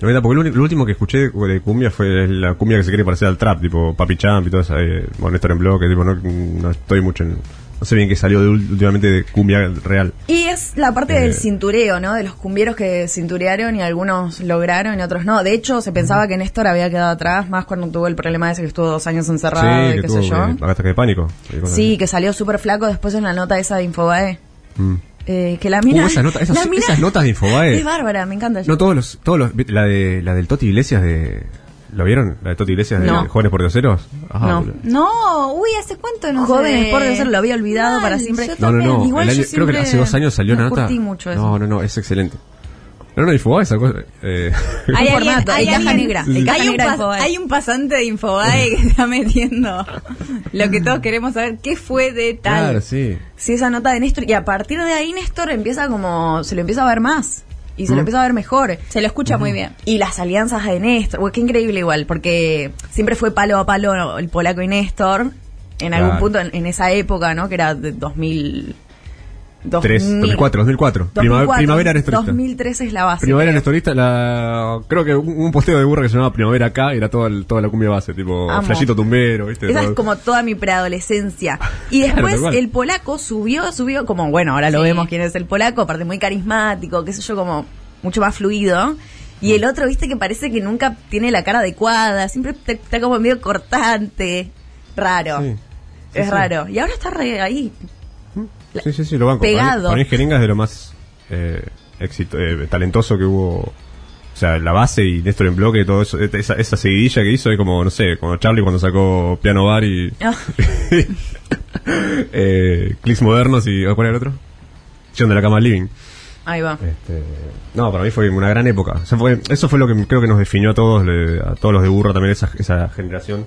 La verdad, porque lo, único- lo último que escuché de cumbia fue la cumbia que se quiere parecer al trap, tipo Papi Champ y todo eso. Eh, bueno, Néstor en bloque, tipo, no, no estoy mucho en, No sé bien qué salió de ul- últimamente de cumbia real. Y es la parte Eh. del cintureo, ¿no? De los cumbieros que cinturearon y algunos lograron y otros no. De hecho, se pensaba que Néstor había quedado atrás, más cuando tuvo el problema ese que estuvo dos años encerrado y qué sé yo. eh, ataque de pánico. cualquier cosa Sí, que salió súper flaco después en la nota esa de Infobae. así. Mm. Eh, que la mina. Uh, esa nota- esas, la mina- esas notas de Es Infobae. bárbara, me encanta. No todos los, todos los, la de la del Toti Iglesias de ¿Lo vieron? La de Toti Iglesias de No. Jóvenes por Dioseros. Ah, No. boludo. No, uy, ¿hace cuánto no Jóvenes sé? por Dios, lo había olvidado para siempre. yo No, no, también. no. Igual El yo año- creo que siempre hace dos años salió me una nota. curtí mucho eso. No, no, no, es excelente. No, no, Infobae sacó. Eh, Hay Un alguien- formato, hay el caja alguien- negra, el caja hay, un negra de pas- Infobae. hay un pasante de Infobae que está metiendo lo que todos queremos saber, ¿qué fue de tal? claro, sí. Sí, esa nota de Néstor. Y a partir de ahí, Néstor empieza como. Se lo empieza a ver más. Y se lo empieza a ver mejor. Se lo escucha muy bien. Y las alianzas de Néstor. Ué, qué increíble igual, porque siempre fue palo a palo ¿no? el polaco y Néstor. En algún Claro. punto, en, en esa época, ¿no? Que era de 2000. 3, 2004, 2004. Primavera- 2004, primavera Nestorista. 2003 es la base. Primavera Nestorista, la, creo que un, un posteo de burra que se llamaba Primavera acá era toda, el- toda la cumbia base, tipo Amo. Flashito Tumbero, ¿viste? Esa es Todo. como toda mi preadolescencia. Y Claro, después Este, tal cual. el polaco subió, subió, como bueno, ahora lo vemos quién es el polaco, aparte muy carismático, qué sé yo, como mucho más fluido. Y el otro, viste, que parece que nunca tiene la cara adecuada, siempre te- está como medio cortante, raro. Sí. es raro. Y ahora está re ahí. Sí, sí, sí, lo banco. Pegado. Para mí, para mí Jeringa es de lo más eh, exito- eh, talentoso que hubo. O sea, la base y Néstor en bloque, todo eso, et- esa, esa seguidilla que hizo es como, no sé, como Charlie cuando sacó Piano Bar y... Ah. eh, clics modernos y... ¿Cuál era el otro? John de la Cama al Living. Ahí va. Este, no, para mí fue una gran época. O sea, fue- eso fue lo que creo que nos definió a todos, le- a todos los de Burra también, esa, esa generación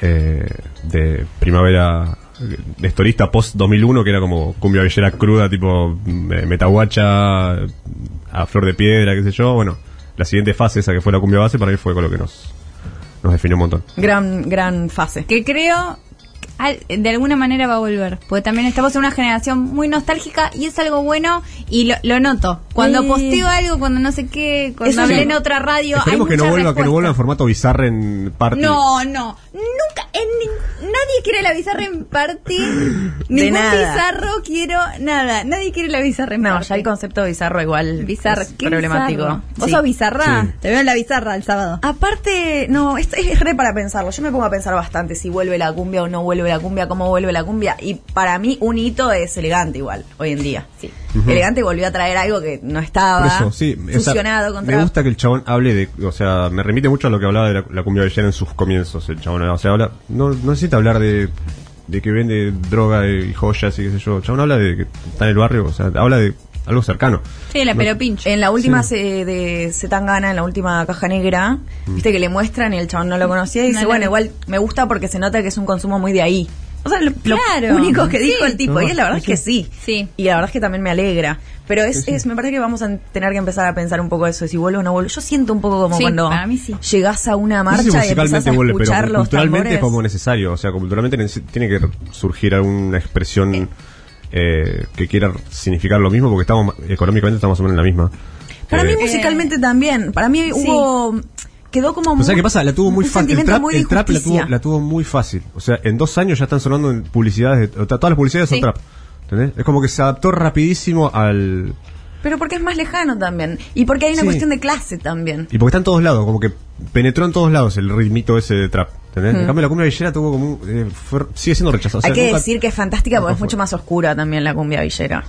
eh, de primavera eh, estorista post 2001, que era como cumbia villera cruda, tipo mm, eh, metahuacha, a flor de piedra, qué sé yo. Bueno, la siguiente fase, esa que fue la cumbia base, para mí fue con lo que nos, nos definió un montón. Gran, gran fase. Que creo que al- de alguna manera va a volver, porque también estamos en una generación muy nostálgica y es algo bueno y lo, lo noto. Cuando Sí. posteo algo, cuando no sé qué, cuando Eso hablé sí. en otra radio, Esperemos hay que no, mucha vuelva, que no respuesta. vuelva en formato bizarro en parte. No, no. Nunca. en ni- nadie quiere la bizarra en party. Ningún nada. bizarro quiero nada. Nadie quiere la bizarra en No, party. ya el concepto bizarro igual Bizarro. es Qué problemático. bizarro. ¿Vos Sí. Ah, sos bizarra? Sí. Te veo en la bizarra el sábado. Aparte, no, esto es re para pensarlo. Yo me pongo a pensar bastante si vuelve la cumbia o no vuelve la cumbia, cómo vuelve la cumbia. Y para mí un hito es elegante igual, hoy en día. Elegante volvió a traer algo que no estaba Por eso, sí. o sea, fusionado con Me trap. gusta que el chabón hable de. O sea, me remite mucho a lo que hablaba de la, la cumbia villera en sus comienzos. El chabón, o sea, habla. No, no necesita hablar de, de que vende droga y joyas y qué sé yo. El chabón habla de que está en el barrio, o sea, habla de algo cercano. Sí, la No. pelo pincho. En la última Sí. Mm. se- de Zetangana, en la última caja negra, viste que le muestran y el chabón no lo conocía y dice, Mm. No lo bueno, vi. igual me gusta porque se nota que es un consumo muy de ahí. O sea, lo, lo Claro. único que dijo Sí. el tipo. Y la verdad es que sí. Sí. Y la verdad es que también me alegra. Pero es, es me parece que vamos a tener que empezar a pensar un poco eso, de si vuelve o no vuelve. Yo siento un poco como Sí, cuando para mí sí. llegás a una No sé marcha si y empezás a musicalmente escuchar vuelve, pero los culturalmente es tambores. como necesario. O sea, culturalmente nece- tiene que surgir alguna expresión eh, que quiera significar lo mismo, porque estamos económicamente estamos más o menos en la misma. Para Eh, mí musicalmente también. Para mí hubo... Quedó como... O sea, muy- ¿qué pasa? La tuvo muy un fácil. El sentimiento trap, muy de el trap la, tuvo, injusticia. la tuvo muy fácil. O sea, en dos años ya están sonando en publicidades. De, o sea, todas las publicidades Sí. son trap. ¿Entendés? Es como que se adaptó rapidísimo al. Pero porque es más lejano también. Y porque hay una Sí. cuestión de clase también. Y porque está en todos lados, como que penetró en todos lados el ritmito ese de trap. ¿Entendés? En cambio, la cumbia villera tuvo como. un- eh, fue- sigue siendo rechazada. O sea, hay que nunca- decir que es fantástica porque es mucho más oscura también la cumbia villera.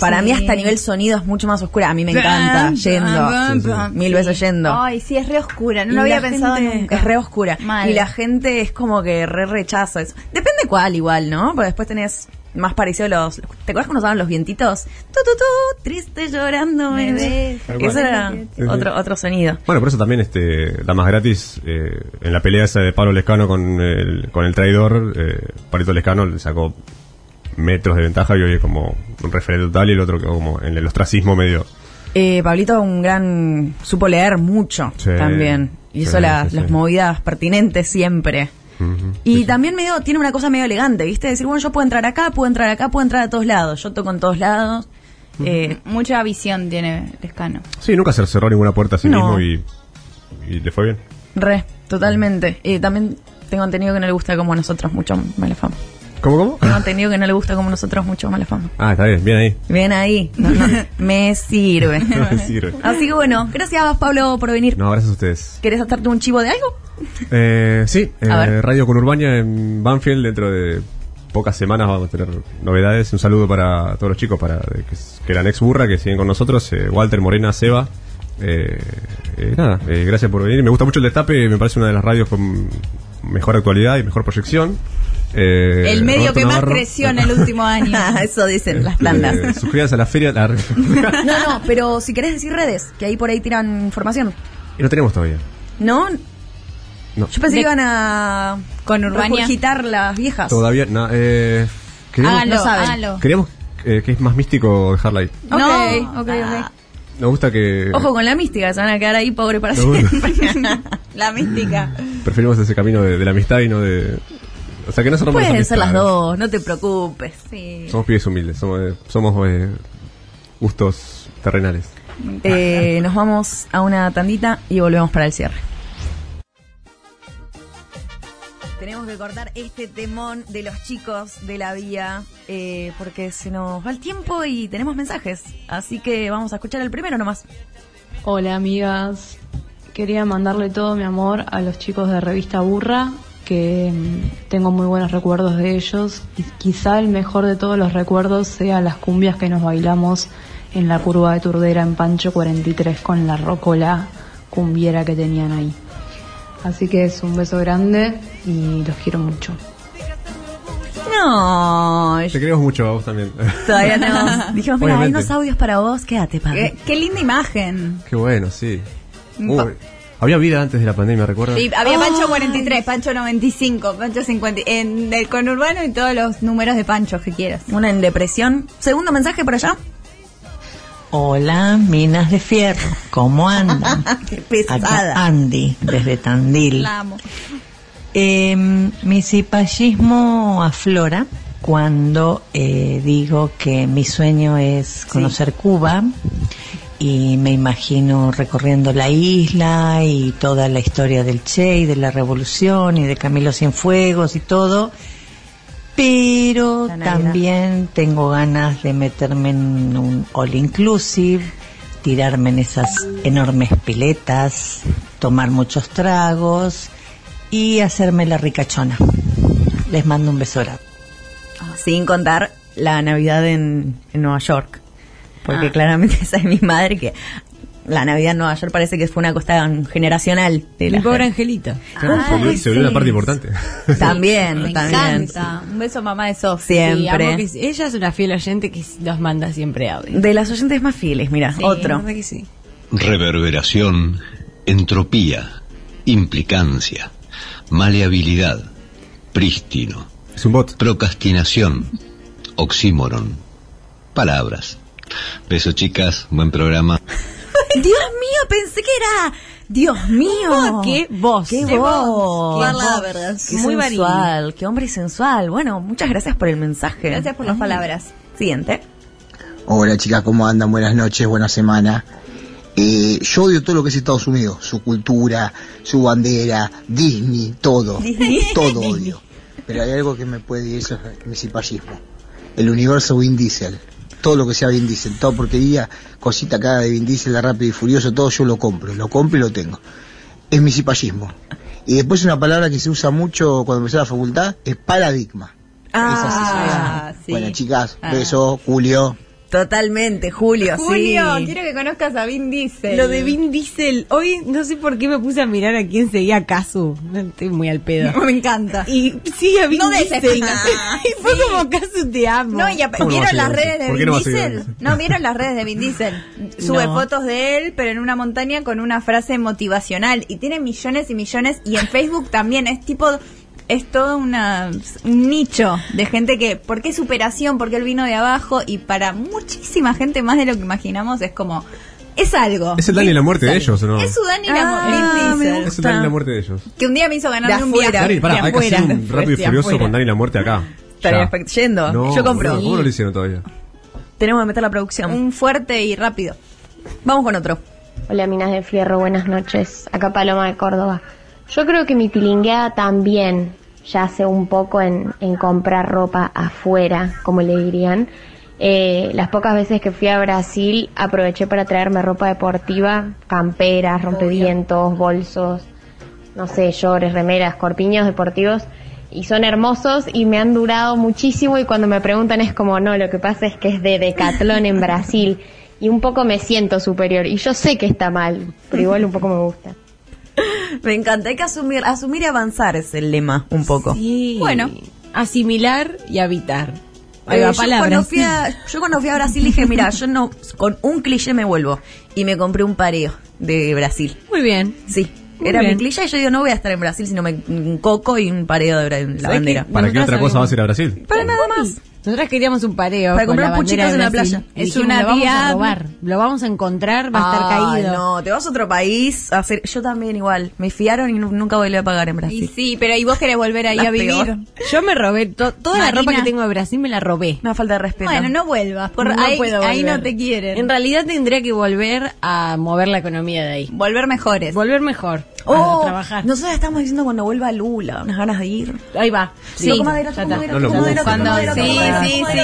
Para Sí. mí hasta a nivel sonido es mucho más oscura. A mí me encanta. Bam, yendo. bam, Sí, sí. bam. Mil veces yendo. Ay, sí, es re oscura. No lo Y la había pensado gente nunca. Es re oscura. Mal. Y la gente es como que re rechaza eso. Depende cuál igual, ¿no? Porque después tenés más parecido a los... ¿Te acuerdas cuando usaban los vientitos? Tu, tu, tu, triste llorando, Me bebé. ves. Ese era sí. otro, otro sonido. Bueno, por eso también este Damas Gratis, eh, en la pelea esa de Pablo Lescano con el, con el traidor, eh, Palito Lescano le sacó metros de ventaja y hoy es como un referente total y el otro quedó como en el ostracismo medio. Eh, Pablito, un gran. supo leer mucho Sí, también. Hizo sí, la- sí, las sí. movidas pertinentes siempre. Y también medio, tiene una cosa medio elegante, ¿viste? Decir, bueno, yo puedo entrar acá, puedo entrar acá, puedo entrar a todos lados. Yo toco en todos lados. Eh, Mucha visión tiene Lescano. Sí, nunca se cerró ninguna puerta a sí No. mismo y, y le fue bien. re, totalmente. Eh, también tengo entendido que no le gusta como a nosotros mucho Mala Fama. ¿Cómo, cómo? Tengo entendido que no le gusta como nosotros mucho más la fama. Ah, está bien, bien ahí. Bien ahí. No, no, me sirve. No me sirve. Así que bueno, gracias Pablo por venir. No, gracias a ustedes. ¿Querés atarte un chivo de algo? Eh, sí, A eh, ver. Radio Conurbaña en Banfield. Dentro de pocas semanas vamos a tener novedades. Un saludo para todos los chicos para de- que, s- que eran ex burra, que siguen con nosotros. eh, Walter, Morena, Seba. Eh, eh, nada, eh, gracias por venir. Me gusta mucho el destape. Me parece una de las radios con mejor actualidad y mejor proyección. Eh, El medio Roberto que Navarro. más creció en el último año. Eso dicen las plantas. Eh, suscríbanse a la feria. la- No, no, pero si querés decir redes, que ahí por ahí tiran información. y no tenemos todavía. ¿No? No. Yo pensé que iban a Con Urbania. quitar las viejas. Todavía, no, eh, queremos, Háganlo, no saben. háganlo. queremos, eh, que es más místico dejarla ahí. No, ok, ok. Ah. Nos gusta que. Oh. Ojo con la mística, se van a quedar ahí pobres para Seguro. siempre. La mística. Preferimos ese camino de, de la amistad y no de. O sea, que no se rompa esa Pueden amistad, ser las ¿eh? dos, no te preocupes. Somos pibes humildes, somos, eh, somos eh, gustos terrenales. Eh, nos vamos a una tandita y volvemos para el cierre. Tenemos que cortar este temón de los chicos de la vía eh, porque se nos va el tiempo y tenemos mensajes. Así que vamos a escuchar el primero nomás. Hola amigas, quería mandarle todo mi amor a los chicos de Revista Burra, que mm, tengo muy buenos recuerdos de ellos. Y quizá el mejor de todos los recuerdos sea las cumbias que nos bailamos en la curva de Turdera en Pancho 43 con la rocola cumbiera que tenían ahí. Así que es un beso grande y los quiero mucho. No, Te queremos mucho a vos también. todavía no. Dijimos, mira, hay Obviamente. unos audios para vos, quédate, Pablo. qué, qué linda imagen. Qué bueno, sí. Un po- Uy, había vida antes de la pandemia, ¿recuerdas? Sí, había Pancho 43, Pancho 95, Pancho 50, en el conurbano y todos los números de Pancho que quieras. Una en depresión. Segundo mensaje por allá. Hola, minas de fierro, ¿cómo andan? Qué Acá pesada. Andy, desde Tandil. La amo. Eh, mi cipallismo aflora cuando eh, digo que mi sueño es conocer Cuba y me imagino recorriendo la isla y toda la historia del Che y de la revolución y de Camilo Cienfuegos y todo. Pero La Navidad. también tengo ganas de meterme en un all inclusive, tirarme en esas enormes piletas, tomar muchos tragos y hacerme la ricachona. Les mando un beso grande. Ah. Sin contar la Navidad en, en Nueva York. Porque Ah. claramente esa es mi madre que la Navidad en Nueva York parece que fue una cosa generacional de la gente. Angelita. Claro, Ah, se volvió- se volvió sí. una parte importante. También, Me también. encanta. Un beso mamá de Sofía. Sí, amo Siempre. que es- ella es una fiel oyente que nos manda siempre audio. De las oyentes más fieles, mira, La otro. verdad que sí. Reverberación, entropía, implicancia, maleabilidad, prístino, Es un bot. procrastinación, oxímoron, palabras. Beso chicas, buen programa. Dios mío, pensé que era. Dios mío. qué voz. Qué Qué voz. Ah, Qué Qué voz. voz. Qué Muy sensual. Qué hombre sensual. Bueno, muchas gracias por el mensaje. Gracias por las palabras. Siguiente. Hola chicas, ¿cómo andan? Buenas noches, buena semana. Eh, yo odio todo lo que es Estados Unidos, su cultura, su bandera, Disney, todo. Todo odio. Pero hay algo que me puede ir, eso es mi cipallismo. El universo Vin Diesel. Todo lo que sea Vin Diesel, toda porquería, cosita cada de Vin Diesel, de Rápido y Furioso, todo yo lo compro, lo compro y lo tengo. Es mi cipallismo. Y después una palabra que se usa mucho cuando empecé la facultad es paradigma. Ah, sí. Bueno chicas, Ah. beso, Julio. Totalmente, Julio, Julio, sí. quiero que conozcas a Vin Diesel. Lo de Vin Diesel, hoy no sé por qué me puse a mirar a quién seguía Casu. Estoy muy al pedo. Me encanta. Y sigue a Vin No des Diesel. espinas. y fue como Casu te amo. No, y ap- ¿Cómo no va a ¿vieron ser las Vin redes ¿Por de qué Vin no va a ser Diesel? Vin No, ¿vieron las redes de Vin Diesel? Sube No. fotos de él, pero en una montaña con una frase motivacional. Y tiene millones y millones. Y en Facebook también. Es tipo... Es todo una, un nicho de gente que... ¿Por qué superación? Porque él vino de abajo. Y para muchísima gente, más de lo que imaginamos, es como... Es algo. Es el Dani y la muerte de ellos, ¿o no? Es su Dani la mo- Ah, Vin me Diesel. Es el Dani y la muerte de ellos. Que un día me hizo ganarme De un afuera. viaje. Dani, pará, de hay que hacer afuera, un rápido y de furioso afuera. con Dani y la muerte acá. Estaría Ya. espect- yendo. No, Yo compro. boludo, ¿Cómo no lo hicieron todavía? Tenemos que meter la producción. Un fuerte y rápido. Vamos con otro. Hola Minas de Fierro, buenas noches. Acá Paloma de Córdoba. Yo creo que mi pilingueada también yace un poco en, en comprar ropa afuera, como le dirían. Eh, las pocas veces que fui a Brasil aproveché para traerme ropa deportiva, camperas, rompevientos, bolsos, no sé, llores, remeras, corpiños deportivos y son hermosos y me han durado muchísimo y cuando me preguntan es como, no, lo que pasa es que es de Decathlon en Brasil y un poco me siento superior y yo sé que está mal, pero igual un poco me gusta. Me encanta, hay que asumir, asumir y avanzar es el lema un poco. Bueno, asimilar y habitar. Ahí Eh, va, yo, cuando palabras. fui a, yo cuando fui a Brasil dije, mira, yo no, con un cliché me vuelvo. Y me compré un pareo de Brasil. Muy bien. Sí. Muy Era bien. mi cliché y yo digo, no voy a estar en Brasil sino me un coco y un pareo de Bra- la bandera. ¿Para qué otra cosa vas a ir a Brasil? Para nada más. Nosotras queríamos un pareo. Para con comprar la bandera puchitos de en la Brasil. playa. Y Es dijimos, una lo vamos vía- a robar, lo vamos a encontrar, va a Ay, estar caído. No, te vas a otro país a hacer. Yo también igual. Me fiaron y nu- nunca volví a pagar en Brasil. Y sí, pero y vos querés volver ahí La a vivir. peor. Yo me robé to- toda la Marina. ropa que tengo de Brasil, me la robé. Una falta de respeto. Bueno, no vuelvas. por- No ahí, puedo ahí volver. no te quieren. En realidad tendría que volver a mover la economía de ahí. Volver mejores. Volver mejor. Oh, a trabajar. nosotros estamos diciendo cuando vuelva Lula, unas ganas de ir. Ahí va. Sí. Toco madera, toco Ya está. madera, No lo toco madera, buscan, toco Cuando- madera, toco sí, madera. sí, sí.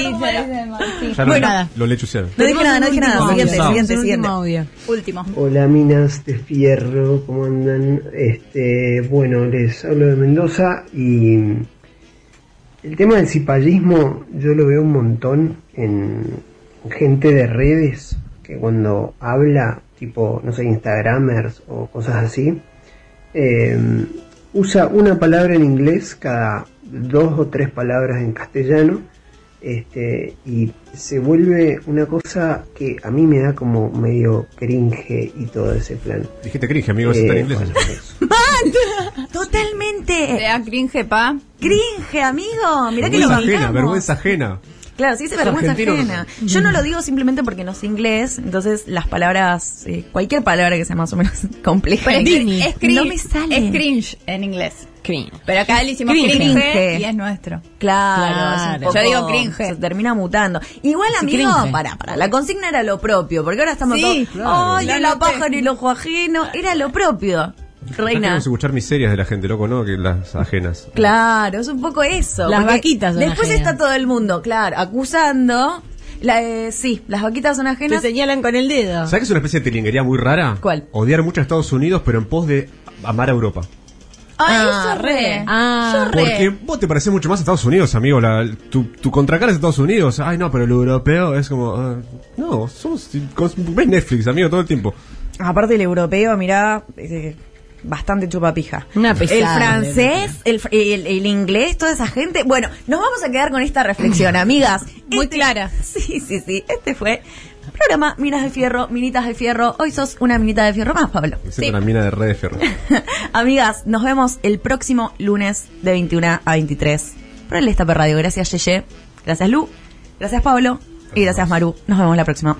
Ya no- Bueno. lo lechucearon. No dije nada, no dije nada. Último Siguiente, audio. siguiente, Un siguiente. último audio. Último. Hola minas de fierro, ¿cómo andan? Este, bueno, les hablo de Mendoza y el tema del cipallismo yo lo veo un montón en gente de redes que cuando habla, tipo, no sé, instagramers o cosas así, eh, usa una palabra en inglés cada dos o tres palabras en castellano este, y se vuelve una cosa que a mí me da como medio cringe y todo ese plan. Dijiste cringe, amigo, eso Eh, está en inglés. bueno, Te Ah, Totalmente. da cringe, pa. Ah, Cringe, amigo. Mirá que lo Vergüenza ajena, bancamos. vergüenza ajena. Claro, sí, se vergüenza Argentinos. ajena. Yo no lo digo simplemente porque no sé inglés, entonces las palabras, eh, cualquier palabra que sea más o menos compleja. Pero en es, inglés, es cringe. No me sale. Es cringe en inglés. Cringe. Pero acá le hicimos Cringe. cringe, Cringe. y es nuestro. Claro, es un Claro. poco- Yo digo cringe. Se termina mutando. Igual, amigo, cringe. para, para. La consigna era lo propio, porque ahora estamos Sí, todos. claro. ¡Ay, La la, noté. pájara y el ojo ajeno! Era lo propio. Ya Reina. Ah. Queremos escuchar miserias de la gente, loco, ¿no? Que las ajenas. Claro, es un poco eso. Las porque vaquitas son Después ajenas. está todo el mundo, claro, acusando. La, eh, sí, las vaquitas son Te ajenas. señalan con el dedo. ¿Sabes que es una especie de tilinguería muy rara? ¿Cuál? Odiar mucho a Estados Unidos, pero en pos de amar a Europa. Ah, eso re. Ah, Porque vos te parecés mucho más a Estados Unidos, amigo. La- tu, tu contracara es Estados Unidos. Ay, no, pero el europeo es como. ah, no, somos. cons- Ves Netflix, amigo, todo el tiempo. Aparte el europeo, mirá, eh, bastante chupapija. una pesada. El francés, el, fr- el- el inglés, toda esa gente. Bueno, nos vamos a quedar con esta reflexión, amigas. Este Muy clara. Sí, sí, sí. Este fue programa Minas de Fierro, Minitas de Fierro. Hoy sos una minita de fierro más, Pablo. Excepto Sí. una mina de redes fierro. Amigas, nos vemos el próximo lunes de 21 a 23 por el Estape Radio. Gracias, Yeye. Gracias, Lu. Gracias, Pablo. Y gracias, Maru. Nos vemos la próxima.